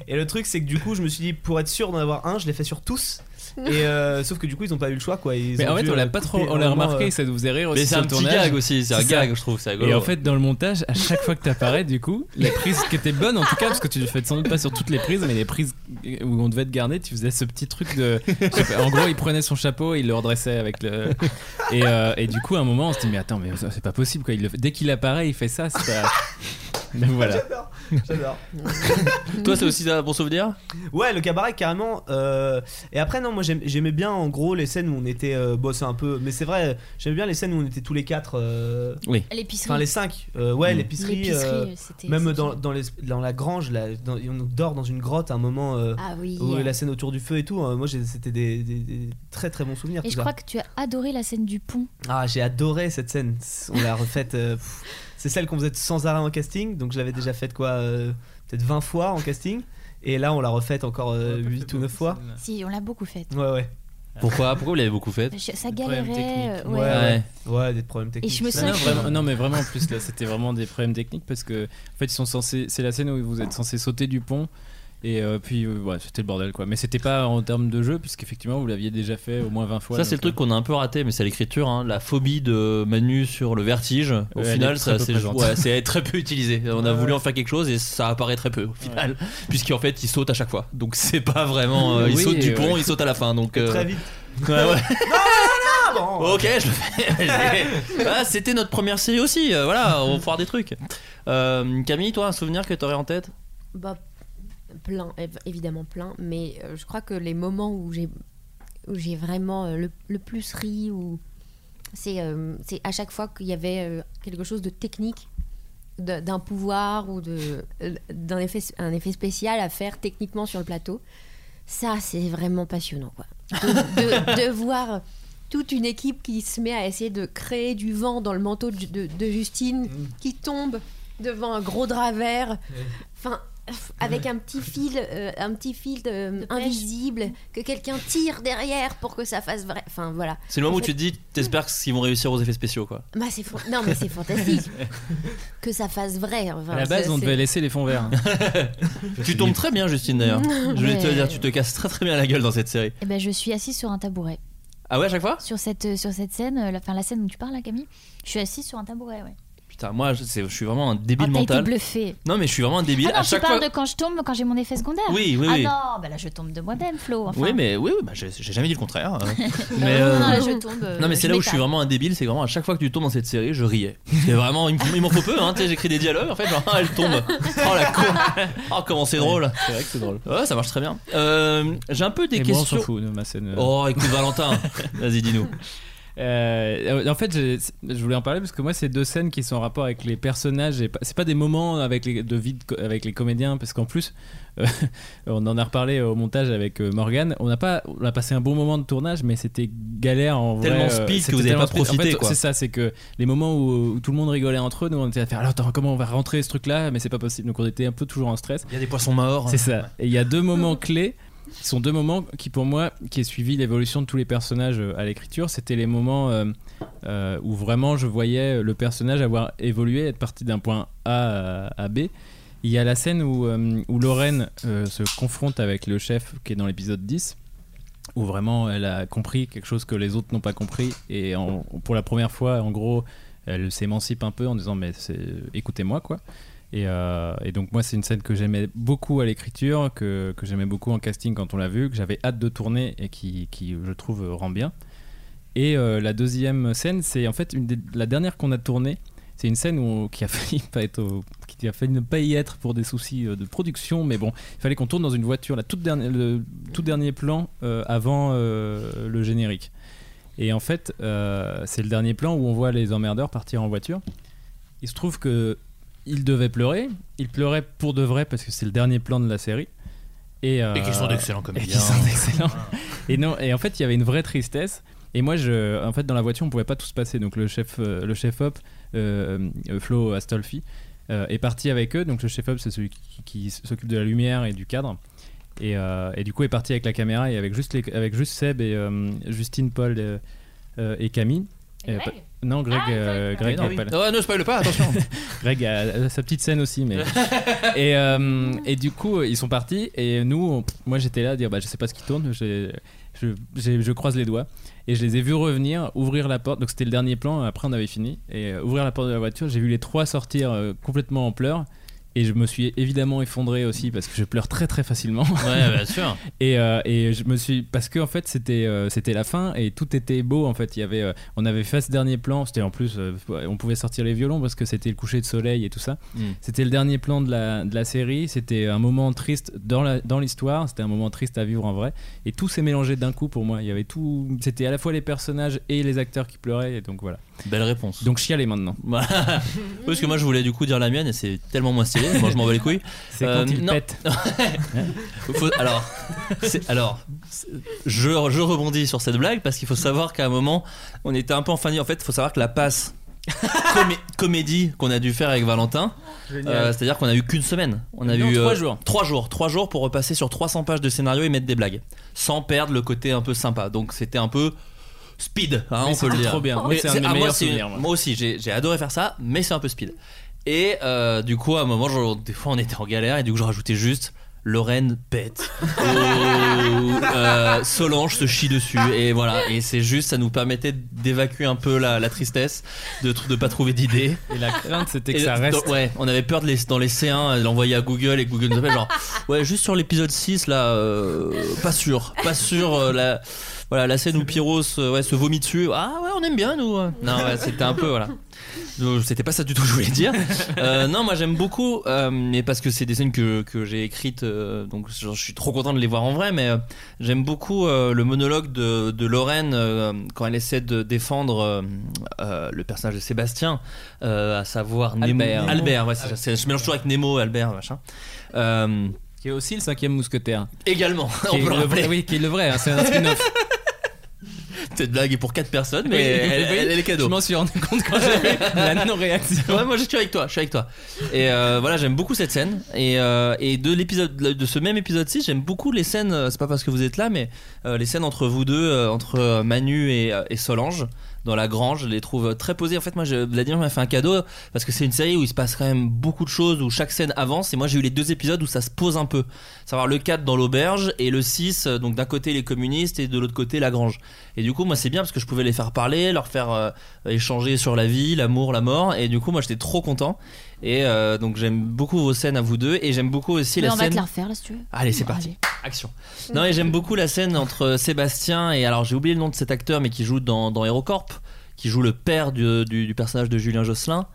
G: Et le truc, c'est que du coup, je me suis dit, pour être sûr d'en avoir un, je l'ai fait sur tous. Et euh, sauf que du coup, ils ont pas eu le choix, quoi. Ils
E: Mais
G: ont
E: en fait,
G: dû,
E: on l'a
G: euh,
E: pas trop,
G: couper
E: on l'a
G: vraiment,
E: remarqué,
G: euh,
E: ça nous faisait rire aussi.
D: Mais c'est
E: sur
D: un
E: le
D: petit
E: tournage.
D: gag aussi, c'est un
E: C'est ça.
D: gag, je trouve, c'est rigolo.
E: Et en fait, dans le montage, à chaque fois que t'apparais, du coup, les prises qui étaient bonnes, en tout cas, parce que tu ne fais sans doute pas sur toutes les prises, mais les prises où on devait te garder, tu faisais ce petit truc de. je sais pas, en gros, il prenait son chapeau et il le redressait avec le. Et, euh, et du coup, à un moment, on se dit, mais attends, mais c'est pas possible, quoi. Il le fait- Dès qu'il apparaît, il fait ça, c'est pas. Donc voilà.
G: J'adore, j'adore.
D: [laughs] Toi, c'est aussi un bon souvenir
G: Ouais, le cabaret carrément. euh, Et après, non, moi j'aime- j'aimais bien en gros les scènes où on était. Euh... Bon, c'est un peu. Mais c'est vrai, j'aimais bien les scènes où on était tous les quatre. euh,
F: L'épicerie.
G: Enfin, les cinq. euh, ouais,
D: Mm.
G: l'épicerie.
F: L'épicerie,
G: euh,
F: c'était-
G: Même
F: c'était-
G: dans, dans, les- dans la grange, là, dans- on dort dans une grotte à un moment. euh,
H: Ah oui.
G: où
H: euh,
G: la scène autour du feu et tout, euh, moi j'ai- c'était des, des- des très très bons souvenirs.
F: Et
G: tout
F: je
G: ça.
F: crois que tu as adoré la scène du pont.
G: Ah, j'ai adoré cette scène. On l'a refaite. euh, pff. c'est celle qu'on faisait sans arrêt en casting. Donc je l'avais déjà faite quoi euh, Peut-être 20 fois en casting. Et là, on l'a refaite encore euh, 8 ou 9 fois.
F: Si, on l'a beaucoup faite.
G: Ouais, ouais.
D: Ah, Pourquoi Pourquoi vous l'avez beaucoup fait
F: Je- Ça
E: problème
F: galérait. euh,
E: technique.
G: Ouais,
F: ouais.
G: ouais. Ouais, des problèmes techniques.
F: je me
G: tout ça.
E: Non, non,
F: Ça,
E: vraiment- non, mais vraiment en
F: [laughs]
E: plus là c'était vraiment des problèmes techniques parce que en fait ils sont censés c'est la scène où vous êtes censé sauter du pont et euh, puis euh, ouais, c'était le bordel quoi mais c'était pas en termes de jeu puisqu'effectivement vous l'aviez déjà fait au moins 20 fois
D: ça c'est le
E: donc,
D: truc qu'on a un peu raté mais c'est à l'écriture hein. la phobie de Manu sur le vertige au
E: Ouais, elle
D: final
E: est
D: c'est
E: très peu
D: assez-
E: présente. [laughs]
D: ouais, c'est très peu utilisé on a voulu en faire quelque chose et ça apparaît très peu au final puisqu'en fait il saute à chaque fois donc c'est pas vraiment euh, il
E: Oui,
D: saute du
E: ouais.
D: pont il saute à la fin donc euh,
G: Très vite.
D: [laughs] ouais, ouais.
G: Ah bon
D: ok je le fais [laughs] Ah, c'était notre première série aussi euh, voilà on va voir des trucs Euh, Camille toi un souvenir que t'aurais en tête
H: bah, plein, év- évidemment plein, mais euh, je crois que les moments où j'ai où j'ai vraiment euh, le, le plus ri, ou c'est euh, c'est à chaque fois qu'il y avait euh, quelque chose de technique, de- d'un pouvoir ou de euh, d'un effet un effet spécial à faire techniquement sur le plateau. Ça, c'est vraiment passionnant, quoi. De,
D: [laughs]
H: de- de voir toute une équipe qui se met à essayer de créer du vent dans le manteau de, de- de Justine,
D: Mm.
H: qui tombe devant un gros drap vert. Enfin, avec un petit fil, euh, un petit fil de-
F: De pêche.
H: invisible que quelqu'un tire derrière pour que ça fasse vrai. Enfin voilà.
D: c'est le moment
H: En
D: où tu te dis t'espères qu'ils vont réussir aux effets spéciaux quoi
H: Bah c'est fan- non mais c'est
F: [laughs]
H: fantastique que ça fasse vrai. Enfin,
E: à la base
H: c'est-
E: on devait
H: c'est-
E: laisser les fonds verts hein.
D: [laughs] tu tombes très bien Justine d'ailleurs je vais te
H: Ouais.
D: dire tu te casses très très bien la gueule dans cette série
F: Et ben, je suis assise sur un tabouret.
D: ah ouais à chaque fois
F: Sur cette, sur cette scène, euh, la, enfin, la scène dont tu parles, là, Camille, je suis assise sur un tabouret. Ouais.
D: Putain, moi, je, c'est- je suis vraiment un
F: Ah,
D: débile
F: t'as été
D: mental.
F: bluffée.
D: Non, mais je suis vraiment un débile.
F: Ah non,
D: à
F: tu
D: chaque
F: parles
D: fois.
F: de quand je tombe, quand j'ai mon effet secondaire.
D: Oui, oui,
F: ah
D: oui.
F: non, bah là je tombe de moi-même, Flo. enfin.
D: Oui,
F: [laughs]
D: mais oui, oui, bah, j'ai j'ai jamais dit le contraire. euh.
F: Non,
D: mais,
F: non,
D: euh,
F: Ah non, là, je tombe. euh,
D: non, mais c'est là où je suis
F: m'étale.
D: vraiment un débile, c'est vraiment à chaque fois que tu tombes dans cette série, je riais. C'est vraiment, il me- il m'en faut peu, hein, tu sais, j'écris des dialogues, en fait, genre, ah, elle tombe. Oh la con. Oh, comment c'est drôle.
E: c'est vrai que c'est drôle
D: Ouais, ça marche très bien. Euh, J'ai un peu des
E: et moi on s'en
D: questions.
E: fout de ma scène euh.
D: oh, écoute,
E: [laughs]
D: Valentin, vas-y, dis-nous.
E: Euh, en fait j'ai- je voulais en parler parce que moi c'est deux scènes qui sont en rapport avec les personnages et pas- c'est pas des moments avec les, de vie de co- avec les comédiens parce qu'en plus euh, [laughs] on en a reparlé au montage avec euh, Morgane on a pas on a passé un bon moment de tournage mais c'était galère en
D: Tellement
E: vrai euh,
D: speed que
E: c'était
D: vous avez
E: tellement
D: pas profité,
E: en fait,
D: quoi.
E: c'est ça c'est que les moments où, où tout le monde rigolait entre eux nous on était à faire alors attends comment on va rentrer ce truc là mais c'est pas possible donc on était un peu toujours en stress
D: Il y a des poissons morts. hein.
E: c'est ça. Et il y a deux moments clés qui sont deux moments qui, pour moi, qui est suivi l'évolution de tous les personnages euh, à l'écriture. C'était les moments euh, euh, où vraiment je voyais le personnage avoir évolué, être parti d'un point A à, à B. Il y a la scène où, euh, où Lorraine euh, se confronte avec le chef qui est dans l'épisode 10 où vraiment elle a compris quelque chose que les autres n'ont pas compris et en- pour la première fois en gros elle s'émancipe un peu en disant mais c'est- écoutez-moi quoi et, euh, et donc moi c'est une scène que j'aimais beaucoup à l'écriture, que, que j'aimais beaucoup en casting quand on l'a vu, que j'avais hâte de tourner et qui, qui, je trouve euh, rend bien. Et euh, la deuxième scène, c'est en fait une des- la dernière qu'on a tournée. C'est une scène où, qui, a [laughs] failli pas être au- qui a failli ne pas y être pour des soucis euh, de production, mais bon, il fallait qu'on tourne dans une voiture, la toute dernière, le tout dernier plan euh, avant euh, le générique. Et en fait, euh, c'est le dernier plan où on voit les emmerdeurs partir en voiture. Il se trouve que il devait pleurer. Il pleurait pour de vrai parce que c'est le dernier plan de la série. Et, euh,
D: Et qu'ils sont d'excellents
E: et
D: comédiens. Ah.
E: qui sont excellents. [laughs] Et non, et en fait, il y avait une vraie tristesse. Et moi, je, en fait, dans la voiture, on pouvait pas tout se passer. Donc le chef, euh, le chef op, euh, euh, Flo Astolfi, euh, est parti avec eux. Donc le chef op, c'est celui qui, qui s'occupe de la lumière et du cadre. Et, euh, et du coup, est parti avec la caméra et avec juste, les- avec juste Seb et euh, Justine, Paul euh, euh, et Camille. Euh,
H: Greg
E: pas- Non, Greg,
H: Ah,
E: euh, Greg,
H: Greg,
G: Greg,
E: non, pas là.
D: Oh, ne spoil pas,
E: [laughs]
D: attention.
E: Greg a, a sa petite scène aussi, mais et, euh, et du coup ils sont partis et nous, on- moi j'étais là à dire bah je sais pas ce qui tourne, j'ai- je, j'ai- je croise les doigts et je les ai vus revenir, ouvrir la porte. Donc c'était le dernier plan. Après on avait fini et euh, ouvrir la porte de la voiture, j'ai vu les trois sortir euh, complètement en pleurs. Et je me suis évidemment effondré aussi parce que je pleure très très facilement.
D: ouais,
E: [laughs]
D: bien sûr.
E: Et, euh, et je me suis parce que en fait c'était euh, c'était la fin et tout était beau en fait il y avait euh, on avait fait ce dernier plan c'était en plus euh, on pouvait sortir les violons parce que c'était le coucher de soleil et tout ça
D: Mm.
E: c'était le dernier plan de la, de la série c'était un moment triste dans la, dans l'histoire c'était un moment triste à vivre en vrai et tout s'est mélangé d'un coup pour moi il y avait tout c'était à la fois les personnages et les acteurs qui pleuraient et donc voilà
D: Belle réponse.
E: donc chialer maintenant
D: Voilà. [laughs] Oui, parce que moi je voulais du coup dire la mienne et c'est tellement moins stylé. Moi je m'en bats les couilles.
E: [laughs] c'est
D: Euh,
E: quand ils
D: non. [laughs]
E: pètent
D: Faut- alors, c'est- alors c'est- je, je rebondis sur cette blague parce qu'il faut savoir qu'à un moment, on était un peu en fin de vie. En fait, il faut savoir que
E: [laughs]
D: la passe comé- comédie qu'on a dû faire avec Valentin, euh, c'est-à-dire qu'on a eu qu'une semaine. On a
E: Non,
D: eu
E: trois
D: euh,
E: jours.
D: trois jours, trois jours pour repasser sur 300 pages de scénario et mettre des blagues, sans perdre le côté un peu sympa. Donc c'était un peu speed, hein,
E: Mais
D: on peut le
E: c'était
D: dire.
E: trop bien. Moi,
D: Mais
E: c'est un de mes
D: ah, moi,
E: meilleurs
D: c'est-
E: souvenirs, moi.
D: moi aussi, j'ai j'ai adoré faire ça, mais c'est un peu speed. Et euh, du coup, à un moment, genre, des fois, on était en galère et du coup, je rajoutais juste Lorraine
E: [laughs]
D: pète. Oh, euh, Solange se chie dessus. Et voilà. Et c'est juste, ça nous permettait d'évacuer un peu la, la tristesse, de tr- de pas trouver d'idées.
E: et la crainte c'était que
D: Et
E: ça
D: dans-
E: reste
D: ouais, on avait peur de les, dans les C1 de l'envoyer à Google et Google nous
E: [laughs]
D: appelle genre ouais juste sur l'épisode 6 là euh, pas sûr, pas sûr euh, la voilà la scène où Pyros se- ouais, se vomit dessus. Ah ouais, on aime bien nous. Non, ouais, c'était un peu voilà. Donc, C'était pas ça du tout que je voulais dire. Euh, non, moi j'aime beaucoup, euh, mais parce que c'est des scènes que, que j'ai écrites, euh, donc genre, je suis trop content de les voir en vrai, mais euh, j'aime beaucoup euh, le monologue de, de Lorraine euh, quand elle essaie de défendre euh, euh, le personnage de Sébastien, euh, à savoir Nemo-
E: Albert.
D: Albert, ouais, c'est ça, c'est- je mélange toujours avec Nemo, Albert, machin. Euh,
E: qui est aussi le cinquième mousquetaire
D: également, [laughs]
E: qui
D: on
E: est
D: peut le
E: le vrai,
D: rappeler,
E: oui qui est le vrai hein, c'est un
D: [laughs]
E: spin-off
D: cette blague est pour 4 personnes, mais
E: Oui,
D: elle,
E: oui.
D: elle- elle est
E: Je
D: cadeau.
E: m'en suis rendu compte quand j'ai vu
D: [laughs]
E: la non-réaction.
D: Ouais, moi je suis avec toi, je suis avec toi. Et euh, voilà, j'aime beaucoup cette scène. Et, euh, et de l'épisode, de ce même épisode 6, j'aime beaucoup les scènes. euh, C'est pas parce que vous êtes là, mais euh, les scènes entre vous deux, euh, entre euh, Manu et, euh, et Solange dans la grange, je les trouve euh, très posées. En fait, moi, je, Vladimir m'a fait un cadeau parce que c'est une série où il se passe quand même beaucoup de choses, où chaque scène avance. Et moi, j'ai eu les deux épisodes où ça se pose un peu. Savoir le 4 dans l'auberge et le 6, euh, donc d'un côté les communistes et de l'autre côté la grange. Et du coup, moi, c'est bien parce que je pouvais les faire parler, leur faire euh, échanger sur la vie, l'amour, la mort. Et du coup, moi, j'étais trop content. Et euh, donc, j'aime beaucoup vos scènes à vous deux. Et j'aime beaucoup aussi
F: Mais
D: la
F: on va
D: scène.
F: te la refaire là si tu veux.
D: Allez, c'est parti.
F: Allez.
D: Action. Non, et j'aime beaucoup la scène entre Sébastien et alors j'ai oublié le nom de cet acteur, mais qui joue dans, dans HeroCorp, qui joue le père du, du- du personnage de Julien Josselin.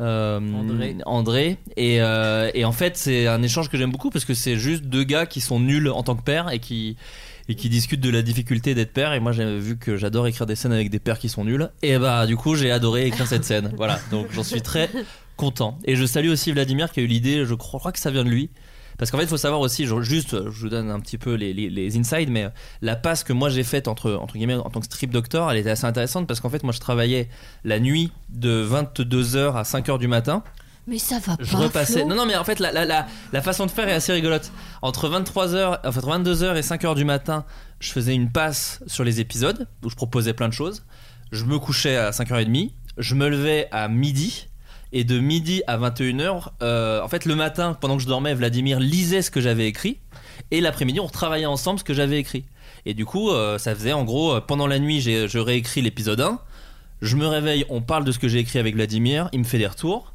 D: euh,
E: André.
D: André. Et, euh, et en fait, c'est un échange que j'aime beaucoup parce que c'est juste deux gars qui sont nuls en tant que père et qui, et qui discutent de la difficulté d'être père. Et moi, j'ai vu que j'adore écrire des scènes avec des pères qui sont nuls. Et bah, du coup, j'ai adoré écrire cette scène. Voilà, donc j'en suis très content. Et je salue aussi Vladimir qui a eu l'idée, je crois, je crois que ça vient de lui. Parce qu'en fait, il faut savoir aussi, je- juste, euh, je vous donne un petit peu les, les, les insides, mais euh, la passe que moi j'ai faite entre, entre guillemets en tant que strip doctor, elle était assez intéressante parce qu'en fait, moi je travaillais la nuit de 22h à 5h du matin.
F: Mais ça va
D: Je
F: pas.
D: repassais.
F: Flo
D: Non, non, mais en fait, la, la, la, la façon de faire est assez rigolote. Entre 23h, enfin, 22h et 5h du matin, je faisais une passe sur les épisodes où je proposais plein de choses. Je me couchais à 5h30. Je me levais à midi. Et de midi à 21h, euh, en fait, le matin, pendant que je dormais, Vladimir lisait ce que j'avais écrit. Et l'après-midi, on travaillait ensemble ce que j'avais écrit. Et du coup, euh, ça faisait en gros, euh, pendant la nuit, j'ai- je réécris l'épisode 1. Je me réveille, on parle de ce que j'ai écrit avec Vladimir, il me fait des retours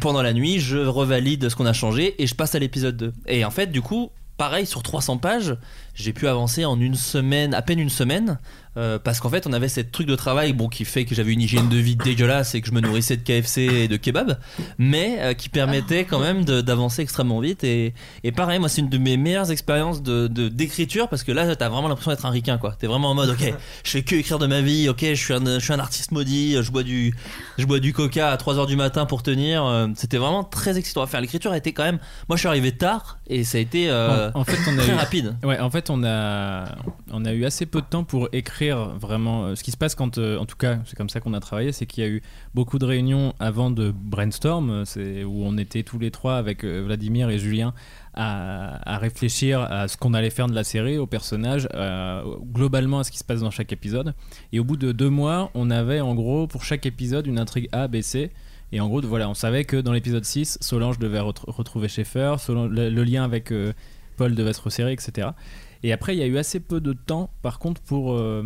D: pendant la nuit, je revalide ce qu'on a changé et je passe à l'épisode 2. Et en fait, du coup, pareil, sur 300 pages, j'ai pu avancer en une semaine, à peine une semaine, euh, parce qu'en fait, on avait cette truc de travail bon, qui fait que j'avais une hygiène de vie dégueulasse et que je me nourrissais de KFC et de kebab, mais euh, qui permettait quand même de- d'avancer extrêmement vite. Et, et pareil, moi, c'est une de mes meilleures expériences d'écriture, de, d'écriture parce que là, t'as vraiment l'impression d'être un ricain, quoi. T'es vraiment en mode, ok, je fais que écrire de ma vie, ok, je suis un, je suis un artiste maudit, je bois du, je bois du coca à 3h du matin pour tenir. euh, C'était vraiment très excitant à faire. L'écriture était quand même. Moi, je suis arrivé tard et ça a été euh,
E: en, en fait, on a
D: très
E: eu,
D: rapide.
E: ouais, en fait, on a, on a eu assez peu de temps pour écrire décrire vraiment euh, ce qui se passe quand, euh, en tout cas, c'est comme ça qu'on a travaillé, c'est qu'il y a eu beaucoup de réunions avant de brainstorm, euh, c'est où on était tous les trois avec euh, Vladimir et Julien à, à réfléchir à ce qu'on allait faire de la série, aux personnages, euh, globalement à ce qui se passe dans chaque épisode. Et au bout de deux mois, on avait en gros pour chaque épisode une intrigue A, B, C. Et en gros, voilà, on savait que dans l'épisode 6, Solange devait ret- retrouver Schaeffer, Solange- le, le lien avec euh, Paul devait se resserrer, etc. Et après, il y a eu assez peu de temps, par contre, pour, euh,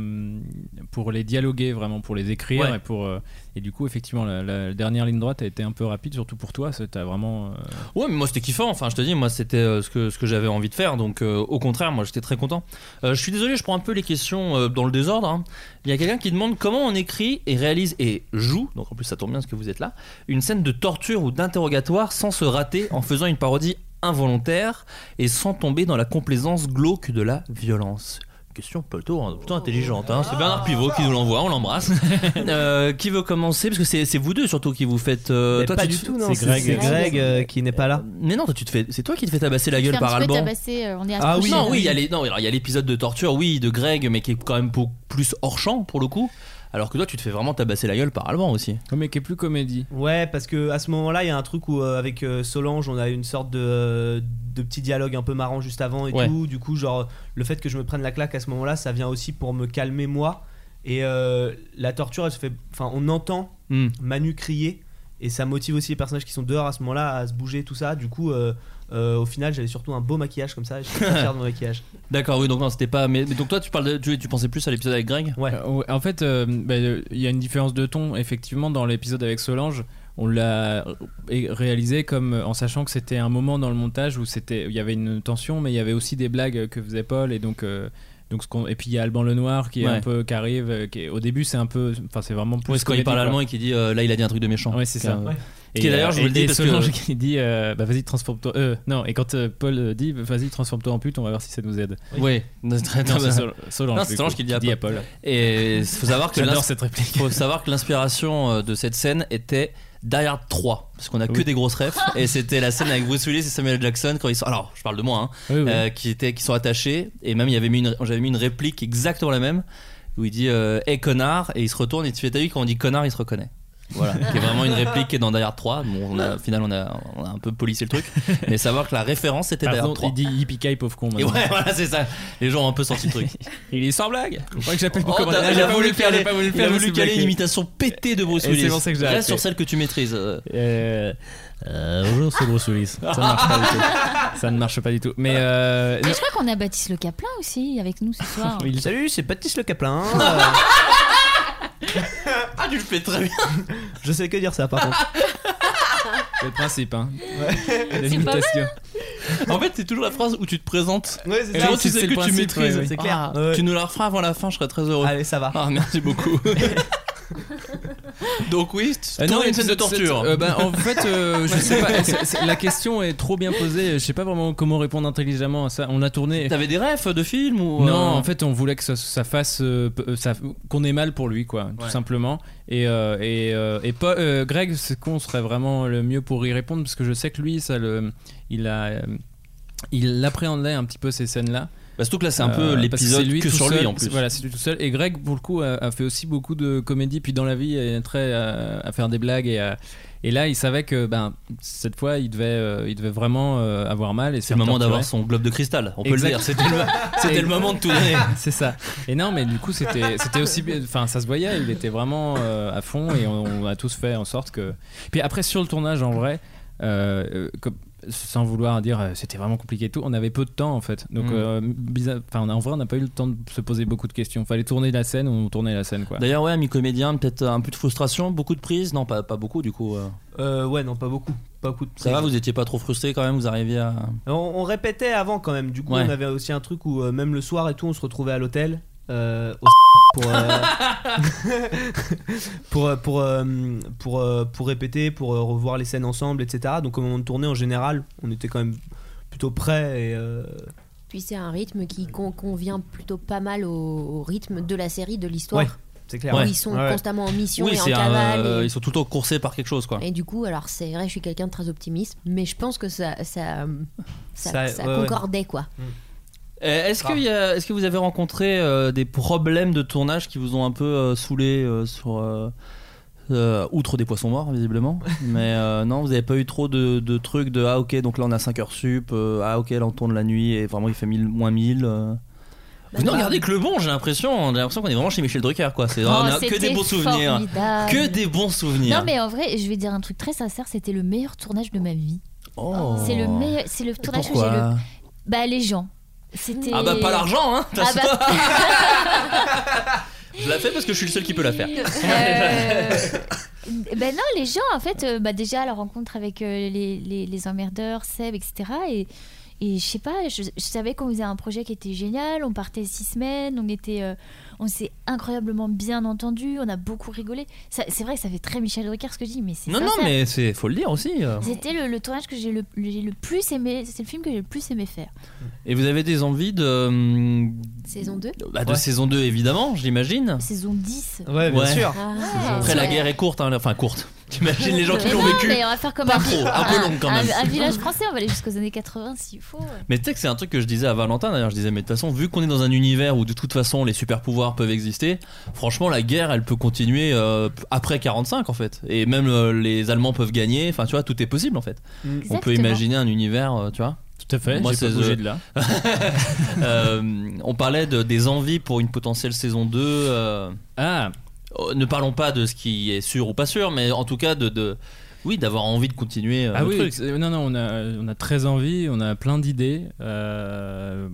E: pour les dialoguer vraiment, pour les écrire.
D: Ouais.
E: Et, pour, euh, et du coup, effectivement, la, la dernière ligne droite a été un peu rapide, surtout pour toi. ça, T'as vraiment. euh,
D: Ouais, mais moi c'était kiffant. Enfin, je te dis, moi c'était euh, ce que, ce que j'avais envie de faire. Donc, euh, au contraire, moi j'étais très content. Euh, je suis désolé, je prends un peu les questions euh, dans le désordre. hein. Il y a quelqu'un qui demande comment on écrit et réalise et joue, donc en plus ça tombe bien parce que vous êtes là, une scène de torture ou d'interrogatoire sans se rater en faisant une parodie involontaire et sans tomber dans la complaisance glauque de la violence. Question plutôt, hein, plutôt intelligente. hein. C'est Bernard Pivot qui nous l'envoie,
G: [laughs]
D: on l'embrasse. Euh, qui veut commencer Parce que c'est c'est vous deux surtout qui vous faites. euh,
G: Mais
D: toi,
G: pas
D: tu
G: du
D: te-
G: tout, non.
E: c'est
G: C'est
E: Greg.
G: c'est Greg euh, qui n'est pas là.
D: mais non, toi, tu te fais, c'est toi qui te fais tabasser la gueule
F: Ferme
D: par
F: ce que t'as
D: Alban.
F: passé, euh, on est à se
G: Ah oui,
F: coucher,
D: non,
F: là.
D: oui, il y a les- non, alors, il y a l'épisode de torture, oui, de Greg, mais qui est quand même pour- plus hors champ pour le coup. Alors que toi, tu te fais vraiment tabasser la gueule par Alban aussi.
E: Oh, mais qui est plus comédie.
G: Ouais, parce que à ce moment-là, il y a un truc où euh, avec euh, Solange, on a une sorte de, euh, de petit dialogue un peu marrant juste avant et
D: Ouais.
G: tout. Du coup, genre le fait que je me prenne la claque à ce moment-là, ça vient aussi pour me calmer moi. Et euh, la torture, elle se fait. Enfin, on entend
D: Hmm.
G: Manu crier et ça motive aussi les personnages qui sont dehors à ce moment-là à se bouger, tout ça. Du coup, euh, euh, au final, j'avais surtout un beau maquillage comme ça. Et je suis très fier de mon maquillage.
D: D'accord, oui, donc non, c'était pas. Mais, mais donc toi, tu parles, de- tu, tu pensais plus à l'épisode avec Greg.
G: Ouais.
E: Euh, ouais, en fait, euh, bah, euh, il y a une différence de ton. Effectivement, dans l'épisode avec Solange, on l'a ré- réalisé comme euh, en sachant que c'était un moment dans le montage où c'était, il y avait une tension, mais il y avait aussi des blagues que faisait Paul et donc. euh, donc ce qu'on- et puis il y a Alban Lenoir qui est
D: Ouais.
E: un peu qui arrive euh, qui est- au début c'est un peu enfin c'est vraiment plus
D: Parce quand
E: comédie,
D: il parle
E: quoi.
D: allemand et qu'il dit, euh, là, il a dit un truc de méchant.
E: Ouais, c'est ça.
D: Car-
G: Ouais.
E: Et,
D: Qui, d'ailleurs, je vous
E: euh,
D: le dis
E: et
D: parce que-
E: Solange qui dit euh, bah vas-y transforme-toi euh, non et quand euh, Paul euh, dit vas-y transforme-toi en pute on va voir si ça nous aide
D: Ouais. Non, c'est très-
E: non c'est Sol- Solange
D: Non, c'est
E: du
D: Solange
E: coup,
D: qui dit à
E: à Paul
D: Et faut savoir que
E: j'adore
D: l'ins-
E: cette réplique
D: faut savoir que l'inspiration euh, de cette scène était derrière 3 parce qu'on a que
E: Oui.
D: des grosses refs et c'était la scène avec Bruce Willis et Samuel Jackson quand ils sont alors je parle de moi hein,
E: Oui, oui.
D: euh, qui, étaient, qui sont attachés. Et même, il y avait mis une, j'avais mis une réplique exactement la même où il dit euh, Hey connard Et il se retourne et tu fais T'as vu, quand on dit connard, il se reconnaît. Voilà, qui est vraiment une réplique qui est dans Die Hard 3. Bon, on a, au final, on a, on a un peu polissé le truc. Mais savoir que la référence était Die
E: Par
D: Hard
E: contre,
D: 3.
E: il dit yippee pauvre con.
D: Et
E: maintenant.
D: ouais, voilà, c'est ça. Les gens ont un peu sorti le truc.
E: [laughs] Il est sans blague. Faut pas que j'appelle pour
D: Oh,
E: commander.
D: t'as-
E: Ah,
D: il a
E: J'ai pas voulu le faire,
D: caler-
E: j'ai pas voulu le
D: Il a
E: faire. je
D: voulu
E: suis
D: caler une
E: bloqué.
D: imitation pétée de Bruce
E: Et c'est
D: Willis.
E: pour ça que j'ai
D: Reste
E: arrêté.
D: sur celle que tu maîtrises. Ah, euh.
E: Euh, euh, bonjour, c'est Bruce Willis. Ça ne marche pas du tout. Ça ne marche pas du tout. Mais [laughs] euh,
F: Mais je crois qu'on a Baptiste Le Caplin aussi avec
D: [laughs]
F: nous ce soir.
E: non, il-
G: Salut, c'est Baptiste Le [laughs] Caplin.
D: Ah, tu le fais très bien.
G: [laughs] je sais que dire ça, par contre.
E: c'est le principe. Hein. L'imitation.
D: bah En fait, c'est toujours la phrase où tu te présentes.
G: Ouais, c'est
D: Et
E: ça.
D: tu
E: C'est
D: sais
E: le
D: que tu
E: principe,
D: maîtrises.
E: ouais, ouais. C'est
G: clair.
D: Ah,
G: Ouais.
D: Tu nous la referas avant la fin, je serais très heureux.
G: Allez, ça va.
D: Ah,
G: [laughs]
D: merci beaucoup. Donc oui, c'est
E: Euh,
D: toujours une
E: mais
D: scène de
E: c'est- c'est-
D: torture.
E: euh, bah, en fait, euh, je sais pas. c'est- c'est- la question est trop bien posée. Je sais pas vraiment comment répondre intelligemment à ça. On a tourné.
D: T'avais des refs de films ou euh,
E: Non, en fait, on voulait que ça, ça fasse euh, p- euh, ça- qu'on ait mal pour lui, quoi, tout
D: Ouais.
E: simplement. Et euh, et, euh, et pas, euh, Greg, c'est qu'on serait vraiment le mieux pour y répondre parce que je sais que lui, ça le, il a, euh, il appréhendait un petit peu ces scènes-là.
D: bah, surtout que là c'est un
E: Euh,
D: peu
E: parce c'est
D: l'épisode que
E: tout
D: sur lui
E: seul.
D: en plus.
E: Voilà, c'est lui tout seul. Et Greg, pour le coup, a, a fait aussi beaucoup de comédie. Puis dans la vie, il est très à, à faire des blagues et à- et là, il savait que ben cette fois, il devait, euh, il devait vraiment euh, avoir mal. Et
D: C'est le moment d'avoir son globe de cristal. On peut
E: Exact.
D: le dire. C'était le, c'était
E: [laughs]
D: le moment de tout donner.
E: c'est ça. Et non, mais du coup, c'était c'était aussi. bien- Enfin, ça se voyait, il était vraiment euh, à fond et on, on a tous fait en sorte que. Puis après, sur le tournage, en vrai, euh, euh, comme- sans vouloir dire euh, c'était vraiment compliqué et tout, on avait peu de temps en fait. Donc,
D: Mm.
E: euh, bizarre, enfin, en vrai, on n'a pas eu le temps de se poser beaucoup de questions. Fallait tourner la scène, on tournait la scène quoi.
D: D'ailleurs ouais, ami comédien, peut-être un peu de frustration, beaucoup de prises. Non, pas, pas beaucoup du coup. euh.
E: hein.
G: Euh, ouais, non, pas beaucoup. Pas beaucoup de
D: Ça va, vous étiez pas trop frustré quand même, vous arriviez à.
G: On, on répétait avant quand même. Du coup,
D: Ouais.
G: on avait aussi un truc où euh, même le soir et tout, on se retrouvait à l'hôtel euh, au [laughs] pour euh, pour euh, pour euh, pour, euh, pour répéter, pour euh, revoir les scènes ensemble, etc. Donc au moment de tourner, en général, on était quand même plutôt prêts et euh,
H: Puis c'est un rythme qui con- convient plutôt pas mal au, au rythme de la série, de l'histoire.
G: Ouais, c'est clair.
H: Où
D: Ouais.
H: ils sont
G: Ouais, ouais.
H: constamment en mission
D: oui,
H: et en
D: c'est un,
H: cavale.
D: euh,
H: et-
D: ils sont tout le temps coursés par quelque chose quoi.
H: Et du coup, alors c'est vrai, je suis quelqu'un de très optimiste, mais je pense que ça, ça, ça,
G: Ça-
H: ça
G: ouais, ouais.
H: concordait quoi.
D: Euh, Est-ce que, est que vous avez rencontré euh, des problèmes de tournage qui vous ont un peu euh, saoulé euh, sur. euh, euh, outre des poissons morts,
H: [laughs]
D: visiblement. Mais euh, non, vous n'avez pas eu trop de, de trucs de ah ok, donc là on a 5 heures sup, euh, ah ok, là on tourne la nuit et vraiment il fait mille- moins 1000. euh. vous ne
H: bah-
D: regardez que le bon, j'ai l'impression. J'ai l'impression qu'on est vraiment chez Michel Drucker, quoi. C'est
F: Oh,
D: on a que
F: c'était
D: des bons souvenirs.
F: formidable.
D: Que des bons souvenirs.
F: Non mais en vrai, je vais dire un truc très sincère, c'était le meilleur tournage de ma vie.
D: Oh.
F: C'est le meilleur, c'est le tournage
D: Pourquoi
F: où j'ai le bah les gens. C'était
D: Ah bah pas l'argent, hein. t'as-
F: Ah [laughs] bah,
D: Je la fais parce que je suis le seul qui peut la faire.
F: euh, ben non, les gens en fait, euh, bah déjà la rencontre avec euh, les, les, les emmerdeurs, Seb, etc. Et, et je sais pas, je, je savais qu'on faisait un projet qui était génial. On partait six semaines, on était, euh, on s'est incroyablement bien entendu, on a beaucoup rigolé. Ça- C'est vrai que ça fait très Michel Drucker ce que je dis, mais
D: [laughs]
F: c'est
D: Non, non,
F: sincère.
D: mais c'est faut le dire aussi. euh.
F: C'était le, le tournage que j'ai le, le- j'ai le plus aimé, c'est le film que j'ai le plus aimé faire.
D: Et vous avez des envies de, euh,
H: Saison 2
D: bah, de
G: Ouais.
D: saison 2 évidemment, j'imagine.
F: Saison 10.
G: Ouais, bien
D: Ouais.
G: sûr.
H: Ah,
D: Après la
H: ouais.
D: guerre est courte, hein, enfin courte. [laughs] J'imagine les gens qui
F: Mais
D: l'ont
F: non,
D: vécu.
F: mais on va faire comme
D: Pas
F: un,
D: trop, un peu long quand
F: un-
D: même.
F: un village français, on va aller jusqu'aux années 80 s'il faut.
D: Mais tu sais que c'est un truc que je disais à Valentin d'ailleurs, je disais mais de toute façon vu qu'on est dans un univers où de toute façon les super pouvoirs peuvent exister, franchement la guerre elle peut continuer euh, après 45 en fait. Et même euh, les Allemands peuvent gagner, enfin tu vois tout est possible en fait. On peut
F: Exactement.
D: imaginer un univers, euh, tu vois.
E: Tout à fait,
D: Moi,
E: j'ai pas
D: c'est
E: bougé
D: The-
E: de là.
D: [laughs] Euh, on parlait de, des envies pour une potentielle saison 2. euh,
E: Ah,
D: Oh, ne parlons pas de ce qui est sûr ou pas sûr, mais en tout cas de, de- oui d'avoir envie de continuer euh,
E: ah
D: le
E: oui,
D: truc.
E: c'est- non, non, on a, on a très envie, on a plein d'idées. Euh,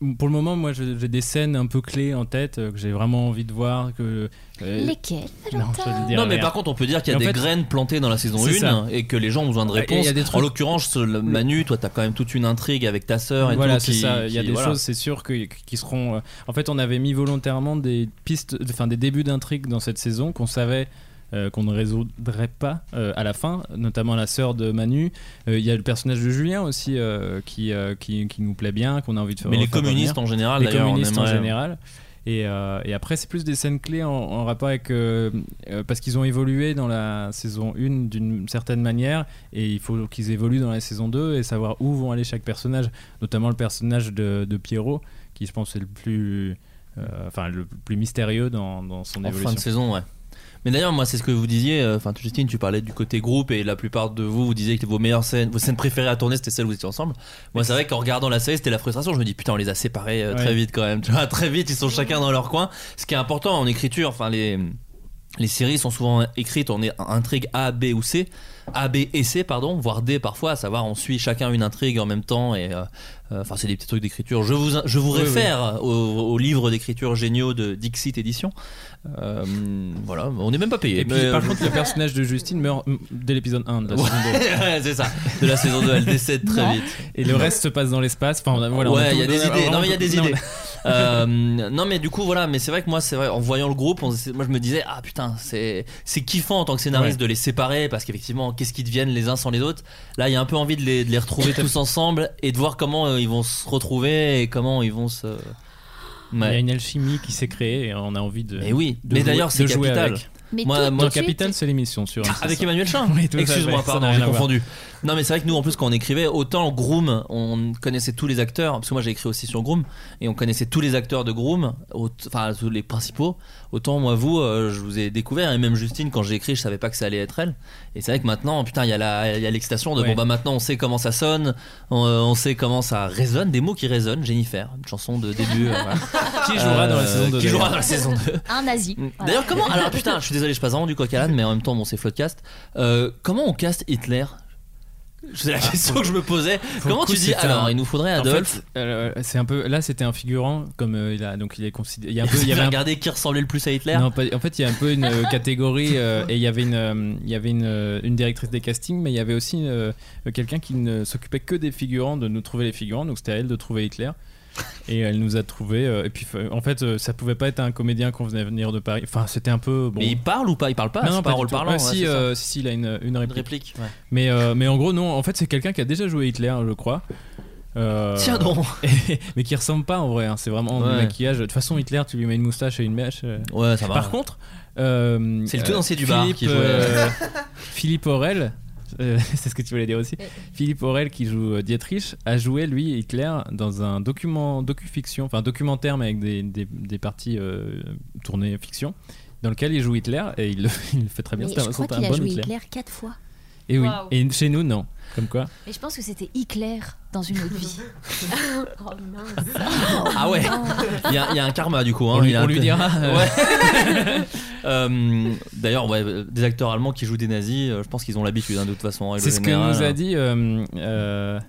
E: m- pour le moment, moi, je- j'ai des scènes un peu clés en tête euh, que j'ai vraiment envie de voir. Que, euh,
F: Lesquels
E: non, je te le dirai
D: Non mais
E: rien.
D: par contre on peut dire qu'il y
E: Et
D: a
E: en
D: des
E: fait-
D: graines plantées dans la saison
E: C'est
D: 1 et que les gens ont besoin de
E: Ouais, et il
D: réponses.
E: y a des trucs-
D: En l'occurrence le- Manu, toi t'as quand même toute une intrigue avec ta sœur et
E: voilà,
D: tout.
E: c'est
D: qui-
E: ça. Il y a
D: qui-
E: des
D: voilà.
E: choses, c'est sûr, que- qui seront. euh, En fait, on avait mis volontairement des pistes, enfin des débuts d'intrigue dans cette saison qu'on savait. euh, qu'on ne résoudrait pas euh, à la fin, notamment la sœur de Manu. Euh, Il y a le personnage de Julien aussi euh, qui, euh, qui, qui nous plaît bien, qu'on a envie de faire.
D: Mais les
E: refaire revenir.
D: communistes en général,
E: les
D: d'ailleurs, on
E: communistes en
D: aimerait-
E: général. Et, euh, et après, c'est plus des scènes clés en, en rapport avec. euh, euh, parce qu'ils ont évolué dans la saison 1 d'une certaine manière, et il faut qu'ils évoluent dans la saison 2 et savoir où vont aller chaque personnage, notamment le personnage de, de Pierrot, qui je pense est le plus. euh, Enfin, le plus mystérieux dans, dans son
D: en fin
E: évolution.
D: de saison, ouais. Mais d'ailleurs, moi, c'est ce que vous disiez. euh, Enfin, tu- Justine, tu parlais du côté groupe et la plupart de vous, vous disiez que vos meilleures scènes, vos scènes préférées à tourner, c'était celles où vous étiez ensemble. Moi, c'est vrai qu'en regardant la série, c'était la frustration. Je me dis, putain, on les a séparés euh,
E: Ouais.
D: très vite quand même. [laughs] Tu vois, très vite, ils sont chacun dans leur coin. Ce qui est important en écriture, enfin, les. Les séries sont souvent écrites en é- intrigue A, B ou C, A, B et C, pardon, voire D parfois, à savoir on suit chacun une intrigue en même temps et euh, euh, enfin c'est des petits trucs d'écriture. Je vous, je vous
E: Oui, oui.
D: réfère aux Au, au livre d'écriture géniaux de Dixit Édition. Euh, voilà, on n'est même pas payé.
E: Et puis,
D: mais- euh,
E: par contre, le personnage de Justine meurt mm, dès l'épisode 1 de la
D: [laughs] Ouais,
E: saison 2.
D: c'est ça, de la saison 2, elle décède très
F: Non.
D: vite.
E: Et le reste se passe dans l'espace. Enfin, on a- voilà, on
D: ouais, il y a
E: tout-
D: des
E: on
D: idées. Non,
E: vraiment
D: mais il y a
E: tout-
D: des
E: non,
D: idées. Euh, non, mais du coup, voilà. Mais c'est vrai que moi, c'est vrai. En voyant le groupe, on- c'est- moi, je me disais, ah putain, c'est c'est kiffant en tant que scénariste
E: Ouais.
D: de les séparer parce qu'effectivement, qu'est-ce qu'ils deviennent les uns sans les autres. Là, il y a un peu envie de les, de les retrouver tous ensemble et de voir comment euh, ils vont se retrouver et comment ils vont se.
E: Il y a
D: Ouais.
E: une alchimie qui s'est créée et on a envie de.
D: Mais oui.
E: de
D: mais
E: jouer-
D: d'ailleurs, c'est
E: de jouer
D: capital.
E: avec.
F: Mais
D: Moi-
F: tout-
D: moi,
F: tout
E: Mon
F: de suite-
E: Capitaine, c'est l'émission sur.
D: Ah, Avec Emmanuel Chin
E: Oui, tout à
D: Excuse-moi,
E: fait, ça
D: pardon,
E: n'a
D: j'ai
E: rien à voir.
D: confondu. Non, mais c'est vrai que nous, en plus, quand on écrivait, autant Groom, on connaissait tous les acteurs, parce que moi j'ai écrit aussi sur Groom, et on connaissait tous les acteurs de Groom, au- enfin tous les principaux, autant moi, vous, euh, je vous ai découvert, et même Justine, quand j'ai écrit, je savais pas que ça allait être elle. Et c'est vrai que maintenant, putain, il y a la- il y a l'excitation de
E: Ouais.
D: bon, bah maintenant on sait comment ça sonne, on, on sait comment ça résonne, des mots qui résonnent, Jennifer, une chanson de début. euh, voilà.
E: [laughs]
D: [laughs]
E: Qui jouera dans la
D: Euh,
E: saison 2
D: Qui jouera dans la saison 2
F: [laughs] un nazi. Voilà.
D: D'ailleurs,
F: [laughs]
D: comment Alors, putain, je suis désolé, je passe vraiment du coq à l'âne, mais en même temps, bon, c'est Floodcast. Euh, comment on caste Hitler C'est la question que je me posais. Comment
E: Ah, le coup,
D: tu dis
E: c'est
D: Alors,
E: un-
D: il nous faudrait
E: En
D: Adolphe.
E: fait, euh, c'est un peu. Là, c'était un figurant, comme euh, il a. Donc, il est considéré. Il
D: [laughs]
E: y a un peu. Il y avait un-
D: regardé qui ressemblait le plus à Hitler.
E: Non, pas- en fait, il y a un peu une euh,
D: [laughs]
E: catégorie euh, et il y avait une, euh, il y avait une, euh, une directrice des castings, mais il y avait aussi euh, quelqu'un qui ne s'occupait que des figurants, de nous trouver les figurants. Donc c'était à elle de trouver Hitler et elle nous a trouvé. et puis, fa- en fait, euh, ça pouvait pas être un comédien qu'on venait venir de Paris. Enfin, c'était un peu bon.
D: Mais il parle ou pas Il parle pas.
E: non,
D: c'est
E: non, pas
D: pas un rôle
E: du tout.
D: parlant.
E: Ah,
D: ouais,
E: si,
D: c'est ça.
E: euh, si, si, il a une, une
D: Une
E: réplique.
D: réplique. ouais.
E: Mais, euh, mais en gros, non. En fait, c'est quelqu'un qui a déjà joué Hitler, je crois. Euh, [laughs]
D: Tiens donc.
E: mais qui ressemble pas en vrai. hein. C'est vraiment
D: Ouais.
E: du maquillage. De toute façon, Hitler, tu lui mets une moustache et une mèche. euh.
D: Ouais, ça va.
E: Par contre, euh,
D: C'est le
E: euh,
D: tenancier du bar euh.
E: Philippe,
D: qui jouait.
E: euh, [laughs] Philippe Aurel. euh, [laughs] c'est ce que tu voulais dire aussi. Philippe Aurel, qui joue euh, Dietrich, a joué, lui, Hitler, dans un document, docu-fiction, enfin documentaire, mais avec des, des- des parties euh, tournées fiction, dans lequel il joue Hitler, et il le, [laughs] il le fait très bien.
H: Mais
E: C'est un-
H: je crois
E: c'est
H: qu'il
E: un
H: a
E: bon
H: joué
E: Hitler.
H: Hitler quatre fois.
E: Et oui,
F: Waouh.
E: et chez nous, non. Comme quoi
F: Mais je pense que c'était Hitler dans une
D: [laughs]
F: autre vie. [laughs]
H: Oh mince.
D: Ah ouais [laughs] Il y, a il y a un karma du coup. hein.
E: On lui-
D: Il y a
E: on
D: un-
E: lui dira.
D: [laughs]
E: [laughs]
D: Ouais. Euh, D'ailleurs, ouais, euh, des acteurs allemands qui jouent des nazis, euh, je pense qu'ils ont l'habitude hein, de toute façon. en règle
E: C'est ce que
D: générale.
E: nous a dit. euh, euh,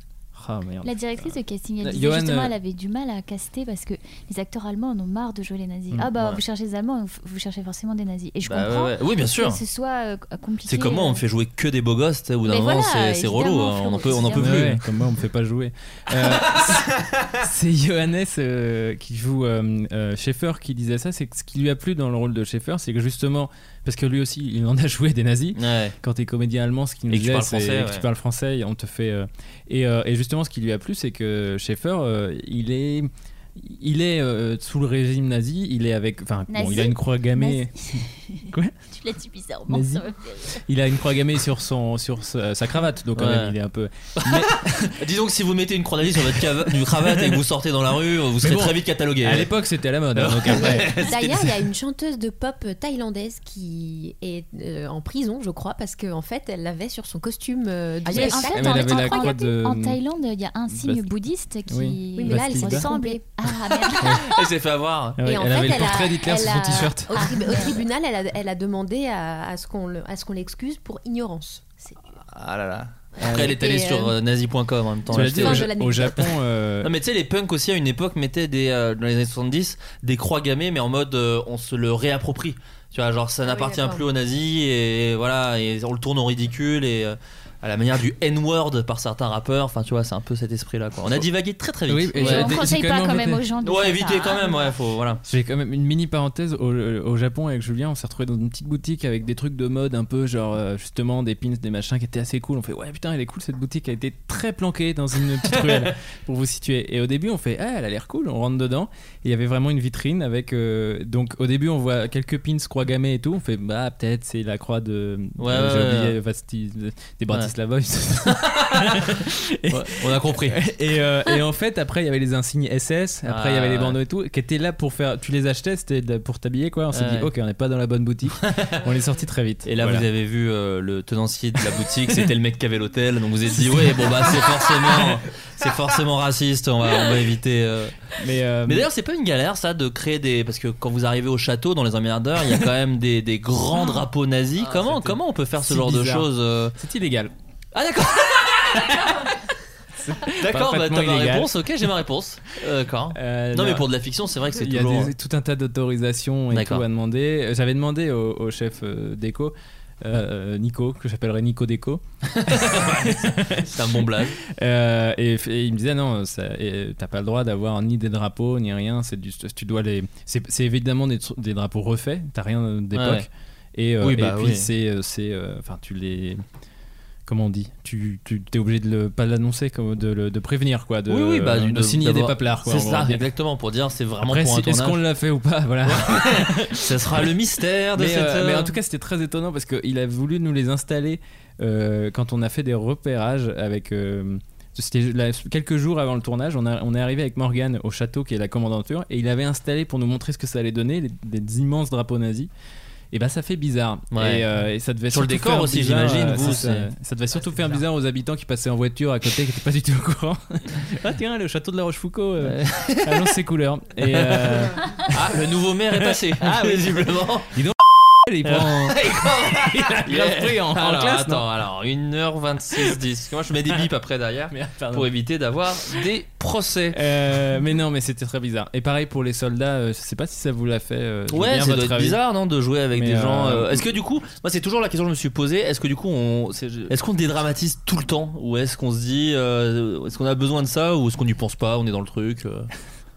E: ah, merde.
F: La directrice de casting, elle
E: Euh,
F: disait
E: Johan,
F: justement,
E: euh,
F: elle avait du mal à caster parce que les acteurs allemands en ont marre de jouer les nazis.
E: Mm,
F: ah bah,
D: ouais.
F: vous cherchez des Allemands, vous- vous cherchez forcément des nazis. Et je
D: Bah,
F: comprends
D: ouais, ouais. Oui, bien sûr.
F: que ce soit euh, compliqué.
D: C'est comment
F: [laughs]
D: on fait jouer que des beaux gosses tu sais, Au bout d'un
F: Mais
D: moment,
F: voilà,
D: c'est- c'est relou.
F: évidemment,
D: hein. On en
F: Flo,
D: peut, on en peut
E: Ouais,
D: plus.
E: ouais, comme moi, on me fait pas jouer.
F: [laughs]
E: Euh, c'est Johannes euh, qui joue euh, euh, Schaeffer qui disait ça. C'est que ce qui lui a plu dans le rôle de Schaeffer, c'est que justement, parce que lui aussi, il en a joué des nazis.
D: Ouais.
E: Quand t'es comédien allemand, ce qui nous
D: Et que tu
E: disait,
D: parles
E: c'est
D: français,
E: que
D: ouais.
E: tu parles français, et on te fait. euh, et, euh, et justement, ce qui lui a plu, c'est que Schaeffer, euh, il est. Il est euh, sous le régime nazi, il est avec. Enfin, bon,
F: Nazi
E: il a une croix gammée.
F: Tu l'as dit bizarrement,
E: Nazi.
F: ça me fait rire.
E: Il a une croix gammée sur, son, sur sa, sa cravate, donc quand
D: Ouais.
E: même, il est un peu.
D: [laughs] Disons que si vous mettez une croix d'Asie sur votre cava- une cravate et que vous sortez dans la rue, vous serez
E: bon,
D: très vite catalogué.
E: À l'époque, c'était à la mode. hein, donc après.
D: [laughs]
H: D'ailleurs, il y a une chanteuse de pop thaïlandaise qui est euh, en prison, je crois, parce qu'en en fait, elle l'avait sur son costume euh, du
F: Ah, Mais en
H: spectacle.
F: fait,
E: Ah, elle
F: en-
E: avait la
F: en-
E: croix de-
F: en Thaïlande, il y a un signe
E: Bast-
F: bouddhiste qui
E: Oui.
H: Oui, mais là, elle s'est
E: Bastille.
H: trompée.
F: ressemble. Ah merde.
D: Elle s'est fait avoir.
E: Ah oui,
H: Et en
E: elle
H: fait,
E: avait le
H: a-
E: portrait d'Hitler sur
H: elle
E: son
H: a-
E: t-shirt.
H: Au, tri- au tribunal, elle a, elle a demandé à, à ce qu'on le- à ce qu'on l'excuse pour ignorance. C'est-
D: Ah là là. Après, elle est allée
H: Et,
D: sur
H: euh,
D: euh, nazi.com en même temps.
E: Tu l'as dit,
D: acheter-
H: fin
E: au,
H: de
E: Ja-
H: l'année.
E: au Japon, euh,
D: Non mais tu sais les punks aussi à une époque mettaient des euh, dans les années 70 des croix gammées mais en mode euh, on se le réapproprie. Tu vois genre ça
H: oui,
D: n'appartient
H: d'accord.
D: plus aux nazis et voilà et on le tourne au ridicule et euh, à la manière du N-word par certains rappeurs. Enfin tu vois c'est un peu cet esprit là quoi. On a divagué très très vite.
E: Oui, et
F: Je
E: j'ai-
F: ne
E: j'ai
F: conseille
E: quand
F: pas
E: même
F: quand même
E: embêté.
F: aux gens de
D: Ouais
F: faire
D: évitez
F: ça,
D: quand
F: hein.
D: même ouais faut voilà.
E: j'ai quand même une mini parenthèse. Au, au Japon, avec Julien, on s'est retrouvé dans une petite boutique avec des trucs de mode, un peu genre euh, justement des pins, des machins qui étaient assez cool. On fait ouais putain, elle est cool cette boutique. Elle était très planquée dans une petite
D: [laughs]
E: ruelle pour vous situer. Et au début, on fait ah elle a l'air cool. On rentre dedans. Et il y avait vraiment une vitrine avec euh, donc au début on voit quelques pins croix gammées et tout. On fait bah peut-être c'est la croix de
D: Ouais,
E: euh,
D: ouais,
E: j'ai
D: ouais.
E: oublié Vasti- des Bratislava. [laughs]
D: Ouais, on a compris.
E: et, euh, et en fait, après, il y avait les insignes SS, après, il y
D: Ah,
E: avait les
D: ouais.
E: bandeaux et tout, qui étaient là pour faire. Tu les achetais, c'était de- pour t'habiller, quoi. On s'est
D: Ouais.
E: dit, ok, on n'est pas dans la bonne boutique. [laughs] on est sorti très vite.
D: Et là,
E: Voilà.
D: vous avez vu euh, le tenancier de la boutique, c'était le mec qui avait l'hôtel, donc vous êtes
E: [laughs]
D: dit, ouais, bon bah c'est forcément, c'est forcément raciste, on va, on va éviter. euh.
E: Mais, euh,
D: Mais d'ailleurs, c'est pas une galère ça de créer des, parce que quand vous arrivez au château dans les emmerdeurs, il y a quand même des, des grands drapeaux nazis. comment,
E: Ah. c'était
D: comment on peut faire ce
E: si
D: genre de
E: bizarre.
D: choses euh
E: c'est illégal.
D: Ah
E: [laughs]
D: d'accord. D'accord, bah, t'as
E: Parfaitement
D: ma
E: illégal.
D: réponse. Ok, j'ai ma réponse. Euh, D'accord.
E: Euh,
D: Non mais pour de la fiction, c'est vrai que c'est
E: Il y a
D: toujours. euh,
E: des- tout un tas d'autorisations et tout
D: D'accord.
E: à demander. Euh, J'avais demandé au, au chef euh, déco, euh, Nico, que j'appellerais Nico Déco,
D: [laughs] C'est un bon blague.
E: Euh, et, et il me disait non, ça- et euh, t'as pas le droit d'avoir ni des drapeaux ni rien. C'est du- tu dois les. C'est c'est évidemment des, tr- des drapeaux refaits. T'as rien d'époque.
D: Ouais.
E: Et, euh,
D: Oui,
E: et
D: bah
E: puis
D: oui.
E: c'est, euh, c'est, euh, enfin tu les. Comment on dit Tu, tu es obligé de le, pas l'annoncer, comme de, le- de prévenir quoi, de,
D: oui, oui, bah,
E: de,
D: du- de-
E: signer des
D: d'avoir-
E: paplards. quoi,
D: C'est
E: on va
D: ça,
E: dire.
D: exactement, pour dire c'est vraiment
E: Après,
D: pour un
E: si- est-ce
D: tournage.
E: qu'on l'a fait ou pas Voilà.
D: [laughs]
E: [laughs]
D: Ce sera le mystère de
E: mais,
D: cette.
E: euh, mais en
D: euh,
E: tout cas, c'était très étonnant parce qu'il a voulu nous les installer euh, quand on a fait des repérages avec. euh, c'était là, quelques jours avant le tournage, on, a- on est arrivé avec Morgan au château qui est la commandanture et il avait installé pour nous montrer ce que ça allait donner les- des immenses drapeaux nazis. Et bah ça fait bizarre.
D: Ouais.
E: Et, euh, et ça devait
D: Sur le
E: surtout
D: décor
E: faire
D: aussi,
E: bizarre,
D: j'imagine,
E: euh,
D: vous,
E: ça, ça- ça devait surtout faire bizarre aux habitants qui passaient en voiture à côté qui n'étaient pas du tout au
D: [laughs]
E: courant. ah tiens, le château de la Rochefoucauld euh, annonce ses couleurs. Et euh,
D: Ah, [laughs] le nouveau maire est
E: [laughs]
D: passé. Ah, [laughs] visiblement.
E: il prend- il
D: [laughs]
E: a grave pris en, en
D: alors,
E: classe. non
D: attends, alors 1h26-10. Moi, je mets des bips après derrière
E: [laughs] Mais, pardon.
D: pour éviter d'avoir des procès.
E: Euh, mais non, mais c'était très bizarre. Et pareil pour les soldats, euh, je sais pas si ça vous l'a fait. euh, je veux
D: Ouais,
E: bien
D: ça
E: votre
D: doit être
E: avis.
D: bizarre, non, de jouer avec
E: Mais,
D: des gens.
E: euh,
D: euh, Est-ce que du coup, moi, c'est toujours la question que je me suis posée. Est-ce que du coup, on, c'est- est-ce qu'on dédramatise tout le temps, ou est-ce qu'on se dit, euh, est-ce qu'on a besoin de ça, ou est-ce qu'on n'y pense pas, on est dans le truc. euh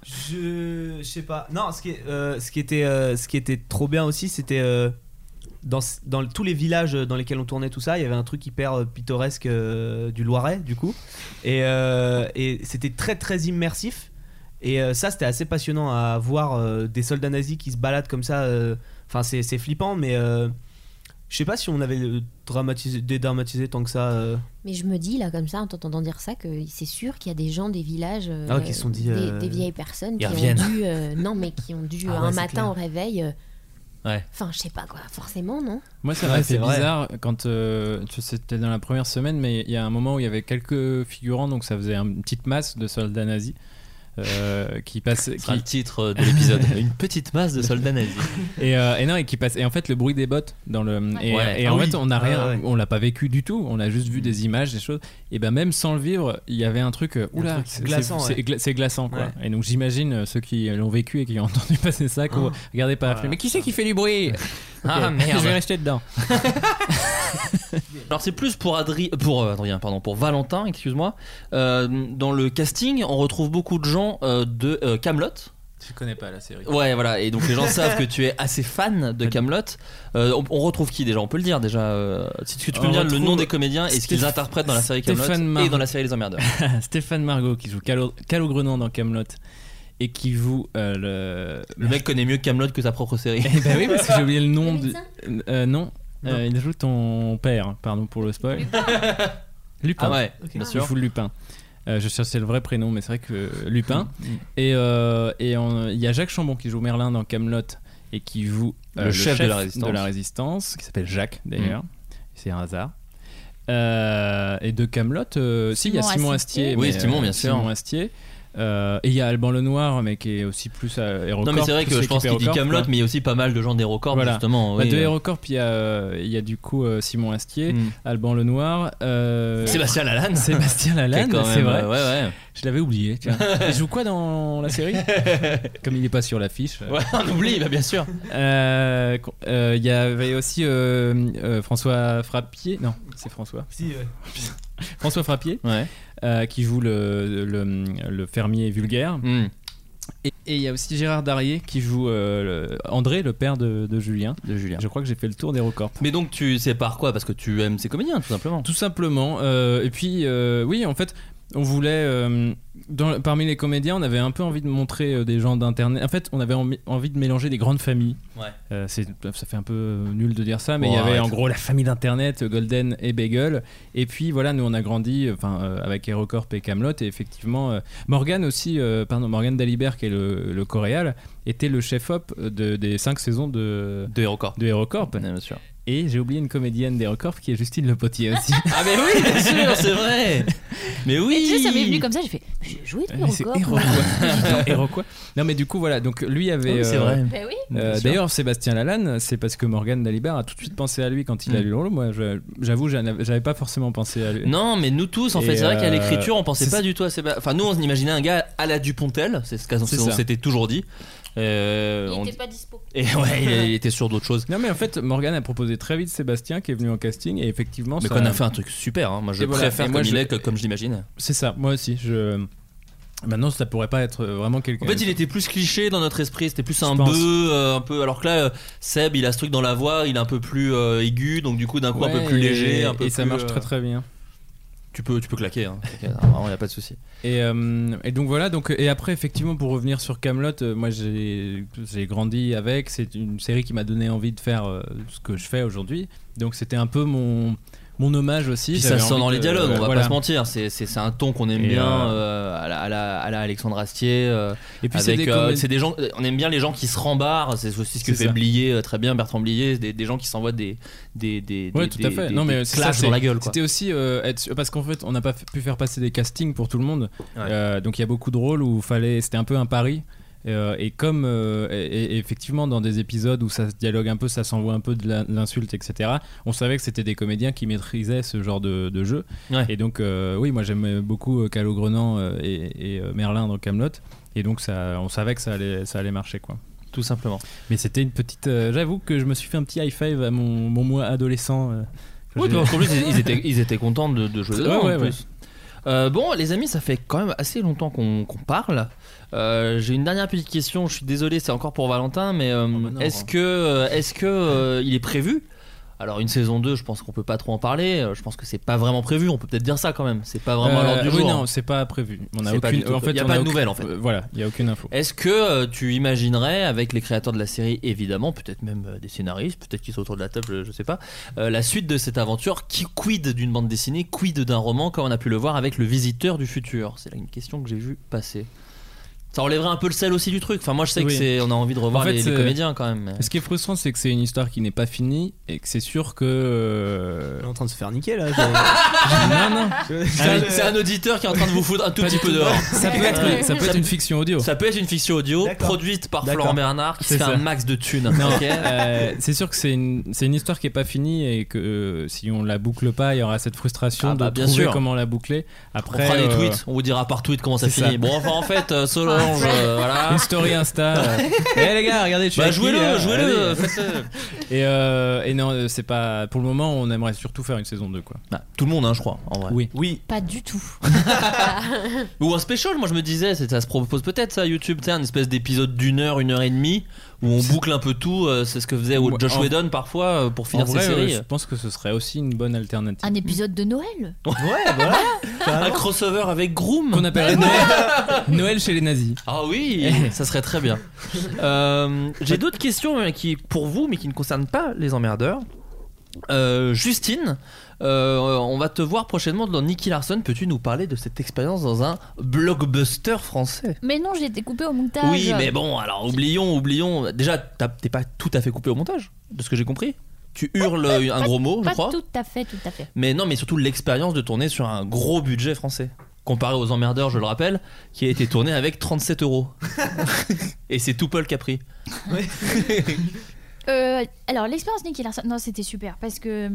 G: Je je sais pas. Non, ce qui, est- euh, ce qui était, euh, ce qui était trop bien aussi, c'était euh, dans, ce- dans le- tous les villages dans lesquels on tournait tout ça, il y avait un truc hyper euh, pittoresque euh, du Loiret, du coup. Et, euh, et c'était très très immersif. Et euh, ça, c'était assez passionnant à voir euh, des soldats nazis qui se baladent comme ça. euh, Enfin, c'est c'est flippant, mais euh, Je sais pas si on avait euh, dramatisé, dédramatisé tant que ça. euh.
H: Mais je me dis là comme ça en t'entendant dire ça que c'est sûr qu'il y a des gens des villages euh,
G: Ah, qui se sont dit,
H: des,
G: euh,
H: des vieilles personnes
D: ils
H: qui
D: reviennent.
H: ont dû euh, non mais qui ont dû
G: Ah
H: euh,
G: ouais,
H: un
G: c'est
H: matin
G: clair.
H: au réveil euh,
D: Ouais.
H: enfin je sais pas quoi forcément non
E: Moi, ça
G: Ouais,
E: m'a
G: c'est
E: fait
G: vrai.
E: bizarre quand euh, tu- c'était dans la première semaine, mais il y a un moment où il y avait quelques figurants, donc ça faisait une petite masse de soldats nazis euh, qui passaient.
D: Ce sera
E: qui-
D: le titre euh, de
E: [laughs]
D: l'épisode. Une petite masse de soldats nazis.
E: et, euh, et non, et qui passe. Et en fait, le bruit des bottes dans le. Et,
D: Ouais.
E: et en
G: Ah
E: fait,
G: oui.
E: on n'a
G: Ouais,
E: rien,
G: ouais.
E: on l'a pas vécu du tout. On a juste vu des images, des choses. Et ben même sans le vivre, il y avait un truc. euh,
G: Un
E: Oula,
G: truc
E: c'est
G: glaçant,
E: c'est-
G: ouais.
E: gla- c'est glaçant quoi.
G: Ouais.
E: Et donc j'imagine euh, ceux qui l'ont vécu et qui ont [laughs] entendu passer ça, qu'on regardez par la
G: Ah,
E: fenêtre. Mais qui c'est qui fait du bruit
D: Ah,
E: [laughs] Ok,
D: merde.
E: Je vais rester [laughs] dedans.
D: Alors c'est plus pour Adri- pour euh, Adrien, pardon, pour Valentin, excuse-moi. Euh, dans le casting, on retrouve beaucoup de gens euh, de Camelot.
E: Je connais pas la série.
D: ouais, voilà. Et donc
E: [laughs]
D: les gens savent que tu es assez fan de Camelot. Euh, on, on retrouve qui déjà On peut le dire déjà. euh, si tu, tu peux
E: On
D: me dire le
E: retrouve
D: nom des comédiens et ce qu'ils
E: Stéph-
D: interprètent dans la série
E: Stéphane
D: Camelot
E: Marot.
D: et dans la série
E: [laughs]
D: Les Emmerdeurs.
E: Stéphane Margot qui joue Calo, Calo Grenon dans Camelot et qui joue euh, le.
D: Le mec connaît mieux Camelot que sa propre série.
E: Eh ben oui, parce que j'ai
D: [laughs]
E: oublié le nom
H: Le
E: du.
H: médecin
E: Euh, non, Euh, il joue ton père, pardon pour le spoil. [laughs] Lupin.
D: Ah ouais, bien
E: Il
D: sûr.
E: joue Lupin. Euh, je cherchais le vrai prénom, mais c'est vrai que Lupin.
D: Mm.
E: Et euh, et on- il y a Jacques Chambon qui joue Merlin dans Camelot et qui joue euh,
D: Le chef de la Résistance. Mm.
E: de la Résistance, qui s'appelle Jacques d'ailleurs. C'est un hasard. Euh, et de Camelot, euh, si il y a
F: Simon
E: Simon
F: Astier.
E: Astier.
D: Oui,
E: mais,
D: Simon,
E: euh,
D: bien sûr.
E: Simon Astier. Euh, et il y a Alban Lenoir, mais qui est aussi plus euh, à Hérocorp.
D: Non mais c'est vrai
E: tout
D: que
E: ce
D: je
E: qui
D: pense
E: est
D: qu'il dit
E: Hérocorp,
D: Camelot,
E: quoi.
D: mais il y a aussi pas mal de gens des records
E: Voilà.
D: justement.
E: Bah,
D: oui,
E: de
D: euh. [laughs]
E: Hérocorp, il y, a, euh, il y a du coup euh, Simon Astier,
D: Mm.
E: Alban Lenoir, euh,
D: Sébastien
E: [laughs]
D: Lalanne.
E: Sébastien Lalanne,
D: Qui est quand
E: c'est
D: même,
E: vrai.
D: euh, ouais, ouais.
E: Je l'avais oublié.
D: [laughs]
E: Tiens. il joue quoi dans la série Comme il n'est pas sur l'affiche.
D: Ouais, on oublie, bah bien sûr.
E: Euh, con- euh, Il y avait aussi euh, euh, François Frappier. Non, c'est François.
G: Si, ouais.
E: [laughs] François Frappier
D: Ouais.
E: euh, qui joue le, le- le fermier vulgaire.
D: Hmm.
E: Et et il y a aussi Gérard Darrier qui joue euh, le- André, le père de, de Julien.
D: De Julien.
E: Je crois que j'ai fait le tour des records.
D: Mais donc tu sais par quoi Parce que tu aimes ces comédiens, tout simplement.
E: Tout simplement. euh, et puis, euh, oui, en fait, on voulait. euh, dans- parmi les comédiens, on avait un peu envie de montrer euh, des gens d'internet. En fait, on avait envi- envie de mélanger des grandes familles.
D: Ouais.
E: Euh, c'est, ça fait un peu euh, nul de dire ça, mais
D: Bon,
E: il y avait
D: arrête.
E: en gros la famille d'internet, euh, Golden et Bagel. Et puis voilà, nous on a grandi enfin, euh, avec Aerocorp et Camelot. Et effectivement, euh, Morgan aussi, euh, pardon, Morgan Dalibert, qui est le, le coréal, était le chef-op de, des cinq saisons de,
D: De Hérocorp.
E: de Aerocorp.
D: bien sûr.
E: Et j'ai oublié une comédienne d'Aerocorp qui est Justine Le Potier aussi.
D: [laughs] Ah mais oui, bien sûr, c'est vrai. Mais
F: Et
D: oui.
F: tu sais, ça m'est venu comme ça, j'ai fait, j'ai joué
E: Mais c'est
F: de [laughs]
E: Héroquois. Putain, Héroquois. Non, mais du coup, voilà. Donc, lui avait.
D: Ah Oui, c'est
E: euh,
D: vrai.
H: Bah
F: Ben oui.
E: euh, D'ailleurs, Sébastien Lalanne, c'est parce que Morgan Dalibert a tout de suite pensé à lui quand il a
D: Mm.
E: lu Lolo. Moi, je- j'avoue, j'en avais- j'avais pas forcément pensé à lui.
D: Non, mais nous tous, en
E: Et
D: fait, c'est vrai qu'à
E: euh,
D: l'écriture, on pensait
E: c'est-
D: pas du tout à Sébastien. Enfin, nous, on imaginait un gars à la Dupontel, c'est ce qu'on
E: C'est
D: on
E: ça.
D: s'était toujours dit. Euh, on-
H: pas dispo
D: [laughs] Et ouais, il, il était sur d'autres choses.
E: Non, mais en fait, Morgan a proposé très vite Sébastien qui est venu en casting et effectivement.
D: Mais
E: ça-
D: qu'on a fait un truc super, hein. moi je
E: Et voilà.
D: préfère
E: Et moi,
D: comme il
E: je-
D: est que comme je l'imagine.
E: C'est ça, moi aussi. Je... Maintenant, ça pourrait pas être vraiment quelqu'un.
D: En fait, il était plus cliché dans notre esprit, c'était plus
E: Je
D: un
E: pense.
D: bœuf, euh, un peu. Alors que là, euh, Seb, il a ce truc dans la voix, il est un peu plus euh, aigu, donc du coup, d'un coup, un peu
E: Ouais,
D: plus
E: et-
D: léger, un peu
E: Et ça
D: plus,
E: marche
D: euh,
E: très très bien.
D: Tu peux, tu peux
E: [laughs]
D: claquer, hein. Ok, alors, vraiment, y a pas de souci.
E: Et, euh, et donc voilà, donc, et après effectivement pour revenir sur Camelot, euh, moi j'ai j'ai grandi avec, c'est une série qui m'a donné envie de faire euh, ce que je fais aujourd'hui, donc c'était un peu mon, mon hommage aussi.
D: Puis ça
E: J'avais
D: se sent
E: envie
D: dans
E: de-
D: les dialogues,
E: euh,
D: on va
E: voilà.
D: pas se mentir, c'est c'est- c'est un ton qu'on aime
E: Et,
D: bien
E: euh,
D: euh, à, la, à la- à la Alexandre Astier. euh,
E: Et puis c'est
D: avec,
E: des
D: euh,
E: comédies-
D: c'est des gens, on aime bien les gens qui se rembarrent, c'est aussi ce que
E: C'est
D: fait
E: ça.
D: Blier euh, très bien, Bertrand Blier, des, des gens qui s'envoient des, des, des,
E: Ouais,
D: des-
E: tout à
D: des-
E: fait.
D: des-
E: Non, mais
D: des
E: c'est ça,
D: clashs
E: c'est-
D: dans la gueule. quoi.
E: C'était aussi euh, être sûr- parce qu'en fait, on n'a pas fait- pu faire passer des castings pour tout le monde.
D: Ouais.
E: Euh, donc il y a beaucoup de rôles où fallait, c'était un peu un pari. Euh, et comme euh, et- et effectivement dans des épisodes où ça se dialogue un peu, ça s'envoie un peu de la- de l'insulte, etc. On savait que c'était des comédiens qui maîtrisaient ce genre de, de jeu.
D: Ouais.
E: Et donc euh, oui, moi j'aimais beaucoup euh, Calo Grenan euh, et, et, euh, Merlin dans Camelot. Et donc ça, on savait que ça allait, ça allait marcher quoi.
D: Tout simplement.
E: Mais c'était une petite. euh, J'avoue que je me suis fait un petit high five à mon, mon moi adolescent. euh, que
D: Oui,
E: j'ai-
D: puis en plus, ils, ils étaient, ils étaient contents de, de jouer
E: Ouais,
D: dedans, en
E: ouais,
D: plus.
E: ouais.
D: Euh, bon, les amis, ça fait quand même assez longtemps qu'on qu'on parle. Euh, J'ai une dernière petite question. Je suis désolé, c'est encore pour Valentin, mais euh,
E: bah Ah non,
D: est-ce
E: hein.
D: que, est-ce que euh, il est prévu Alors une saison 2, je pense qu'on peut pas trop en parler. Euh, Je pense que c'est pas vraiment prévu. On peut peut-être dire ça quand même. C'est pas vraiment à l'ordre
E: Euh,
D: du
E: oui,
D: jour.
E: non, c'est pas prévu. On a
D: C'est pas
E: aucune.
D: du tout-
E: en fait,
D: y a
E: on
D: pas de
E: aucune-
D: nouvelles, en fait.
E: euh, Voilà, il y a aucune info.
D: Est-ce que euh, tu imaginerais, avec les créateurs de la série, évidemment, peut-être même euh, des scénaristes, peut-être qu'ils sont autour de la table, je sais pas, euh, la suite de cette aventure, qui quid d'une bande dessinée, quid d'un roman, comme on a pu le voir avec Le Visiteur du Futur C'est là une question que j'ai vue passer. Ça enlèverait un peu le sel aussi du truc. Enfin, moi, je sais que
E: Oui.
D: c'est, on a envie de revoir
E: En fait,
D: les, les
E: c'est-
D: comédiens quand même. mais-
E: Ce qui est frustrant, c'est que c'est une histoire qui n'est pas finie et que c'est sûr que. euh,
G: est en train de se faire niquer
E: [laughs]
G: là. je-
E: non,
G: [laughs]
E: non.
G: je-
D: C'est un, c'est un auditeur qui est en train de vous foutre un tout
E: Pas
D: petit
E: du
D: peu
E: tout.
D: dehors.
E: Ça peut être, ça peut
D: Ça-
E: être une fiction audio.
D: Ça peut être une fiction audio
G: D'accord.
D: produite par
G: D'accord.
D: Florent Bernard qui se
E: C'est
D: fait
E: ça.
D: un max de thunes.
E: Non,
D: ok
E: euh, c'est sûr que c'est une, c'est une histoire qui est pas finie et que euh, si on la boucle pas, il y aura cette frustration
D: Ah bah,
E: de
D: bien
E: trouver
D: sûr.
E: comment la boucler. Après,
D: on fera des
E: euh,
D: tweets, on vous dira par tweet comment ça
E: c'est
D: finit.
E: ça.
D: Bon, enfin, en fait, euh, Solange, euh, voilà.
E: Une story
D: [laughs]
E: Insta. euh, Eh les gars, regardez, je suis
D: Bah,
E: avec lui,
D: jouez-le,
E: là,
D: jouez-le,
E: allez.
D: faites-le.
E: Et, euh, et non, euh, c'est pas. Pour le moment, on aimerait surtout faire une saison 2 quoi.
D: Bah, tout le monde, hein, je crois, en vrai.
E: Oui.
G: Oui,
F: Pas du tout.
H: [laughs]
D: Ou un special, moi je me disais, c'est- ça se propose peut-être ça, YouTube, tu sais, un espèce d'épisode d'une heure, une heure et demie, où on boucle un peu tout, euh, c'est ce que faisait
E: Ouais,
D: Josh
E: en-
D: Whedon parfois euh, pour
E: En
D: finir
E: vrai,
D: ses
E: euh,
D: séries.
E: je pense que ce serait aussi une bonne alternative.
F: [laughs] Un épisode de Noël
G: ouais, voilà.
D: un [laughs] crossover avec Groom.
E: Qu'on
F: Ben,
E: appellerait Noël, [laughs] Noël chez les nazis. Eh.
D: Ah oui, ça serait très bien. Euh, J'ai d'autres questions euh, qui pour vous, mais qui ne concernent pas les emmerdeurs. Euh, Justine, euh, on va te voir prochainement dans Nicky Larson. Peux-tu nous parler de cette expérience dans un blockbuster français
F: Mais non, j'ai été coupée au montage.
D: Oui, mais bon, alors oublions, oublions. Déjà, t'as- t'es pas tout à fait coupé au montage, de ce que j'ai compris. Tu hurles un gros mot, je
F: Pas
D: crois.
F: tout à fait, tout à fait.
D: Mais non, mais surtout l'expérience de tourner sur un gros budget français. Comparé aux emmerdeurs, je le rappelle, qui a été tourné avec 37 euros. Et c'est tout Paul qui a pris.
F: Euh, alors, l'expérience Nicky Larson, non, c'était super parce que.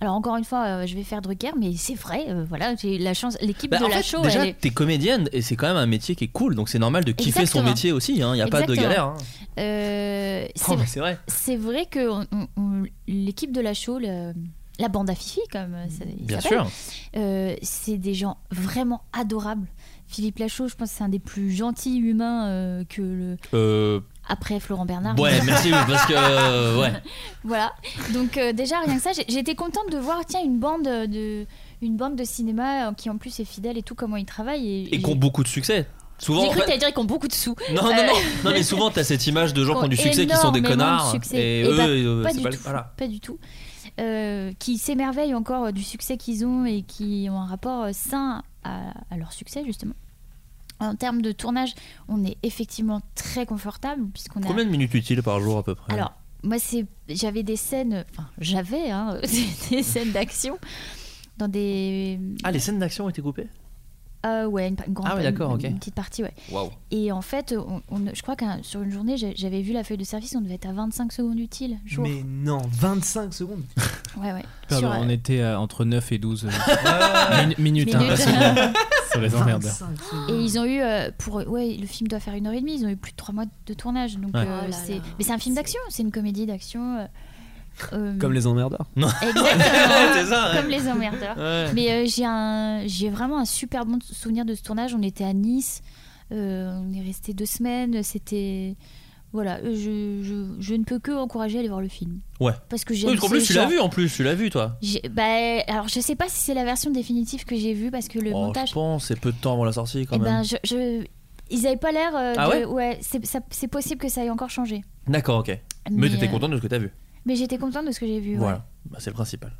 F: Alors, encore une fois, euh, je vais faire Drucker, mais c'est vrai, euh, voilà, j'ai la chance. L'équipe
D: Bah,
F: de
D: en
F: la
D: fait,
F: show,
D: déjà,
F: elle est.
D: t'es comédienne et c'est quand même un métier qui est cool, donc c'est normal de kiffer son
F: Exactement.
D: métier aussi, il n'y a pas de
F: Exactement.
D: galère. hein.
F: euh, c'est-
D: Oh, mais c'est vrai.
F: c'est vrai que on- on- on- l'équipe de la show, le- la bande à Fifi, comme euh, ça, il
D: Bien
F: s'appelle,
D: sûr.
F: Euh, c'est des gens vraiment adorables. Philippe Lachaud, je pense que c'est un des plus gentils humains euh, que le...
D: Euh,
F: après Florent Bernard.
D: ouais, merci, parce que. euh,
F: [laughs]
D: ouais.
F: Voilà. Donc euh, déjà rien que ça, j'ai- j'étais contente de voir tiens une bande euh, de une bande de cinéma euh, qui en plus est fidèle et tout comment ils travaillent et,
D: Et
F: et
D: qui ont beaucoup de succès. Souvent.
F: j'ai cru
D: en
F: que
D: fait-
F: t'allais dire qu'ils ont beaucoup de sous. Euh.
D: non, non, non, non, mais souvent t'as cette image de gens qui ont du
F: Ont
D: succès, qui sont des
F: Oh, énormément de
D: connards.
F: succès.
D: Et,
F: Et
D: eux,
F: bah,
D: euh,
F: pas,
D: c'est
F: du
D: pas le-
F: tout,
D: voilà.
F: pas du tout. Euh, qui s'émerveillent encore euh, du succès qu'ils ont et qui ont un rapport euh, sain à, à leur succès justement. En termes de tournage, on est effectivement très confortable puisqu'on a
D: Combien de minutes utiles par jour à peu près
F: Alors, moi, c'est, j'avais des scènes, enfin, j'avais hein, [laughs] des scènes d'action dans des.
D: Ah, les scènes d'action ont été coupées
F: Euh, ouais, une, une grande
D: Ah oui, d'accord,
F: une-
D: ok.
F: une petite partie, ouais.
D: Waouh.
F: Et en fait, on, on- je crois que sur une journée, j'ai- j'avais vu la feuille de service, on devait être à 25 secondes utiles, jour.
G: Mais non, 25 secondes.
F: Ouais, ouais.
E: Pardon,
F: Sur, euh,
E: on était à entre 9 et 12 euh,
G: Ouais.
D: [laughs]
E: min- minutes, hein,
F: Minutes.
E: parce que- sur les emmerdeurs.
G: 25 secondes.
F: Et ils ont eu, euh, pour, ouais, le film doit faire une heure et demie, ils ont eu plus de trois mois de tournage. Donc,
D: Ouais.
F: euh,
H: Oh là
F: c'est-
H: là.
F: mais c'est un film d'action, c'est une comédie d'action. euh, euh,
G: Comme les
F: [laughs]
G: emmerdeurs.
D: [laughs] C'est
F: Exactement.
D: ça, ouais.
F: Comme les emmerdeurs.
D: Ouais.
F: Mais euh, j'ai un, j'ai vraiment un super bon souvenir de ce tournage. On était à Nice, euh, on est resté deux semaines. C'était, voilà, euh, je, je, je ne peux que encourager à aller voir le film.
D: Ouais.
F: Parce que j'aime.
D: Oui, parce qu'en
F: ces
D: plus, tu l'as
F: gens.
D: vu, en plus, tu l'as vu, toi.
F: J'ai- bah, alors je sais pas si c'est la version définitive que j'ai vue parce que le
D: Oh,
F: montage.
D: Je pense, c'est peu de temps avant la sortie quand
F: eh ben,
D: même.
F: je, je- ils avaient pas l'air. euh,
D: Ah
F: de-
D: ouais
F: c'est, ça- c'est possible que ça ait encore changé.
D: D'accord, ok. Mais,
F: euh,
D: t'étais contente de ce que t'as vu.
F: Mais j'étais contente de ce que j'ai vu. ouais.
D: Voilà, Bah, c'est le principal.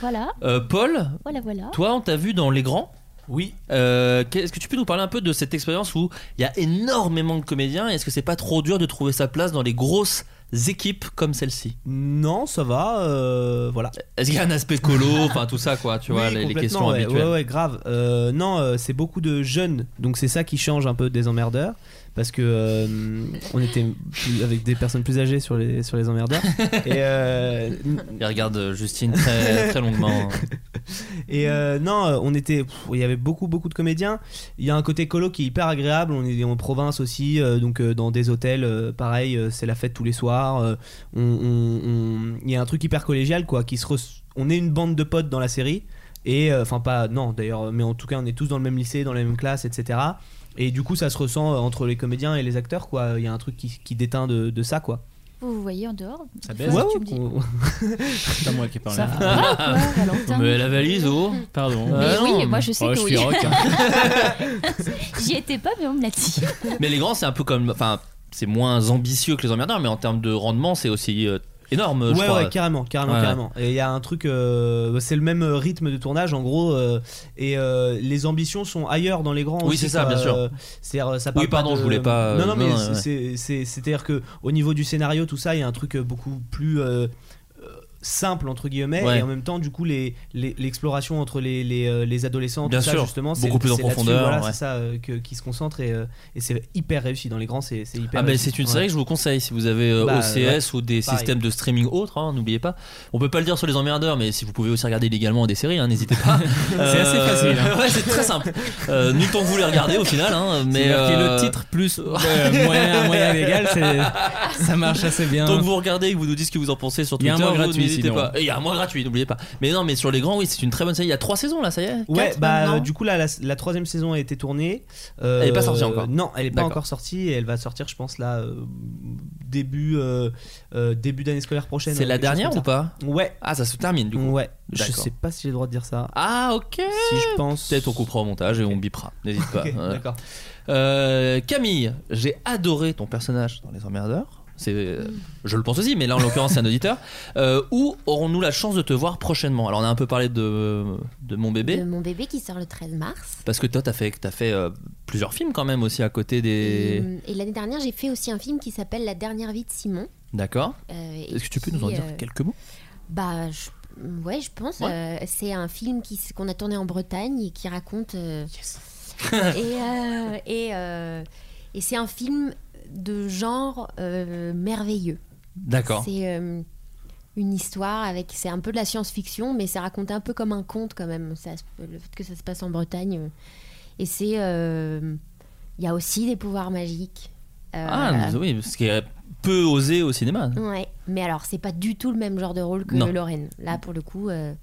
F: Voilà,
D: Euh, Paul,
F: voilà, voilà.
D: toi, on t'a vu dans Les Grands.
G: Oui.
D: Euh, qu'est- Est-ce que tu peux nous parler un peu de cette expérience où il y a énormément de comédiens et Est-ce que c'est pas trop dur de trouver sa place dans les grosses équipes comme celle-ci
G: Non, ça va. euh, voilà.
D: Est-ce qu'il y a un
G: [laughs]
D: aspect colo, enfin tout ça quoi, tu
G: Oui,
D: vois, les- les,
G: complètement,
D: questions
G: ouais,
D: habituelles
G: Ouais, ouais, grave. Euh, non, euh, c'est beaucoup de jeunes, donc c'est ça qui change un peu des emmerdeurs, parce que euh, on était plus- avec des personnes plus âgées sur les sur les
D: [laughs]
G: emmerdeurs. et euh,
D: Il regarde euh,
G: [laughs]
D: Justine très, très longuement. hein.
G: et euh, non, euh, on était, pff, il y avait beaucoup beaucoup de comédiens. Il y a un côté colo qui est hyper agréable. On est en province aussi, euh, donc euh, dans des hôtels, euh, pareil, euh, c'est la fête tous les soirs. euh, on- on- on- il y a un truc hyper collégial quoi, qui se, re- on est une bande de potes dans la série. Et euh, enfin pas non d'ailleurs, mais en tout cas on est tous dans le même lycée, dans la même classe, etc. Et du coup ça se ressent euh, entre les comédiens et les acteurs quoi. Il y a un truc qui, qui déteint de, de ça quoi.
F: Vous vous voyez en dehors
E: Ça
F: des
E: baisse
F: fois,
G: Ouais,
F: tu me dis,
G: ouais,
E: [laughs] C'est pas moi qui ai parlé.
F: Ça va quoi, Valentin
D: Mais la valise, oh Pardon.
F: Mais
D: Ah
F: oui,
D: non,
F: moi, je sais
D: oh,
F: que
D: je
F: oui.
D: suis rock, hein.
F: [laughs] J'y étais pas, mais on me l'a dit.
D: Mais les grands, c'est un peu comme. Enfin, c'est moins ambitieux que les emmerdeurs, mais en termes de rendement, c'est aussi euh, énorme, je
G: ouais,
D: crois.
G: ouais, carrément, carrément,
D: Ouais, ouais.
G: carrément. Et il y a un truc, euh, c'est le même euh, rythme de tournage en gros, euh, et euh, les ambitions sont ailleurs dans les grands.
D: Oui,
G: aussi,
D: c'est ça,
G: quoi.
D: bien sûr.
G: Euh, C'est-à-dire, euh, ça parle
D: pardon,
G: de-
D: je voulais pas- euh,
G: Non, non, mais
D: non,
G: c'est-
D: ouais.
G: c'est- c'est- c'est-à-dire que au niveau du scénario, tout ça, il y a un truc euh, beaucoup plus. euh, euh, simple entre guillemets
D: Ouais.
G: et en même temps du coup les- les- l'exploration entre les, les, euh, les adolescents
D: Bien
G: tout
D: sûr,
G: ça justement c'est-
D: beaucoup plus en
G: c'est là-dessus,
D: profondeur,
G: voilà,
D: ouais.
G: c'est ça euh, que- qui se concentre et, euh, et c'est hyper réussi dans les grands c'est c'est hyper
D: Ah ben
G: réussi.
D: c'est une
G: Ouais.
D: série que je vous conseille si vous avez euh,
G: Bah,
D: OCS
G: ouais,
D: ou des
G: pareil.
D: systèmes de streaming autres, hein, n'oubliez pas. On peut pas le dire sur les emmerdeurs, mais si vous pouvez aussi regarder légalement des séries, hein, n'hésitez pas.
E: [laughs]
D: Euh,
E: C'est assez facile, hein.
D: [laughs] ouais, c'est très simple. Euh, nul temps que vous les regardez au final, hein,
E: Mais
D: mais euh,
E: le titre
D: [laughs]
E: plus euh, moyen, moyen légal, c'est- ça marche assez bien.
D: Tant que vous regardez et que vous nous dites ce que vous en pensez sur
E: Il y a
D: Twitter,
E: un mois
D: vous
E: gratuit,
D: n'hésitez
E: sinon.
D: pas. Et Il y a un mois gratuit, n'oubliez pas. Mais non, mais sur les grands, oui, c'est une très bonne série. Il y a trois saisons là, ça y est.
G: Ouais,
D: Quatre
G: bah
D: maintenant
G: euh, du coup là, la, la troisième saison a été tournée. Euh,
D: Elle est pas sortie encore.
G: Non, elle est pas
D: D'accord.
G: encore sortie et elle va sortir, je pense là euh, début euh, euh, début d'année scolaire prochaine.
D: c'est
G: euh,
D: la
G: quelque chose
D: dernière ou
G: comme
D: pas
G: ça. Ouais,
D: Ah, ça se termine du coup.
G: ouais. Je
D: D'accord.
G: sais pas si j'ai le droit de dire ça.
D: Ah, ok.
G: Si je pense.
D: Peut-être on coupera au montage et on bipera. N'hésite pas.
G: Ok,
D: Ouais.
G: D'accord.
D: Euh, Camille, j'ai adoré ton personnage dans Les Emmerdeurs. C'est, euh, je le pense aussi, mais là en l'occurrence c'est un auditeur. Euh, où aurons-nous la chance de te voir prochainement Alors on a un peu parlé de, de mon
H: De
D: bébé,
H: mon bébé qui sort le 13 mars.
D: parce que toi t'as fait, t'as fait euh, plusieurs films quand même aussi à côté
H: Et,
D: des.
H: euh, et l'année dernière, j'ai fait aussi un film qui s'appelle La dernière vie de Simon.
D: D'accord.
H: euh, et
D: Est-ce que tu peux nous en
H: qui,
D: dire
H: euh,
D: quelques mots
H: Bah, je- ouais, je pense. euh, c'est un film qui s- qu'on a tourné en Bretagne et qui raconte. euh, [laughs] et euh, et, euh, et c'est un film de genre euh, merveilleux.
D: D'accord.
H: C'est euh, une histoire avec. C'est un peu de la science-fiction, mais c'est raconté un peu comme un conte quand même. Ça, se- le fait que ça se passe en Bretagne. euh, Et c'est. euh, Il y a aussi des pouvoirs magiques. Euh, Mm.
D: Ah oui, ce qui est peu osé au cinéma.
H: Ouais, mais alors c'est pas du tout le même genre de rôle que
D: Non.
H: Lorraine. Là pour le coup, euh,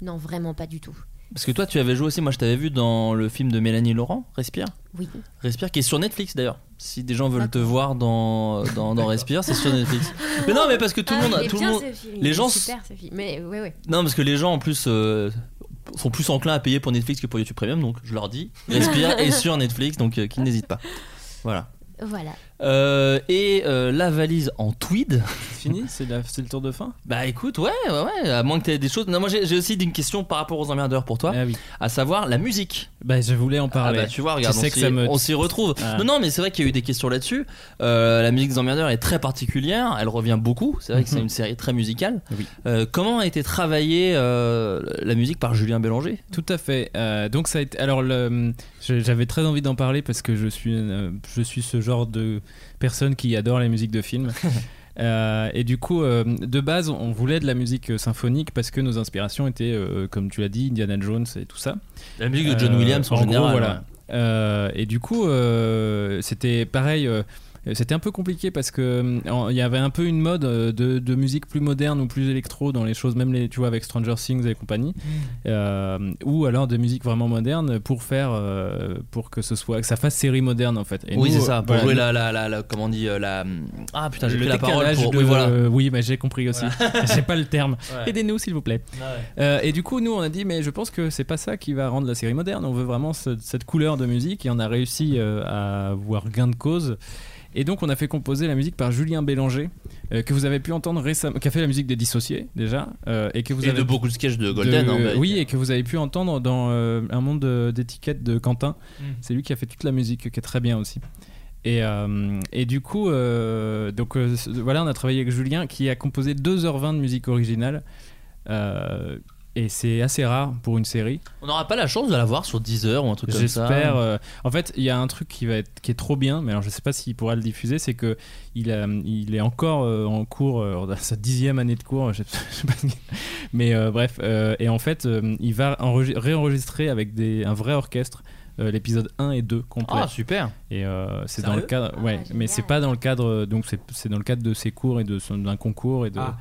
H: non vraiment pas du tout.
D: Parce que toi tu avais joué aussi, moi je t'avais vu dans le film de Mélanie Laurent, Respire.
H: Oui.
D: Respire qui est sur Netflix d'ailleurs. Si des gens veulent te voir dans, dans, dans Respire, c'est sur
H: [laughs]
D: Netflix. Mais non, mais parce que tout le
F: Ah,
H: Ah,
D: monde, a- tout le monde, les gens
H: super ce film. Mais ouais ouais.
D: non parce que les gens en plus euh, sont plus enclins à payer pour Netflix que pour YouTube Premium, donc je leur
H: [laughs]
D: dis Respire est sur Netflix, donc euh, qu'ils n'hésitent pas. Voilà.
H: Voilà.
D: Euh, et euh, la valise en tweed.
E: C'est fini C'est la- c'est le tour de fin
D: Bah écoute, ouais, ouais, ouais. À moins que t'aies des choses. Non, moi j'ai j'ai aussi une question par rapport aux emmerdeurs pour toi,
E: Ah oui.
D: à savoir la musique.
E: Bah, je voulais en
D: Ah
E: parler.
D: bah, tu vois, regarde,
E: Tu
D: on
E: sais que
D: s'y-
E: ça me-
D: on s'y retrouve.
E: Ah.
D: Non, non, mais c'est vrai qu'il y a eu des questions là-dessus. Euh, la musique des Emmerdeurs est très particulière, elle revient beaucoup. C'est vrai que c'est
E: Mhm.
D: une série très musicale.
E: Oui.
D: Euh, comment a été travaillée euh, la musique par Julien Bélanger
E: Tout à fait. Euh, donc ça a été. Alors le- je- j'avais très envie d'en parler parce que je suis euh, je suis ce genre de personne qui adore les musiques de films.
D: [laughs]
E: Euh, et du coup, euh, de base, on voulait de la musique euh, symphonique parce que nos inspirations étaient, euh, comme tu l'as dit, Indiana Jones et tout ça. Euh,
D: La musique de John Williams en,
E: gros,
D: général.
E: voilà. Euh, et du coup, euh, c'était pareil. euh, c'était un peu compliqué parce que euh, en- il y avait un peu une mode euh, de, de musique plus moderne ou plus électro dans les choses, même les, tu vois, avec Stranger Things et compagnie, Euh, ou alors de musique vraiment moderne pour faire, euh, pour que ce soit, que ça fasse série moderne en fait. Et
D: oui,
E: nous,
D: c'est ça,
E: euh,
D: pour
E: voilà,
D: jouer la, la, la, la- Comment on dit euh, la... Ah putain, j'ai
E: le
D: pris la parole
E: décalage
D: pour.
E: de-
D: Oui, voilà.
E: euh, oui, mais j'ai compris aussi. [laughs] j'ai pas le terme. Aidez-nous s'il vous plaît.
D: Ah
E: Euh, et du coup, nous, on a dit, mais je pense que c'est pas ça qui va rendre la série moderne. On veut vraiment ce- cette couleur de musique et on a réussi euh, à avoir gain de cause. Et donc, on a fait composer la musique par Julien Bélanger, euh, que vous avez pu entendre récemment, qui a fait la musique des Dissociés déjà, euh, et que vous
D: Et
E: avez
D: de beaucoup de sketchs de Golden.
E: de-
D: hein, bah,
E: oui, et que vous avez pu entendre dans euh, un monde euh, d'étiquettes de Quentin.
D: Mm.
E: C'est lui qui a fait toute la musique, qui est très bien aussi. Et, euh, et du coup, euh, donc euh, ce- voilà, on a travaillé avec Julien qui a composé 2h20 de musique originale. Euh, et c'est assez rare pour une série.
D: On n'aura pas la chance de la voir sur Deezer ou un truc comme ça.
E: J'espère. euh, en fait, il y a un truc qui va être qui est trop bien, mais alors je sais pas s'il pourra le diffuser, c'est que il a- il est encore euh, en cours euh, dans sa dixième année de cours. [laughs] je sais pas- je sais pas. mais euh, bref, euh, et en fait, euh, il va enregi- réenregistrer avec des, un vrai orchestre. euh, l'épisode 1 et 2 complet
D: Ah, super.
E: et euh, c'est dans le
D: Sérieux
E: cadre ouais
H: Ah,
E: mais
H: génial.
E: c'est pas dans le cadre euh, donc c'est c'est dans le cadre de ses cours et de son- d'un concours et de
G: Ah.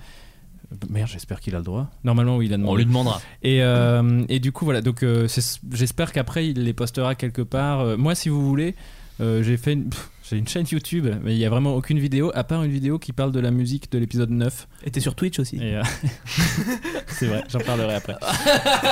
E: merde j'espère qu'il a le droit normalement oui il a
D: On
E: demandé
D: lui demandera.
E: et, euh, et du coup, voilà. Donc, euh, c'est- j'espère qu'après, il les postera quelque part. Euh, moi, si vous voulez, Euh, j'ai fait une, pff, j'ai une chaîne YouTube, mais il n'y a vraiment aucune vidéo, à part une vidéo qui parle de la musique de l'épisode 9.
G: Et t'es sur Twitch aussi.
E: Et, euh, [laughs] c'est vrai, j'en parlerai après. [laughs]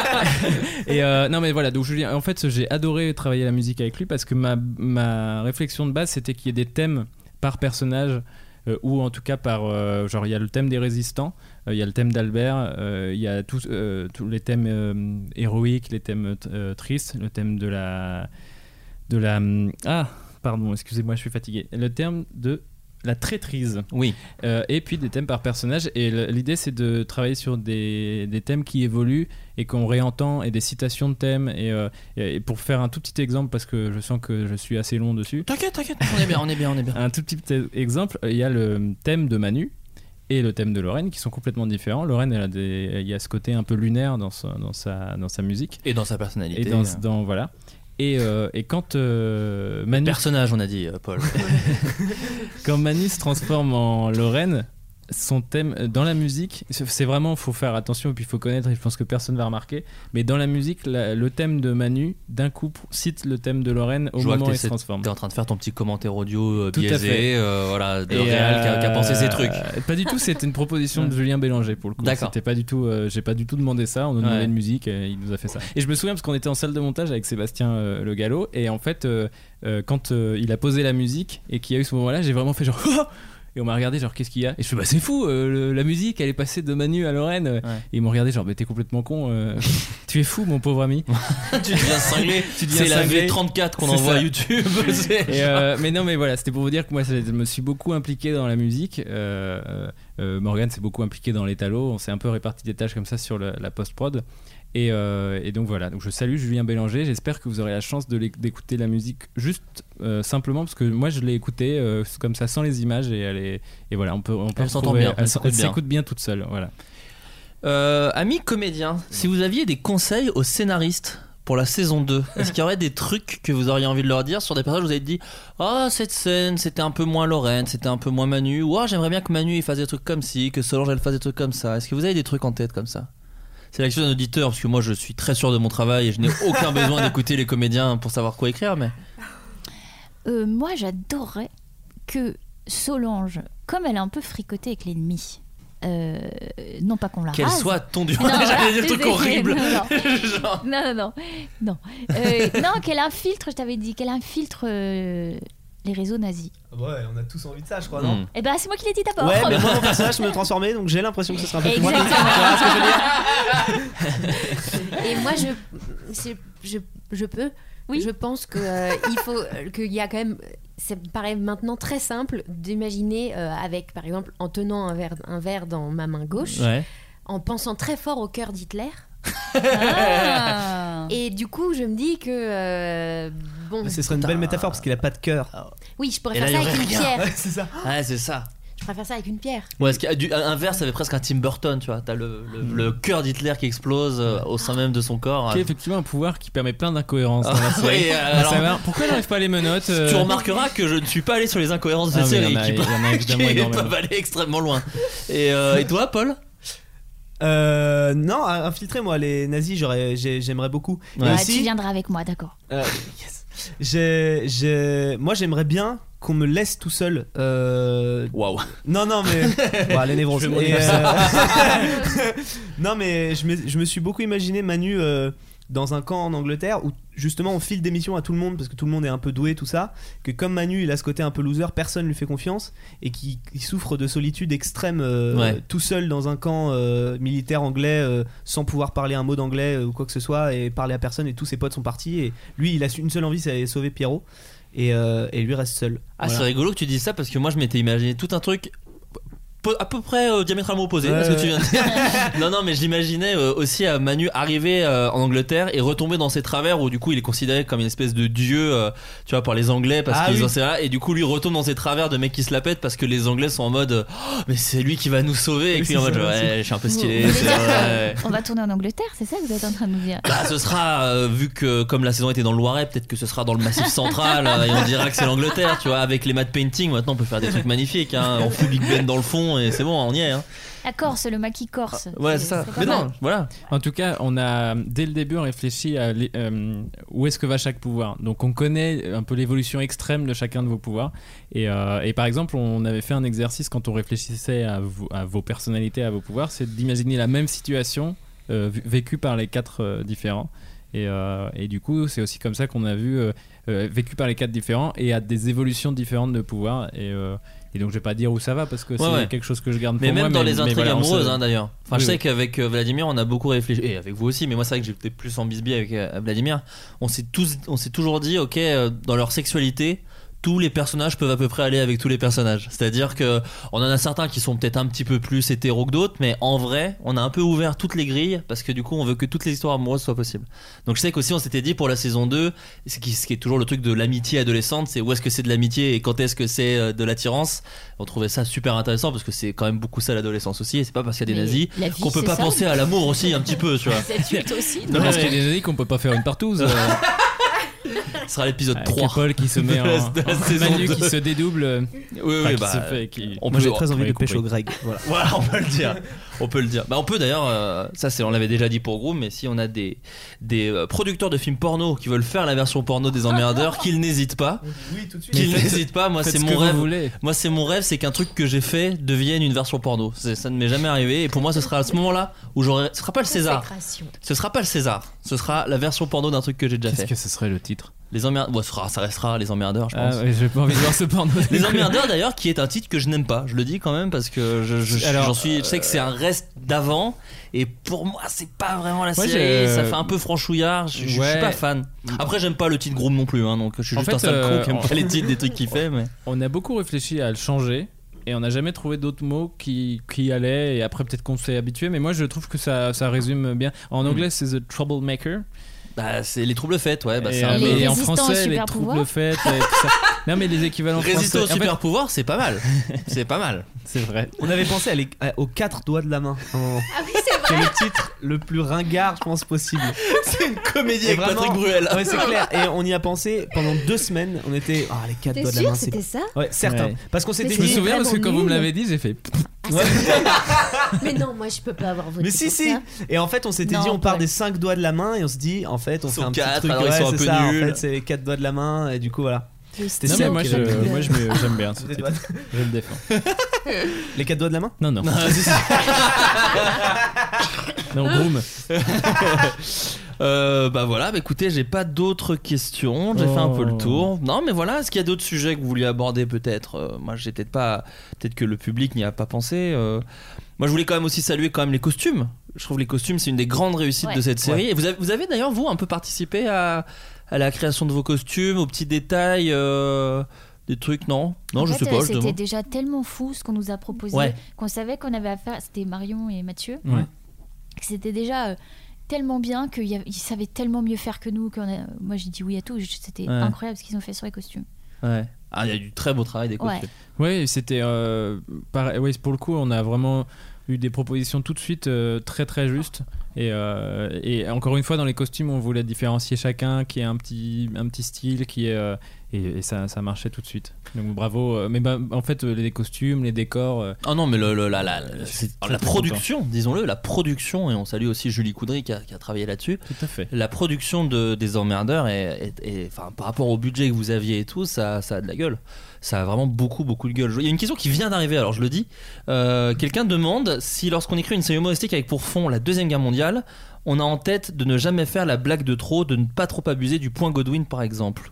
E: et euh, non, mais voilà, donc Julien, en fait, j'ai adoré travailler la musique avec lui parce que ma, ma réflexion de base, c'était qu'il y ait des thèmes par personnage. euh, ou en tout cas par euh, genre il y a le thème des résistants euh, il y a le thème d'Albert euh, il y a tous euh, tous les thèmes euh, héroïques les thèmes euh, tristes le thème de la de la hum, ah pardon excusez-moi je suis fatigué le terme de la traîtrise
D: Oui.
E: Euh, et puis des thèmes par personnage. Et le- l'idée, c'est de travailler sur des, des thèmes qui évoluent et qu'on réentend et des citations de thèmes. Et, euh, et- et pour faire un tout petit exemple, parce que je sens que je suis assez long dessus,
D: T'inquiète, t'inquiète, on est bien, on est bien, on est bien.
E: [laughs] un tout petit exemple, il y a le thème de Manu et le thème de Lorraine qui sont complètement différents. Lorraine, elle a des, il y a ce côté un peu lunaire dans sa, dans sa, dans sa musique.
D: Et dans sa
E: Et
D: personnalité.
E: dans,
D: euh,
E: dans- voilà. Et, euh, et quand euh, Manu
D: Personnage, on a dit, euh, Paul.
E: [laughs] quand Manu se transforme en Lorraine, son thème euh, dans la musique, c'est vraiment, faut faire attention et puis faut connaître. et Je pense que personne va remarquer, mais dans la musique, la- le thème de Manu d'un coup cite le thème de Lorraine au
D: Je vois
E: moment
D: que
E: où
D: t'es-
E: il se transforme.
D: T'es en train de faire ton petit commentaire audio euh,
E: Tout à
D: biaisé,
E: fait.
D: euh, voilà, de
E: Et,
D: Réal qui a- qui a pensé
E: euh,
D: ces trucs.
E: Pas du tout, c'était une proposition de Julien Bélanger pour le coup.
D: D'accord.
E: C'était pas du tout, euh, j'ai pas du tout demandé ça. On nous demandait
D: Ouais.
E: une musique, euh, il nous a fait ça. Et je me souviens parce qu'on était en salle de montage avec Sébastien euh, Le Gallo et en fait, euh, euh, quand euh, il a posé la musique et qu'il y a eu ce moment-là, j'ai vraiment fait genre. [laughs] Oh et on m'a regardé genre qu'est-ce qu'il y a Et je fais bah c'est fou, euh, le- la musique elle est passée de Manu à Lorraine. Et ils m'ont regardé genre mais t'es complètement con,
D: [laughs]
E: euh, tu es fou mon pauvre ami.
D: tu deviens
E: [laughs]
D: cinglé,
E: deviens
D: c'est la
E: cinglé.
D: V34 qu'on
E: C'est
D: envoie à
E: ça. [laughs]
D: YouTube. c'est-
E: Et, euh, mais non, mais voilà, c'était pour vous dire que moi, je me suis beaucoup impliqué dans la musique. Euh, euh, Morgane s'est beaucoup impliqué dans les talos. On s'est un peu réparti des tâches comme ça sur le- la post-prod. Et, euh, et donc voilà, donc je salue Julien Bélanger. J'espère que vous aurez la chance de l'éc- d'écouter la musique juste euh, simplement parce que moi je l'ai écoutée euh, comme ça sans les images et elle est et voilà on peut on peut
D: Elle s'entend
E: retrouver-
D: bien, elle
E: elle
D: s'écoute
E: elle
D: bien.
E: s'écoute bien toute seule voilà.
D: Euh, amis comédiens, si vous aviez des conseils aux scénaristes pour la saison 2, est-ce qu'il y aurait des trucs que vous auriez envie de leur dire sur des personnages où vous avez dit Ah, cette scène, c'était un peu moins Lorraine, c'était un peu moins Manu, ou Ah, j'aimerais bien que Manu il fasse des trucs comme ci, que Solange elle fasse des trucs comme ça. Est-ce que vous avez des trucs en tête comme ça C'est l'action d'un auditeur, parce que moi je suis très sûr de mon travail et je n'ai aucun besoin d'écouter les comédiens pour savoir quoi écrire, mais.
F: Euh, moi, j'adorerais que Solange, comme elle a un peu fricoté avec l'ennemi, euh, non pas qu'on la
D: Qu'elle
F: rase.
D: soit tondue.
F: Non,
D: [laughs]
F: voilà,
D: J'allais dire des trucs
F: désolé,
D: horribles.
F: non, non.
D: [laughs] Genre,
F: Non, Ah non, non. Non, Euh, non qu'elle infiltre, je t'avais dit, qu'elle infiltre euh, les réseaux nazis.
G: Ouais, on a tous envie de ça, je crois,
D: Hmm.
G: non
F: Eh ben, c'est moi qui l'ai dit d'abord.
G: Ouais, mais moi mon personnage me transformait donc j'ai l'impression que ce sera un peu plus
F: Exactement.
D: [laughs]
H: [laughs] Et moi, je, c'est- je, je peux.
F: Oui.
H: Je pense que euh, il faut euh, qu'il y a quand même. Ça me paraît maintenant très simple d'imaginer euh, avec, par exemple, en tenant un verre, un verre dans ma main gauche,
D: Ouais.
H: en pensant très fort au cœur d'Hitler.
F: Ah.
H: Et du coup, je me dis que euh, bon,
G: Mais ce serait une belle métaphore parce qu'il a pas de cœur.
H: oui, je pourrais
D: Et
H: faire
D: là,
H: ça
D: il y
H: avec
D: aurait
H: une
D: rien.
H: pierre.
G: [laughs] Ouais, c'est ça.
D: Ouais, Ah, c'est ça.
H: Je pourrais faire ça avec une pierre. [laughs]
D: Ouais, parce qu'un un verre, ça fait presque un Tim Burton, tu vois. T'as le, le, le cœur d'Hitler qui explose euh, au sein même de son corps.
E: Hmm. Qui est effectivement un pouvoir qui permet plein d'incohérences.
D: Ah,
E: dans la série.
D: [laughs] oui,
E: On va
D: alors-
E: savoir pourquoi j'arrive pas à les menottes
D: Tu
E: euh,
D: remarqueras que je ne suis pas allé sur les incohérences de
E: Ah,
D: cette
E: mais il y en
D: série,
E: a-
D: qui,
E: il y en a évidemment
D: [laughs] qui
E: énormément.
D: peuvent aller extrêmement loin. Et,
E: [laughs]
D: euh, et toi, Paul
G: Euh, non, à- infiltrer moi les nazis, j'aurais, j'ai- j'aimerais beaucoup. Et
F: Ouais,
G: aussi,
F: Bah, tu viendras avec moi, d'accord.
G: euh, yes. J'ai- j'ai- moi j'aimerais bien qu'on me laisse tout seul. Euh,
D: Waouh.
G: Non, non, mais.
D: [laughs]
G: bon, les névroses.
D: Je vais m'en
G: Et,
D: [laughs]
G: euh, [laughs] non, mais je me, je me suis beaucoup imaginé Manu euh, dans un camp en Angleterre où justement on file des missions à tout le monde parce que tout le monde est un peu doué, tout ça. Que comme Manu, il a ce côté un peu loser, personne lui fait confiance et qui qui souffre de solitude extrême euh,
D: Ouais.
G: tout seul dans un camp euh, militaire anglais euh, sans pouvoir parler un mot d'anglais euh, ou quoi que ce soit et parler à personne et tous ses potes sont partis. Et lui, il a une seule envie, c'est sauver Pierrot. Et, euh, et lui reste seul.
D: Ah,
G: Voilà.
D: c'est rigolo que tu dises ça parce que moi, je m'étais imaginé tout un truc peu- à peu près euh, diamétralement opposé à ce que tu viens de dire. [laughs] non, non, mais je l'imaginais euh, aussi à Manu arriver euh, en Angleterre et retomber dans ses travers où du coup il est considéré comme une espèce de dieu, euh, tu vois, par les Anglais parce
G: Ah
D: qu'ils
G: oui.
D: ont c'est là, et du coup lui retombe dans ses travers de mec qui se la pète parce que les Anglais sont en mode euh, Oh, mais c'est lui qui va nous sauver et
G: Oui,
D: puis en
G: c'est
D: mode
G: ça,
D: ouais,
G: c'est-
D: je suis un peu
F: Vous
D: stylé.
F: voulez
D: c'est
F: dire
D: vrai.
F: On va tourner en Angleterre, c'est ça que vous êtes en train de nous dire
D: Bah, ce sera euh, vu que comme la saison était dans le Loiret, peut-être que ce sera dans le Massif Central euh, et on dira que c'est l'Angleterre, tu vois. Avec les matte painting, maintenant on peut faire des trucs magnifiques. Hein. On fout Big Ben dans le fond, bouillon et c'est bon, on y est. hein.
F: La Corse, le maquis corse.
D: Ouais, c'est ça.
F: pas
D: Mais
F: mal.
D: non, voilà.
E: En tout cas, on a dès le début réfléchi à l'é- euh, où est-ce que va chaque pouvoir. Donc on connaît un peu l'évolution extrême de chacun de vos pouvoirs. Et, euh, et par exemple, on avait fait un exercice quand on réfléchissait à, vous- à vos personnalités, à vos pouvoirs, c'est d'imaginer la même situation euh, vé- vécue par les quatre euh, différents. Et, euh, et du coup, c'est aussi comme ça qu'on a vu euh, euh, vécu par les quatre différents et à des évolutions différentes de pouvoirs. Et, euh, et donc, je vais pas dire où ça va parce que c'est
D: ouais.
E: quelque chose que je garde
D: Mais
E: pour
D: même
E: moi.
D: dans les
E: mais
D: intrigues
E: voilà, on se-
D: amoureuses, hein, d'ailleurs. Enfin, je
E: Oui,
D: sais
E: oui.
D: qu'avec euh, Vladimir, on a beaucoup réfléchi, et avec vous aussi, mais moi, c'est vrai que j'étais plus en bisbille avec euh, Vladimir. On s'est tous, on s'est toujours dit, ok, euh, dans leur sexualité, tous les personnages peuvent à peu près aller avec tous les personnages. C'est-à-dire que on en a certains qui sont peut-être un petit peu plus hétéros que d'autres, mais en vrai, on a un peu ouvert toutes les grilles parce que du coup, on veut que toutes les histoires amoureuses soient possibles. Donc, je sais qu'aussi, on s'était dit pour la saison 2, ce qui, ce qui est toujours le truc de l'amitié adolescente, c'est où est-ce que c'est de l'amitié et quand est-ce que c'est euh, de l'attirance. On trouvait ça super intéressant parce que c'est quand même beaucoup ça l'adolescence aussi, et c'est pas parce qu'il y a des
H: Mais
D: nazis
H: la vie,
D: qu'on peut
H: c'est
D: pas
H: ça.
D: penser à l'amour aussi un petit peu, tu
H: [laughs]
D: vois.
H: Les adultes aussi.
E: Non,
D: Ouais,
E: parce
D: ouais.
E: qu'il y a des années qu'on peut pas faire une partouze. euh.
D: [laughs] Ce sera l'épisode
E: Avec
D: 3.
E: Paul qui se
D: [laughs]
E: met
D: De la-
E: en,
D: de la
E: en
D: saison
E: Manu
D: deux.
E: qui se dédouble. euh,
D: Oui, oui,
E: enfin, qui
D: bah,
E: se fait- qui-
D: on
G: Moi
D: peut-
G: j'ai très envie
E: Vous
G: de
E: avez
G: pécho
E: compris.
G: Greg. Voilà.
D: Voilà, [laughs] on peut le dire. On peut le dire. Bah, on peut d'ailleurs, euh, ça c'est, on l'avait déjà dit pour Groom, mais si on a des, des euh, producteurs de films porno qui veulent faire la version porno des
H: [laughs]
D: emmerdeurs, qu'ils n'hésitent pas.
G: Oui, tout de suite.
D: Qu'ils
E: faites-
D: n'hésitent pas, moi
E: Faites
D: c'est
E: ce
D: mon
E: que
D: rêve.
E: Vous voulez.
D: Moi c'est mon rêve, c'est qu'un truc que j'ai fait devienne une version porno. C'est- ça ne m'est jamais arrivé et pour moi ce sera à ce moment-là où j'aurai. Ce sera pas le César.
H: Consécration.
D: Ce sera pas le César. Ce sera la version porno d'un truc que j'ai déjà
E: Qu'est-ce
D: fait.
E: que ce serait le titre
D: Les emmerdeurs. Bon, ce sera- ça restera les emmerdeurs, je pense.
E: Ah ouais, j'ai pas envie de voir ce porno.
D: [laughs] Les emmerdeurs d'ailleurs qui est un titre que je n'aime pas, je le dis quand même parce que je, je-
E: Alors,
D: j'en suis, je sais que c'est un reste d'avant et pour moi c'est pas vraiment la
E: Moi,
D: série,
E: j'ai-
D: ça fait un peu franchouillard, je, je- je suis
E: Ouais.
D: pas fan. Après j'aime pas le titre Groom non plus, hein, donc je suis
E: En
D: juste un
E: fait,
D: sale
E: euh,
D: con qui aime
E: en-
D: pas les titres des trucs qu'il fait mais...
E: On a beaucoup réfléchi à le changer et on n'a jamais trouvé d'autres mots qui, qui allaient. Et après, peut-être qu'on s'est habitué, mais moi je trouve que ça, ça résume bien. En anglais, c'est The Troublemaker.
D: Hmm. Bah c'est les troubles faits, ouais, bah,
E: et
D: c'est un
E: euh,
F: Les
E: mais en
F: résistants au
E: français, les
F: super pouvoir.
E: troubles faits. et tout ça. Non, mais
D: [laughs]
E: les équivalents français.
D: Résister au
E: En fait,
D: super pouvoir, c'est pas mal. C'est Oh. pas mal.
E: c'est vrai.
G: On avait pensé à les- à- aux quatre doigts de la main. en-
H: Ah oui, c'est
G: C'est
H: vrai.
G: le titre le plus ringard, je pense, possible.
D: [laughs] C'est une comédie
G: Et
D: avec
G: vraiment-
D: Patrick Bruel.
G: Ouais, c'est clair. Et on y a pensé pendant deux semaines. On était. Ah, les quatre
H: T'es
G: doigts de la
H: sûr
G: main,
H: que
G: c'est.
H: c'était ça
G: Ouais, certain.
E: Ouais.
G: Parce qu'on s'était
H: Mais
E: Je me
H: c'est
G: dit.
E: souviens parce que quand
H: vraiment
E: vous me
H: nul.
E: l'avez dit, j'ai fait.
H: Ah, c'est Mais non, moi je peux pas avoir voté.
G: Mais si,
H: pour
G: si
H: ça.
G: Et en fait, on s'était
F: Non,
G: dit, on part
F: ouais.
G: des cinq doigts de la main et on se dit, en fait, on
D: Ils
G: fait
D: sont
G: un
D: quatre,
G: petit truc.
D: alors ils
G: ouais,
D: sont un
G: c'est
D: peu
G: ça, En
D: nuls.
G: fait, c'est les quatre doigts de la main et du coup, voilà.
H: Le
E: Non,
H: stylo
E: mais
G: Simon
E: moi
H: qui
E: je-
H: a coupé.
E: moi, je me- j'aime bien. ce
G: Des
E: titre.
G: doigts de-
E: Je le défends.
G: Les quatre doigts de la main Ah,
E: Non, non. non, groom.
D: Ah. [laughs] Euh, bah voilà, bah écoutez, j'ai pas d'autres questions, j'ai fait un peu le
E: Oh.
D: tour. Non, mais voilà, est-ce qu'il y a d'autres sujets que vous vouliez aborder peut-être Euh, Moi, j'ai peut-être pas, peut-être que le public n'y a pas pensé. euh. Moi, je voulais quand même aussi saluer quand même les costumes. Je trouve les costumes, c'est une des grandes réussites
F: Ouais.
D: de cette série. Et vous avez, vous avez d'ailleurs vous un peu participé à, à la création de vos costumes, aux petits détails, euh, des trucs, non Non,
F: En
D: je
F: fait,
D: sais
F: euh,
D: pas. Je
F: C'était
D: demande.
F: déjà tellement fou ce qu'on nous a proposé
D: Ouais.
F: qu'on savait qu'on avait affaire. C'était Marion et Mathieu.
E: Ouais.
F: Que C'était déjà euh, tellement bien qu'ils y a- ils savaient tellement mieux faire que nous. qu'on a- Moi, j'ai dit oui à tout. Je- C'était
D: Ouais.
F: incroyable ce qu'ils ont fait sur les costumes.
D: Ouais. Ah, il y a du très beau travail des costumes.
E: Ouais, c'était. euh, pareil- ouais, pour le coup, on a vraiment eu des propositions tout de suite euh, très très justes. Et, euh, et encore une fois, dans les costumes, on voulait différencier chacun, qui ait un petit, un petit style, qui est. euh, et, et ça, ça marchait tout de suite. Donc bravo. euh, Mais bah, en fait, euh, les costumes, les décors. euh,
D: Ah non, mais le, le- la, la, la-
E: suis
D: la
E: très, très
D: production, disons-le, la production, et on salue aussi Julie Coudry qui a, qui a travaillé là-dessus.
E: tout à fait.
D: La production de, des Emmerdeurs, est, est- est- enfin, par rapport au budget que vous aviez et tout, ça, ça a de la gueule. Ça a vraiment beaucoup, beaucoup de gueule. Il y a une question qui vient d'arriver, alors je le dis. Euh, Quelqu'un demande si, lorsqu'on écrit une série humoristique avec pour fond la Deuxième Guerre mondiale, on a en tête de ne jamais faire la blague de trop, de ne pas trop abuser du point Godwin, par exemple.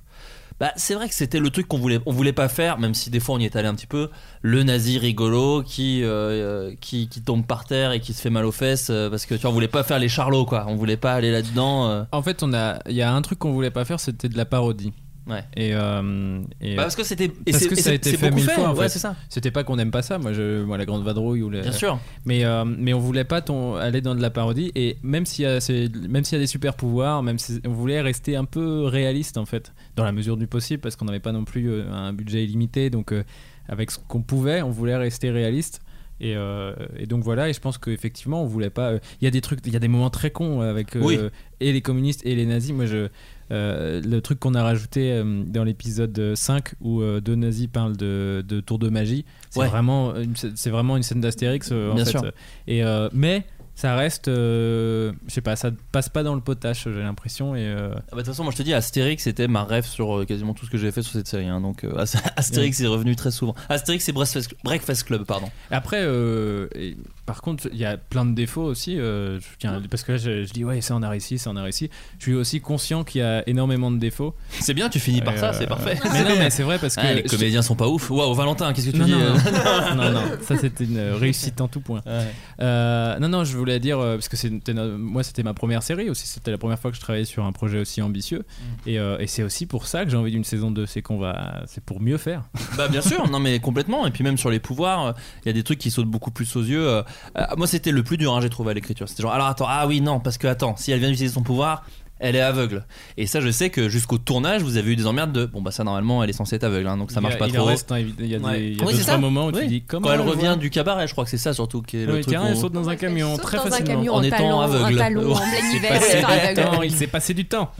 D: Bah, c'est vrai que c'était le truc qu'on voulait, on voulait pas faire, même si des fois on y est allé un petit peu le nazi rigolo qui, euh, qui, qui tombe par terre et qui se fait mal aux fesses euh, parce que tu vois, on voulait pas faire les charlots quoi, on voulait pas aller là-dedans. euh.
E: En fait, on a. Il y a un truc qu'on voulait pas faire, c'était de la parodie.
D: Ouais.
E: Et. euh, et
D: Bah, parce que c'était. et
E: Parce
D: c'est-
E: que
D: et
E: ça a
D: c'est-
E: été
D: c'est
E: fait
D: beaucoup
E: mille fois, en
D: ouais,
E: fait.
D: c'est ça.
E: C'était pas qu'on n'aime pas ça. Moi, je, moi, la grande vadrouille ou les.
D: Bien sûr.
E: Mais, euh, mais on voulait pas ton- aller dans de la parodie et même s'il y a, ces- même s'il y a des super pouvoirs, même si on voulait rester un peu réaliste en fait, dans la mesure du possible parce qu'on n'avait pas non plus euh, un budget illimité, donc euh, avec ce qu'on pouvait, on voulait rester réaliste. Et, euh, et donc voilà, et je pense qu'effectivement, on voulait pas. euh, Il y a des trucs, il y a des moments très cons avec euh,
D: Oui.
E: et les communistes et les nazis. Moi, je, euh, le truc qu'on a rajouté euh, dans l'épisode 5 où euh, deux nazis parlent de, de tour de magie, c'est
D: Ouais.
E: vraiment, une- c'est vraiment une scène d'Astérix euh, en
D: Bien
E: fait.
D: sûr.
E: Et, euh, mais ça reste, euh, je sais pas, ça passe pas dans le potache, j'ai l'impression. Et, euh,
D: Ah bah, de toute façon, moi je te dis, Astérix c'était ma rêve sur euh, quasiment tout ce que j'ai fait sur cette série. hein. Donc euh, [laughs] As- Astérix est revenu très souvent. Astérix et Breakfast Breakfast Club, pardon.
E: Après, euh, et par contre, il y a plein de défauts aussi. euh, je tiens- parce que là, je, je dis, ouais, ça en a réussi, ça en a réussi. Je suis aussi conscient qu'il y a énormément de défauts.
D: C'est bien, tu finis par
E: Euh,
D: ça, c'est parfait.
E: Mais non, mais c'est vrai parce que.
D: [laughs] Ah, les comédiens sont pas ouf. Waouh, Valentin, qu'est-ce que tu
E: Non,
D: dis
E: non,
D: euh [laughs]
E: non, non, non, ça c'était une réussite en tout point.
D: Ouais.
E: Euh, non, non, je voulais dire, euh, parce que c'était no- moi c'était ma première série aussi, c'était la première fois que je travaillais sur un projet aussi ambitieux.
D: Mm.
E: Et, euh, et c'est aussi pour ça que j'ai envie d'une saison 2, c'est qu'on va. C'est pour mieux faire.
D: Bah bien sûr, non mais complètement. Et puis même sur les pouvoirs, euh, il y a des trucs qui sautent beaucoup plus aux yeux. euh, euh, moi c'était le plus dur, hein, j'ai trouvé à l'écriture. C'était genre alors attends, ah oui non, parce que attends, si elle vient d'utiliser son pouvoir, elle est aveugle. Et ça je sais que jusqu'au tournage, vous avez eu des emmerdes de bon bah ça normalement elle est censée être aveugle, hein, donc ça
E: Il y
D: marche
E: a-
D: pas
E: il
D: trop.
E: en reste, hein, évi- il y a, des,
G: Ouais.
E: il y a
D: Oui,
E: deux,
D: c'est
E: trois
D: ça.
E: moments où
D: Oui.
E: tu dis comment
D: Quand elle
E: on le
D: revient
E: voit
D: du cabaret, je crois que c'est ça surtout qui est le
E: Oui,
D: truc.
E: tiens,
D: où-
E: elle saute dans un camion
H: Saute
E: très
H: dans un
E: facilement.
H: camion
D: en
H: en
D: étant
H: talon,
D: aveugle.
H: Un talon
D: [laughs] Ouais.
H: en plein
E: Il s'est
H: hiver,
E: passé
H: sur un
E: du temps,
H: wagon.
E: il s'est passé du
H: [laughs]
E: temps.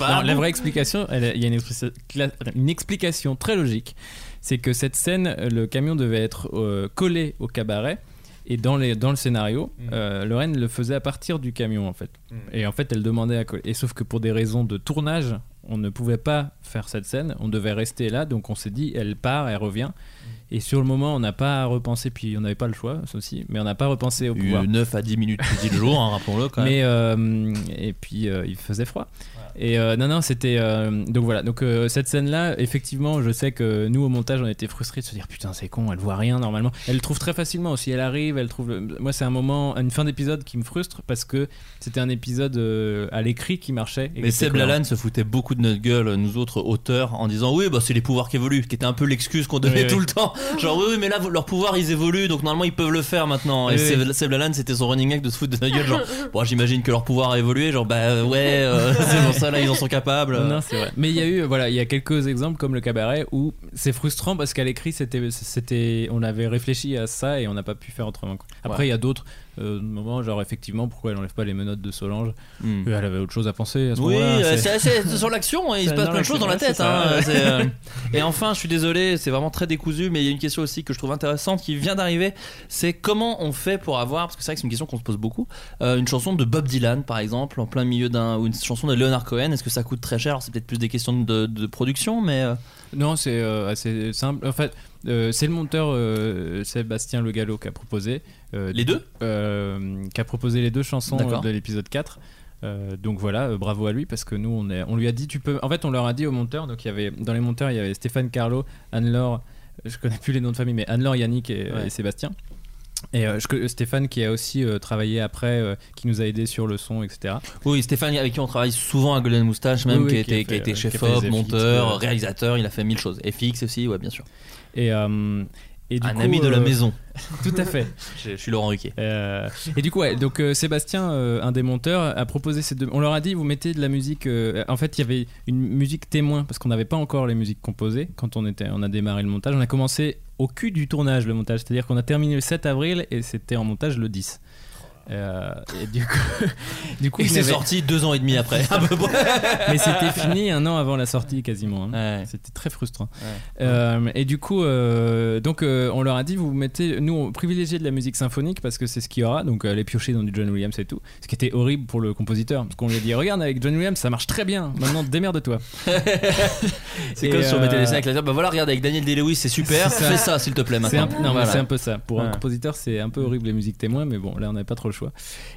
D: Pardon.
E: Non, la vraie explication, elle- il y a une, expli- cla- une explication très logique. C'est que cette scène, le camion devait être euh, collé au cabaret. Et dans, les, dans le scénario,
G: Mm.
E: euh, Lorraine le faisait à partir du camion, en fait.
G: Mm.
E: Et en fait, elle demandait à coller. Et sauf que pour des raisons de tournage, on ne pouvait pas faire cette scène. On devait rester là. Donc on s'est dit, elle part, elle revient. Et sur le moment, on n'a pas repensé. Puis on n'avait pas le choix, ça aussi. Mais on n'a pas repensé au
D: Eu
E: pouvoir.
D: 9 à 10 minutes de le jour, hein, rappelons-le quand même.
E: Mais euh, et puis euh, il faisait froid. Et euh, non non c'était euh, donc voilà donc euh, cette scène là effectivement je sais que nous au montage on était frustrés de se dire putain c'est con elle voit rien normalement elle le trouve très facilement aussi elle arrive elle trouve le- moi c'est un moment une fin d'épisode qui me frustre parce que c'était un épisode euh, à l'écrit qui marchait et
D: Mais
E: qui était
D: Seb
E: cohérent.
D: Lalanne se foutait beaucoup de notre gueule, euh, nous autres auteurs, en disant oui, bah c'est les pouvoirs qui évoluent, qui était un peu l'excuse qu'on donnait
E: Oui,
D: tout
E: oui.
D: le temps. [laughs] Genre oui, oui, mais là vous- leurs pouvoirs ils évoluent, donc normalement ils peuvent le faire maintenant. Et
E: Oui,
D: Seb, Seb Lalanne c'était son running gag de se foutre de
E: [laughs]
D: notre gueule, genre bon j'imagine que leur pouvoir a évolué, genre bah euh, ouais, euh, [laughs] c'est pour ça là ils en sont capables.
E: Non, c'est vrai. Mais il y a eu, voilà, il y a quelques exemples comme le cabaret où c'est frustrant parce qu'à l'écrit, c'était, c'était, on avait réfléchi à ça et on n'a pas pu faire autrement. quoi. Après, il
D: Ouais.
E: y a d'autres euh, moments, genre effectivement, pourquoi elle enlève pas les menottes de Solange Euh,
D: Hmm.
E: Elle avait autre chose à penser à ce
D: Oui,
E: moment-là.
D: euh,
E: c'est-
D: c'est assez- sur l'action, hein, il
E: C'est-
D: se passe
E: non,
D: plein de
E: l'action,
D: choses dans la
E: ouais,
D: tête.
E: c'est ça,
D: hein,
E: ouais.
D: c'est,
E: [laughs]
D: euh, Et enfin, je suis désolé, c'est vraiment très décousu, mais il y a une question aussi que je trouve intéressante qui vient d'arriver, c'est comment on fait pour avoir, parce que c'est vrai que c'est une question qu'on se pose beaucoup, euh, une chanson de Bob Dylan par exemple, en plein milieu d'un, ou une chanson de Leonard Cohen, est-ce que ça coûte très cher Alors c'est peut-être plus des questions de, de production, mais euh,
E: Non, c'est euh, assez simple. En fait, euh, c'est le monteur euh, Sébastien Le Gallo qui a proposé euh,
D: Les deux
E: euh, qui a proposé les deux chansons
D: D'accord.
E: euh, de l'épisode 4. Euh, donc voilà, euh, bravo à lui parce que nous on, est, on lui a dit tu peux. En fait, on leur a dit aux monteurs. Donc il y avait dans les monteurs il y avait Stéphane Carlo, Anne-Laure. Je connais plus les noms de famille, mais Anne-Laure, Yannick et,
D: Ouais.
E: et Sébastien. Et euh, je- Stéphane qui a aussi euh, travaillé après, euh, qui nous a aidé sur le son, etc.
D: oui, Stéphane avec qui on travaille souvent à Golden Moustache, même
E: Oui, oui,
D: qui, a
E: qui a
D: été, qui a
E: fait,
D: été
E: euh, qui a fait
D: chef-op,
E: les FX,
D: monteur,
E: ouais.
D: réalisateur, il a fait mille choses. FX aussi, ouais, bien sûr.
E: Et, euh, et du
D: Un
E: coup,
D: ami de la
E: euh,
D: maison,
E: [laughs] Tout à fait.
D: [laughs] je, je suis Laurent Ruquier.
E: Euh, et du coup, ouais, donc euh, Sébastien, euh, un des monteurs, a proposé ces deux. On leur a dit, vous mettez de la musique. euh, en fait, il y avait une musique témoin parce qu'on n'avait pas encore les musiques composées quand on était, on a démarré le montage. On a commencé au cul du tournage le montage, c'est-à-dire qu'on a terminé le 7 avril et c'était en montage le 10. Euh, et du coup, [laughs] du coup,
D: Et
E: il
D: c'est
E: n'avait-
D: sorti deux ans et demi après. à peu près.
E: [laughs] Mais c'était fini un an avant la sortie quasiment. hein.
D: Ouais.
E: C'était très frustrant. Euh, et du coup, euh, donc euh, on leur a dit, vous mettez, nous, on privilégiait de la musique symphonique parce que c'est ce qu'il y aura. Donc aller piocher dans du John Williams et tout, ce qui était horrible pour le compositeur, parce qu'on lui a dit, regarde avec John Williams, ça marche très bien. Maintenant, démerde-toi.
D: [laughs] C'est
E: Et,
D: comme si on mettait
E: euh,
D: les scènes avec la table. Bah voilà, regarde, avec Daniel Day-Lewis, c'est super.
E: C'est ça.
D: Fais ça, s'il te plaît,
E: C'est
D: maintenant.
E: un, peu- non, mais
D: Voilà.
E: c'est un peu ça. Pour un
D: Ouais.
E: compositeur, c'est un peu horrible les musiques témoins, mais bon, là, on n'avait pas trop le choix.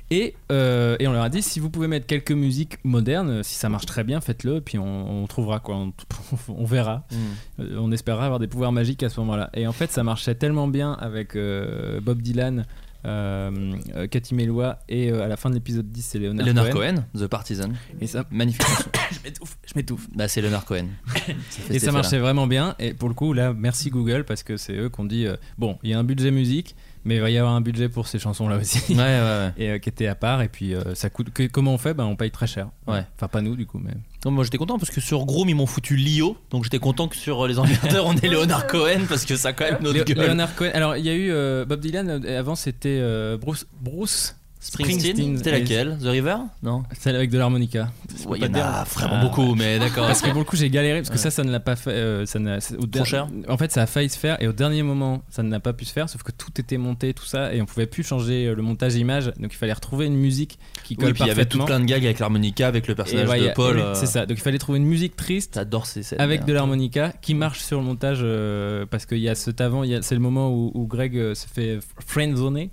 E: Et, euh, et on leur a dit si vous pouvez mettre quelques musiques modernes, si ça marche très bien, faites-le, puis on, on trouvera quoi, on, [laughs] on verra.
D: Mm.
E: Euh, on espérera avoir des pouvoirs magiques à ce moment-là. Et en fait, ça marchait tellement bien avec euh, Bob Dylan. euh, euh, Cathy Mellois et euh, à la fin de l'épisode 10 c'est Leonard,
D: Leonard
E: Cohen.
D: Cohen, The Partisan.
E: et ça
D: Magnifique chanson.
E: [coughs] je m'étouffe je m'étouffe
D: Bah, c'est
E: [coughs]
D: Leonard Cohen. Ça fait cet
E: et ça
D: effet-là.
E: marchait vraiment bien et pour le coup là merci Google parce que c'est eux qu'on dit euh, bon il y a un budget musique mais il va y avoir un budget pour ces chansons là aussi
D: Ouais, ouais, ouais.
E: [laughs] et euh, qui était à part et puis euh, ça coûte que- comment on fait ben on paye très cher
D: Ouais.
E: enfin pas nous du coup mais
D: Non, moi j'étais content parce que sur Groom ils m'ont foutu Lio, donc j'étais content que sur euh, Les Emmerdeurs on ait Leonard Cohen parce que ça a quand même notre
E: Lé-
D: gueule.
E: Leonard Cohen alors il y a eu euh, Bob Dylan euh, avant c'était euh, Bruce Bruce
D: Springsteen, c'était laquelle The River Non
E: Celle avec de l'harmonica.
D: Ouais, Il y en
E: Pas
D: a
E: de-
D: vraiment
E: Ah.
D: beaucoup, mais d'accord.
E: Parce que pour le coup, j'ai galéré parce que
D: Ouais.
E: ça, ça ne l'a pas fait. euh, ça n'a- c'est- au der-
D: cher
E: En fait, ça a failli se faire et au dernier moment, ça n'a pas pu se faire. Sauf que tout était monté, tout ça, et on pouvait plus changer euh, le montage image. Donc il fallait retrouver une musique qui
D: Oui,
E: colle
D: puis il y avait tout
E: parfaitement.
D: plein de gags avec l'harmonica, avec le
E: Et
D: personnage
E: ouais, il y
D: de
E: a-
D: Paul.
E: oui,
D: euh,
E: C'est ça. Donc il fallait trouver une musique triste
D: T'adores ces scènes. hein.
E: avec de l'harmonica qui marche sur le montage euh, parce qu'il y a cet avant, il y a- c'est le moment où, où Greg euh, se fait friendzoner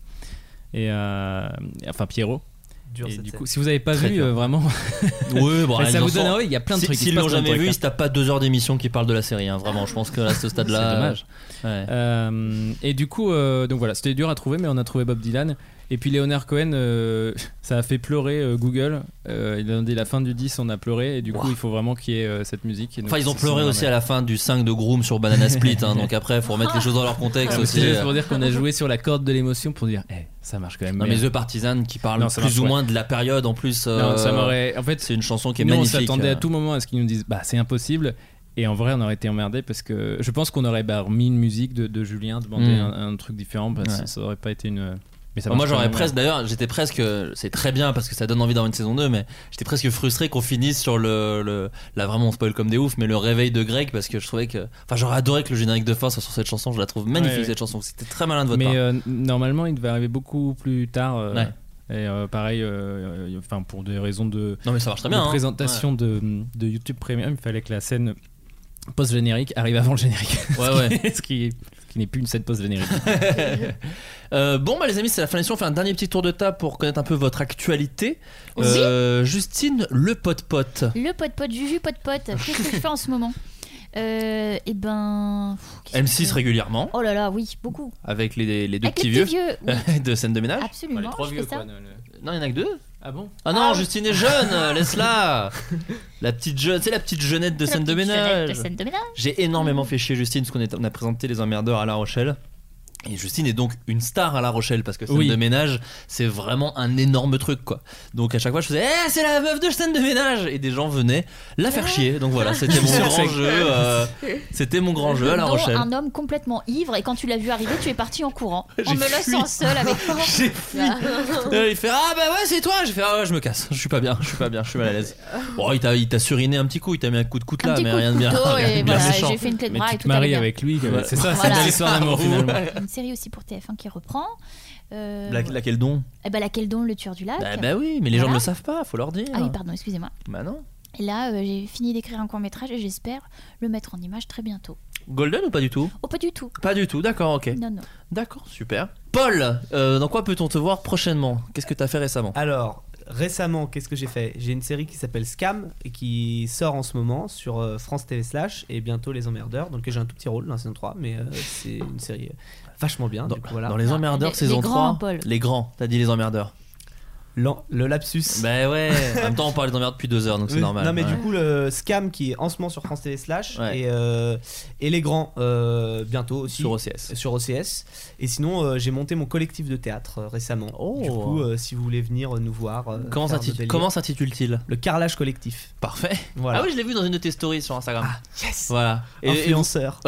E: et euh, enfin Pierrot.
G: Dur,
E: Et
G: cette
E: du
G: scène.
E: coup, si vous avez pas
D: Très
E: vu
D: dur.
E: euh,
D: [laughs]
E: vraiment, [laughs]
D: Oui, bon,
E: enfin,
D: ils
E: ça
D: en
E: vous
D: sont-
E: donne envie. Il y a plein de
D: Si-
E: trucs. il
D: S'ils
E: se passe
D: l'ont
E: plein de
D: jamais
E: trucs,
D: vu,
E: hein.
D: ils se tapent pas deux heures d'émission qui parlent de la série. hein, Vraiment, je pense
E: [laughs]
D: que à ce stade-là.
E: C'est dommage.
D: euh, ouais.
E: Euh, et du coup, euh, donc voilà, c'était dur à trouver, mais on a trouvé Bob Dylan. Et puis Leonard Cohen, euh, [laughs] ça a fait pleurer euh, Google. Euh, il a dit la fin du 10, on a pleuré. Et du coup,
D: Ouah.
E: il faut vraiment qu'il y ait euh, cette musique. Et donc,
D: Enfin, ils ont
E: c'est-
D: pleuré
E: c'est-
D: aussi à la fin du 5 de Groom sur
E: [laughs]
D: Banana Split. hein, donc après, faut remettre les choses dans leur contexte
E: Ah, mais
D: aussi. euh.
E: C'est juste pour dire qu'on a joué sur la corde de l'émotion pour dire, eh, ça marche quand même.
D: Non,
E: bien.
D: mais The Partisan qui parle
E: Non, ça
D: plus
E: marche,
D: ou
E: ouais.
D: moins de la période en plus.
E: Non,
D: euh,
E: ça m'aurait. En fait,
D: C'est une chanson qui est
E: nous,
D: magnifique.
E: on s'attendait à
D: euh.
E: tout moment à ce qu'ils nous disent, bah, c'est impossible. Et en vrai, on aurait été emmerdé parce que je pense qu'on aurait bah, remis une musique de, de Julien, demandé
D: Mm.
E: un, un truc différent. parce que
D: Ouais.
E: Ça aurait pas été une. Mais ça
D: Moi,
E: marche quand
D: j'aurais
E: même.
D: presque, d'ailleurs, j'étais presque, euh, c'est très bien parce que ça donne envie d'avoir une saison 2, mais j'étais presque frustré qu'on finisse sur le, le- Là, vraiment, on spoil comme des oufs, mais le réveil de Greg parce que je trouvais que. Enfin, j'aurais adoré que le générique de fin soit sur cette chanson, je la trouve magnifique
E: Ouais, ouais.
D: cette chanson. C'était très malin de votre part.
E: Mais euh, normalement, il devait arriver beaucoup plus tard. euh,
D: Ouais.
E: Et euh, pareil, euh, euh, enfin pour des raisons de,
D: Non, mais ça marche très
E: de
D: bien. hein.
E: présentation de, de YouTube Premium, il fallait que la scène post-générique arrive avant le générique. [laughs] Ce
D: Ouais,
E: qui-
D: ouais.
E: ce qui, ce qui n'est plus une scène post-générique.
D: [laughs] Euh, bon, bah, les amis, c'est la fin de l'émission. On fait un dernier petit tour de table pour connaître un peu votre actualité. Euh, Justine, le pote-pote.
F: Le pote-pote, Juju pote-pote, qu'est-ce que je fais en ce moment euh, Eh ben. pff, qu'est-ce que je
D: M6
F: fais
D: régulièrement,
F: Oh là là, oui, beaucoup.
D: avec les, les deux
F: Avec
D: petits vieux
F: les petits vieux.
D: [laughs]
F: oui,
D: de scène de ménage.
F: absolument. je fais ça.
D: Non, il y en a que deux.
E: Ah bon
D: Ah non, Justine est jeune, euh,
F: [laughs]
D: laisse-la. La petite jeune, c'est la petite jeunette de
F: La
D: scène de
F: petite jeunette
D: ménage.
F: de scène de ménage. Mm.
D: J'ai énormément fait chier Justine parce qu'on est- on a présenté les emmerdeurs à La Rochelle. Et Justine est donc une star à La Rochelle parce que scène
E: Oui.
D: de ménage, c'est vraiment un énorme truc quoi. Donc à chaque fois je faisais Eh, c'est la meuf de scène de ménage et des gens venaient la
F: Ah.
D: faire chier. Donc voilà, c'était mon grand jeu. euh, c'était mon grand jeu à La
F: Dont
D: Rochelle.
F: un homme complètement ivre et quand tu l'as vu arriver, tu es parti en courant.
D: [laughs] J'ai
F: On me le
D: fui.
F: sent seul avec moi.
D: [laughs] J'ai fui. Euh, il fait ah bah ouais c'est toi. J'ai fait ah ouais je me casse. Je suis pas bien. Je suis pas bien. Je suis mal à
F: [laughs]
D: l'aise. Bon il t'a il t'a suriné un petit coup. Il t'a mis un coup de coude
F: Un
D: là
F: petit
D: mais
F: coup
D: rien
F: de
D: de bien.
F: couteau
D: rien de
F: et
D: bien
F: voilà,
D: méchant.
F: j'ai fait une clé de
E: Mais
F: bras
E: tu
F: et
E: te
F: tout allait
E: maries
F: bien.
E: avec lui,
D: Voilà.
E: c'est ça, c'est
F: Voilà.
E: une belle histoire d'amour finalement.
D: Ouais. Euh,
F: Une série aussi pour TF1 qui reprend. Euh,
D: La- laquelle don
F: Eh ben, laquelle dont le tueur du lac.
D: bah, bah oui mais les gens ne
F: Voilà.
D: le savent pas. Faut leur dire.
F: Ah oui, pardon, excusez-moi.
D: Bah non.
F: Et là, euh, j'ai fini d'écrire un court métrage et j'espère le mettre en image très bientôt.
D: Golden ou pas du tout
F: Oh, pas du tout.
D: Pas du tout. D'accord ok.
F: Non, non.
D: D'accord super. Paul euh, dans quoi peut-on te voir prochainement Qu'est-ce que t'as fait récemment
G: Alors, récemment, qu'est-ce que j'ai fait J'ai une série qui s'appelle Scam et qui sort en ce moment sur euh, France TV Slash et bientôt Les Emmerdeurs. Donc j'ai un tout petit rôle dans la saison 3, mais euh, c'est une série euh, vachement bien.
D: dans,
G: donc voilà.
D: dans les emmerdeurs
F: les-
D: saison
F: les grands,
D: 3
F: Paul.
D: Les grands. T'as dit les emmerdeurs.
G: L'en- Le lapsus.
D: Bah
F: [laughs]
D: ouais. en même temps on parle d'emmerdeurs depuis deux heures donc c'est
G: Oui.
D: normal.
G: Non, mais
D: Ouais.
G: du coup, le Scam qui est en ce moment sur France TV Slash
D: Ouais.
G: et, euh, et Les Grands euh, bientôt aussi.
D: sur OCS.
G: sur OCS. Et sinon, euh, j'ai monté mon collectif de théâtre euh, récemment.
D: Oh.
G: Du coup, euh, si vous voulez venir euh, nous voir, euh,
D: Comment
G: faire de
D: s'intitu-
G: belles-
D: comment s'intitule-t-il
G: le carrelage collectif.
D: Parfait.
G: Voilà. Ah,
D: Ah oui, je l'ai vu dans une de tes stories sur Instagram.
G: yes.
D: Voilà. Et- et-
G: Influenceur.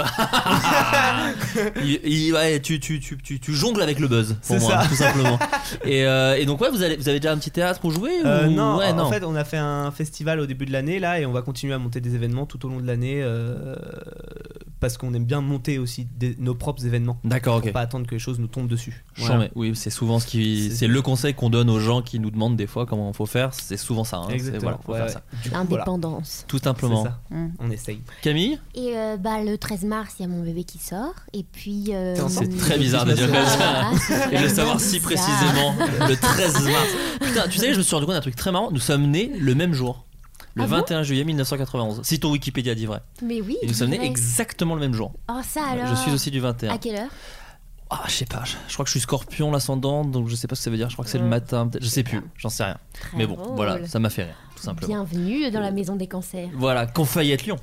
D: il- il- ouais, tu, tu, tu, tu, tu jongles avec le buzz, pour
G: C'est
D: moi,
G: ça.
D: tout simplement. et, euh, et donc, ouais, vous, allez, vous avez déjà un petit théâtre où jouer
G: [laughs]
D: ou-
G: Euh, non,
D: ouais,
G: en fait, on a fait un festival au début de l'année là, et on va continuer à monter des événements tout au long de l'année euh, parce qu'on aime bien monter aussi des- nos propres événements.
D: D'accord, ok.
G: Faut Pas attendre que les choses nous tombent dessus.
D: Chant,
G: Voilà.
D: mais oui, c'est souvent ce qui.
G: C'est-
D: C'est le conseil qu'on donne aux gens qui nous demandent des fois comment faut faire. C'est souvent ça. hein. C'est-
G: Exactement.
D: Voilà, faut
G: Ouais,
D: faire
G: ouais.
D: ça.
G: Du coup, voilà.
H: L'indépendance.
D: Tout
G: C'est
D: simplement.
G: ça.
H: Mm.
G: On essaye.
D: Camille
H: Et euh, bah, le 13 mars, il y a mon bébé qui sort. Et puis. euh,
D: C'est très bizarre de dire comme ça.
H: Ah, c'est
D: Et de le
H: vraiment
D: savoir si
H: bizarre.
D: précisément le 13 mars. Putain, tu sais, je me suis rendu compte d'un truc très marrant. Nous sommes nés le même jour. Le
H: Ah bon
D: 21 juillet 1991. Si ton Wikipédia dit vrai.
H: Mais oui.
D: Et nous sommes nés
H: ouais.
D: exactement le même jour.
H: Oh, ça alors.
D: Je suis aussi du 21.
H: À quelle heure
D: Ah, je sais pas. Je, je crois que je suis scorpion, l'ascendant, donc je sais pas ce que ça veut dire. Je crois que c'est le matin, peut-être. Je sais plus, j'en sais rien.
H: Euh. Très
D: Mais bon,
H: drôle.
D: voilà, ça m'a fait rire, tout simplement.
H: Bienvenue dans la maison des cancers.
D: Voilà, qu'on faille être Lyon,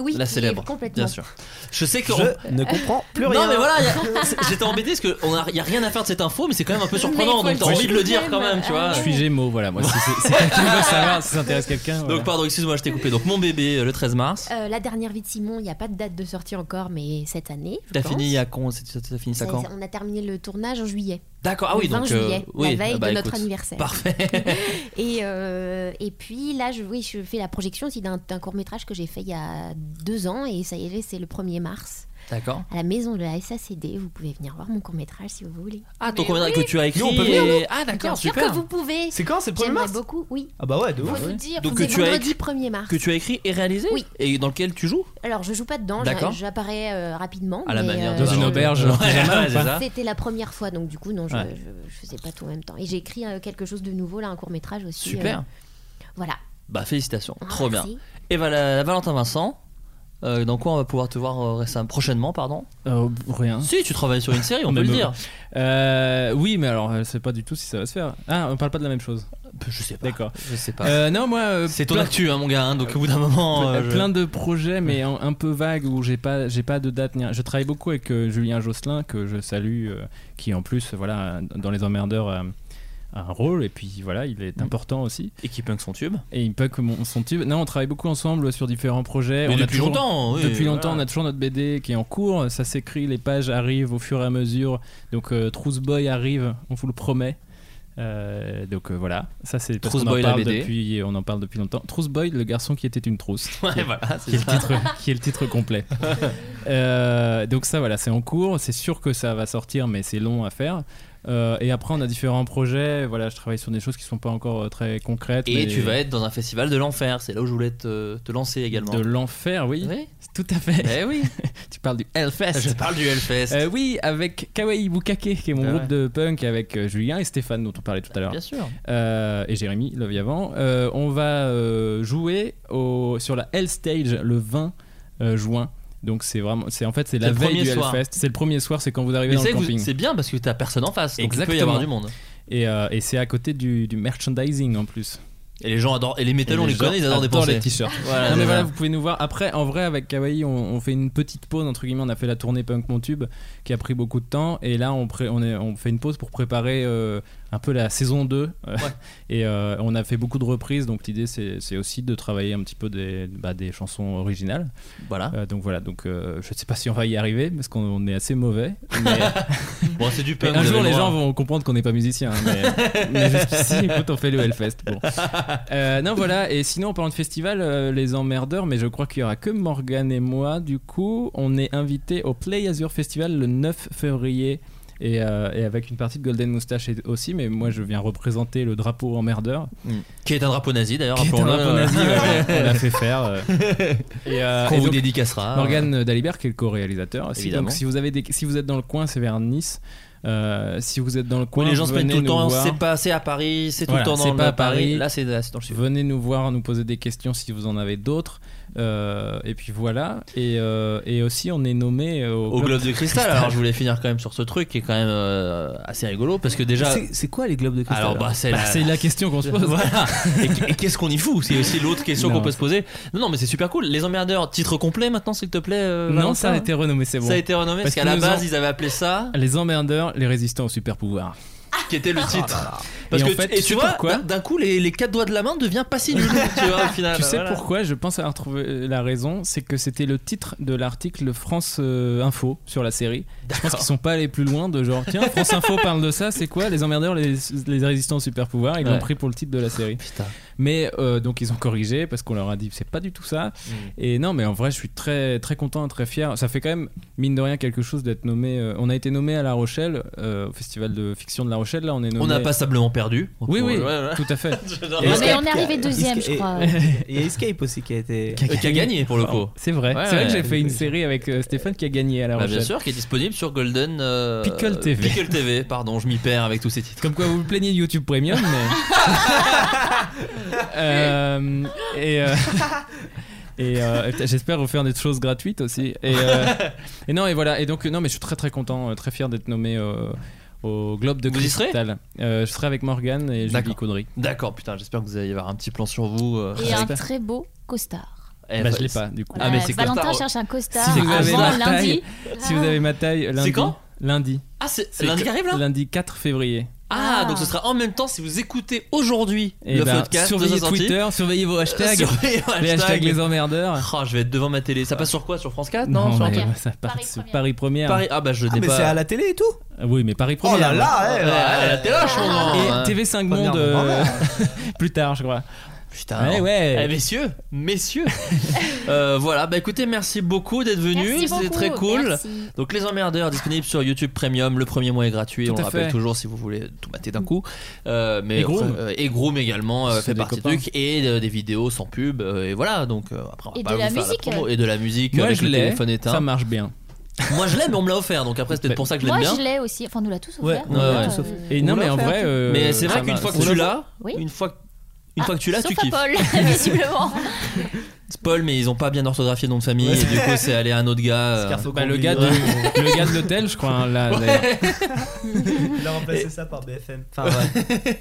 H: Oui,
D: la
H: qui est
D: célèbre.
H: Complètement.
D: Bien sûr. Je sais que. on-
G: Je ne comprends plus rien.
D: Non, mais voilà, y a- c'est- j'étais embêté parce qu'il y a rien à faire de cette info, mais c'est quand même un peu surprenant,
H: faut
D: donc t'as
H: le Ah
D: envie de le
H: dire
D: dire quand même, tu vois.
E: Je suis Gémeaux, voilà. Moi, si c'est- si quelqu'un veut savoir, si ça intéresse quelqu'un. voilà.
D: Donc, pardon, excuse-moi, je t'ai coupé. Donc, mon bébé, euh, le 13 mars.
H: Euh, la dernière vie de Simon, il n'y a pas de date de sortie encore, mais cette année. je
D: T'as
H: pense.
D: fini il y a con, t'as fini ça
H: Ça-
D: quand
H: On a terminé le tournage en juillet.
D: D'accord, ah
H: le
D: oui,
H: 20
D: donc. euh,
H: juillet,
D: oui,
H: la veille
D: ah bah,
H: de notre
D: écoute,
H: anniversaire.
D: Parfait.
H: [laughs] Et, euh, et puis là, je, oui, je fais la projection aussi d'un court métrage que j'ai fait il y a deux ans et ça y est, c'est le 1er mars
D: D'accord.
H: à la maison de la SACD. Vous pouvez venir voir mon court métrage si vous voulez.
D: Ah, ton comédien que tu as écrit.
G: Nous, on peut venir,
D: et- Ah,
H: Bien
D: d'accord,
H: sûr
D: super.
H: que vous pouvez.
G: C'est quand C'est le 1er
H: J'aimerais
G: mars
H: beaucoup, oui.
G: Ah bah ouais, de
H: Vous
G: ouf.
H: vous dire,
D: Donc
H: c'est
D: que tu as
H: vendredi
D: écrit-
H: 1er mars.
D: Que tu as écrit et réalisé
H: Oui.
D: Et dans lequel tu joues
H: Alors je joue pas dedans,
D: D'accord.
H: j'a- j'apparais euh, rapidement.
D: À la
H: mais,
D: manière
H: euh,
D: de-
E: Dans une
H: je-
E: auberge.
D: Ouais, ouais, [laughs] c'est ça.
H: C'était la première fois, donc du coup, non, je,
D: Ouais.
H: je- je faisais pas tout en même temps. Et j'ai écrit euh, quelque chose de nouveau, là, un court métrage aussi.
D: Super.
H: euh, voilà.
D: Bah, félicitations.
H: Ah,
D: Trop bien.
H: merci.
D: Et voilà, Valentin Vincent. euh, dans quoi on va pouvoir te voir euh, récemment, prochainement, pardon
E: Euh, rien.
D: Si, tu travailles sur une série,
E: [laughs]
D: on peut
E: Même
D: le dire.
E: oui, mais alors, je sais pas du tout si ça va se faire. Ah, on parle pas de la même chose.
D: Euh, Je sais pas.
E: D'accord.
D: Je sais pas.
E: Euh, non, moi. euh,
D: c'est ton
E: plein-
D: actu, hein, mon gars, hein, donc au bout d'un moment. euh, je-
E: plein de projets mais un, un peu vagues où j'ai pas j'ai pas de date ni rien. je travaille beaucoup avec euh, Julien Josselin que je salue euh, qui en plus voilà dans les emmerdeurs euh, a un rôle et puis voilà il est important aussi
D: Mm. Et qui punk son tube.
E: et il peut que mon- son type non on travaille beaucoup ensemble sur différents projets
D: Mais
E: on a
D: depuis
E: toujours-
D: longtemps. oui,
E: depuis longtemps, on
D: voilà.
E: a toujours notre BD qui est en cours. Ça s'écrit, les pages arrivent au fur et à mesure. Donc, euh, Trousse Boy arrive, on vous le promet. Euh, donc euh, voilà, ça c'est parce
D: Trousse
E: qu'on en
D: Boy, la
E: parle
D: BD.
E: depuis, on en parle depuis longtemps. Trousse Boy, le garçon qui était une trousse,
D: [laughs] Ouais, voilà,
E: qui
D: c'est
E: est le
D: ça.
E: titre, qui est le titre
D: [laughs]
E: complet. Euh, donc ça voilà, c'est en cours. C'est sûr que ça va sortir, mais c'est long à faire. Euh, et après, on a différents projets. Voilà, je travaille sur des choses qui sont pas encore euh, très concrètes.
D: Et
E: mais-
D: tu vas être dans un festival de l'enfer. C'est là où je voulais te, te lancer également.
E: de l'enfer, oui,
D: Oui.
E: tout à fait.
D: Eh oui.
E: [laughs] tu parles du Hellfest.
D: Je parle du Hellfest.
E: Euh, oui, avec Kawaii Bukake, qui est mon
D: Ah ouais.
E: groupe de punk, avec euh, Julien et Stéphane, dont on parlait tout à l'heure,
D: Bien sûr.
E: Euh, et Jérémy Leviavan. Euh, on va euh, jouer au- sur la Hell Stage le 20 euh, juin. Donc c'est vraiment, c'est en fait c'est la
D: le
E: veille
D: premier
E: du
D: soir.
E: Hellfest. C'est le premier soir, c'est quand vous arrivez dans
D: Mais
E: le
D: c'est,
E: camping.
D: c'est bien parce que t'as personne en face. Donc il peut y
E: Exactement.
D: avoir du monde.
E: et, euh, et c'est à côté du, du merchandising en plus.
D: Et les gens adorent. Et les métallos,
E: Et
D: on les
E: gens
D: connaît, ils adorent
E: adorent
D: dépenser.
E: les t-shirts.
D: Voilà,
E: Non, mais
D: c'est
E: voilà,
D: ça.
E: vous pouvez nous voir. Après, en vrai, avec Kawaii, on, on fait une petite pause, entre guillemets. On a fait la tournée Punk Mon Tube, qui a pris beaucoup de temps. Et là, on, pré- on, est- on fait une pause pour préparer euh, un peu la saison 2. euh, [laughs] et euh, on a fait beaucoup de reprises. Donc, l'idée, c'est c'est aussi de travailler un petit peu des, bah, des chansons originales.
D: Voilà.
E: Euh, donc, voilà. Donc, euh, je sais pas si on va y arriver, parce qu'on on est assez mauvais. Mais,
D: [laughs] Bon,
E: [laughs]
D: c'est du
E: mais
D: pain.
E: un jour, les gens vont comprendre qu'on n'est pas musicien. hein, mais, mais jusqu'ici, écoute, on fait le Hellfest. Bon. Euh, non, voilà. Et sinon, en parlant de festival, euh, les emmerdeurs, mais je crois qu'il y aura que Morgan et moi. Du coup, on est invité au Play Azure Festival le 9 février. Et, euh, et avec une partie de Golden Moustache et- aussi, mais moi je viens représenter le drapeau emmerdeur.
D: Qui est un drapeau nazi d'ailleurs.
E: Qui est un
D: rappelons-le.
E: drapeau nazi, [laughs] ouais, qu'on a fait faire. euh. Et, euh,
D: Qu'on
E: et
D: vous
E: donc,
D: dédicacera. hein.
E: Morgan Dalibert, qui est le co-réalisateur. aussi.
D: Évidemment.
E: donc, si vous, avez des- si vous êtes dans le coin, c'est vers Nice. Euh, si vous êtes dans le coin,
D: Oui, les gens se plaignent
E: venez
D: tout le
E: nous
D: temps.
E: voir.
D: C'est pas c'est à Paris. C'est tout
E: Voilà,
D: le temps
E: c'est
D: dans
E: pas
D: le
E: à Paris.
D: Là, c'est là, c'est dans le sud.
E: Venez nous voir, nous poser des questions si vous en avez d'autres. Euh, et puis voilà. Et, euh, et aussi, on est nommé euh, au,
D: Au globe de cristal. Alors, je voulais finir quand même sur ce truc qui est quand même euh, assez rigolo parce que déjà.
G: C'est- C'est quoi les globes de cristal
D: Alors, bah, c'est
E: Bah,
D: la-
E: c'est la question
D: [laughs]
E: qu'on se pose. [laughs]
D: Voilà. Et qu- Et qu'est-ce qu'on y fout C'est aussi l'autre question
E: Non.
D: qu'on peut se poser. Non, non, mais c'est super cool. Les emmerdeurs, titre complet maintenant, s'il te plaît. euh,
E: Non,
D: Valentin
E: ça a été renommé, c'est bon.
D: Ça a été renommé
E: Parce
D: parce qu'à
E: que
D: la
E: nous
D: base,
E: en-
D: ils avaient appelé ça,
E: Les emmerdeurs, les résistants au super pouvoir.
D: qui était le titre. Parce
E: Oh Et en
D: que
E: fait,
D: tu- et
E: tu
D: tu
E: sais
D: vois,
E: pourquoi
D: d'un- d'un coup, les, les quatre doigts de la main devient
E: [laughs]
D: pas si nul. [laughs] tu vois, au final.
E: tu sais
D: Voilà.
E: pourquoi Je pense avoir trouvé euh, la raison. C'est que c'était le titre de l'article France euh, Info sur la série. Je pense qu'ils sont pas allés plus loin de genre tiens France
D: [laughs]
E: Info parle de ça. C'est quoi les emmerdeurs, les, les résistants au super pouvoir Ils
D: Ouais. Oh,
E: l'ont pris pour le titre de la série.
D: Putain.
E: Mais euh, donc ils ont corrigé parce qu'on leur a dit c'est pas du tout ça.
D: Mm.
E: Et non, mais en vrai, je suis très très content, très fier. Ça fait quand même mine de rien quelque chose d'être nommé. euh, on a été nommé à La Rochelle euh, au festival de fiction de La Rochelle. Là, on est nommé.
D: On a passablement perdu.
E: Oui, oui,
D: Ouais, ouais.
E: tout
G: [laughs]
E: à
D: [laughs]
E: fait.
D: J'adore.
E: Et-
F: Ah,
D: Euh,
F: mais on est arrivé deuxième, je
G: Et-
D: [laughs]
F: crois.
G: Il
F: [laughs]
G: y a Escape aussi qui a été.
D: Qui a gagné pour le coup.
E: Ah, C'est vrai.
D: Ouais,
E: c'est vrai que
D: ouais.
E: j'ai fait une série avec euh, Stéphane qui a gagné à La
D: Bah,
E: Rochelle.
D: bien sûr, qui est disponible sur Golden euh,
E: Pickle TV.
D: Pickle TV, pardon, je m'y perds avec tous ces titres.
E: Comme quoi vous vous plaignez de YouTube Premium,
F: [laughs]
E: mais.
D: [laughs]
E: Euh, et.
D: [laughs]
E: euh, Et euh, j'espère refaire des choses gratuites aussi. Et,
D: [laughs]
E: euh, et non, et voilà. Et donc, non, mais je suis très très content, euh, très fier d'être nommé euh, au Globe de
D: Vous y serez
E: Cristal. Euh, je serai avec Morgane et Julie
D: D'accord.
E: Caudry.
D: D'accord, putain, j'espère que vous allez y avoir un petit plan sur vous. euh.
F: Et un
E: J'espère.
F: très beau costard.
D: Eh,
E: bah,
D: bah,
E: je l'ai pas, du coup.
D: Ah, mais c'est
F: Valentin
D: costard.
F: cherche un costard
E: Si vous avez
F: avant
E: la taille.
F: lundi.
E: Si vous avez ma taille, lundi.
D: quand
E: Lundi.
D: Ah, c'est
E: C'est
D: lundi qui arrive là
E: Lundi 4 février.
D: Ah, Ah,
F: Ah.
D: donc ce sera en même temps si vous écoutez aujourd'hui
E: Et
D: le
E: ben,
D: podcast. de
E: surveillez
D: sa sortie.
E: Twitter, surveillez vos hashtags,
D: [laughs] Surveillez
E: les hashtags
D: hashtags.
E: les emmerdeurs.
D: Oh, je vais être devant ma télé. Ça passe sur quoi Sur France 4 Non,
E: Non,
D: sur
E: mais
D: un truc-
E: ça part-
H: Paris
E: c'est
H: Première.
E: Paris Première.
D: Paris- Ah bah je
G: Ah,
D: l'ai
G: mais
D: pas.
G: c'est à la télé et tout
E: Ah Oui, mais Paris Première.
G: Oh là là
D: Ouais,
G: eh,
D: à la
G: ouais.
D: télé, je comprends.
E: Et
D: hein.
E: TV5 Monde
G: Première,
E: euh, [laughs] plus tard, je crois.
D: Putain.
E: Ouais, ouais.
D: Eh, messieurs,
E: [laughs]
D: messieurs. Euh, voilà, bah écoutez, merci beaucoup d'être venus.
F: Merci
D: C'était
F: beaucoup,
D: très cool.
H: Merci.
D: Donc les emmerdeurs disponibles sur YouTube Premium, le premier mois est gratuit,
E: Tout
D: on
E: à
D: le rappelle
E: fait.
D: toujours si vous voulez tout mater d'un coup. Euh, mais
E: Et Groom.
D: après, euh, et Groom également euh,
E: C'est
D: fait
E: des
D: partie du
E: copains.
D: truc et euh, des vidéos sans pub euh, et voilà donc euh, après on va
F: Et
D: pas
F: de
D: vous
F: la
D: faire la
F: musique.
D: promo. et de la musique
E: Moi,
D: avec
E: je
D: le
E: l'ai.
D: téléphone éteint.
E: Ça marche bien.
D: Moi je l'aime mais on me l'a offert donc après c'est peut-être pour ça que je l'aime
F: Moi,
D: bien.
F: je l'ai aussi. Enfin, nous l'a tous
G: Ouais,
F: offert.
G: ouais,
F: donc,
D: ouais.
F: euh,
G: Sauf-
E: Et non,
G: On
E: mais
G: l'a
E: en
G: offert,
E: vrai.
G: tu-
E: euh,
D: mais c'est
E: ça
D: vrai qu'une
E: marche.
D: fois que
E: On
D: tu
E: l'a-
D: l'as,
H: Oui.
D: une fois que une fois que tu l'as, tu
F: Ah, Sauf à
D: kiffes.
F: Paul,
D: [laughs]
F: [laughs] visiblement.
D: C'est Paul, mais ils ont pas bien orthographié le nom de famille, et du coup, c'est allé à un autre gars. euh,
G: Scarfo
E: Bah, le
G: Combi,
E: gars de
G: ouais.
E: le gars de l'hôtel, je crois, hein, là. d'ailleurs.
D: Ouais.
G: [laughs]
D: [laughs]
G: Il a remplacé ça par BFM. Enfin, ouais.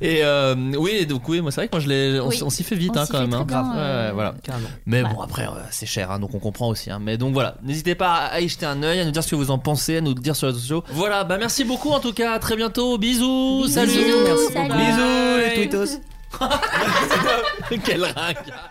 D: Et euh, oui, donc oui, moi c'est vrai que moi je l'ai, on,
F: Oui.
D: on s'y fait vite
F: On
D: hein,
F: s'y
D: quand
F: fait
D: même. hein.
F: très bien,
D: Ouais,
F: euh,
D: ouais, voilà.
G: Carrément.
D: Mais
F: Voilà.
D: bon, après, euh, c'est cher, hein, donc on comprend aussi. hein. Mais donc voilà, n'hésitez pas à y jeter un œil, à nous dire ce que vous en pensez, à nous le dire sur les réseaux sociaux. Voilà, bah merci beaucoup en tout cas, à très bientôt, bisous,
F: Bisous,
D: salut,
F: Bisous, salut.
D: beaucoup.
G: Bisous, les
D: Bisous,
G: tweetos.
D: les tweets. Quel
E: [laughs]
D: ringard.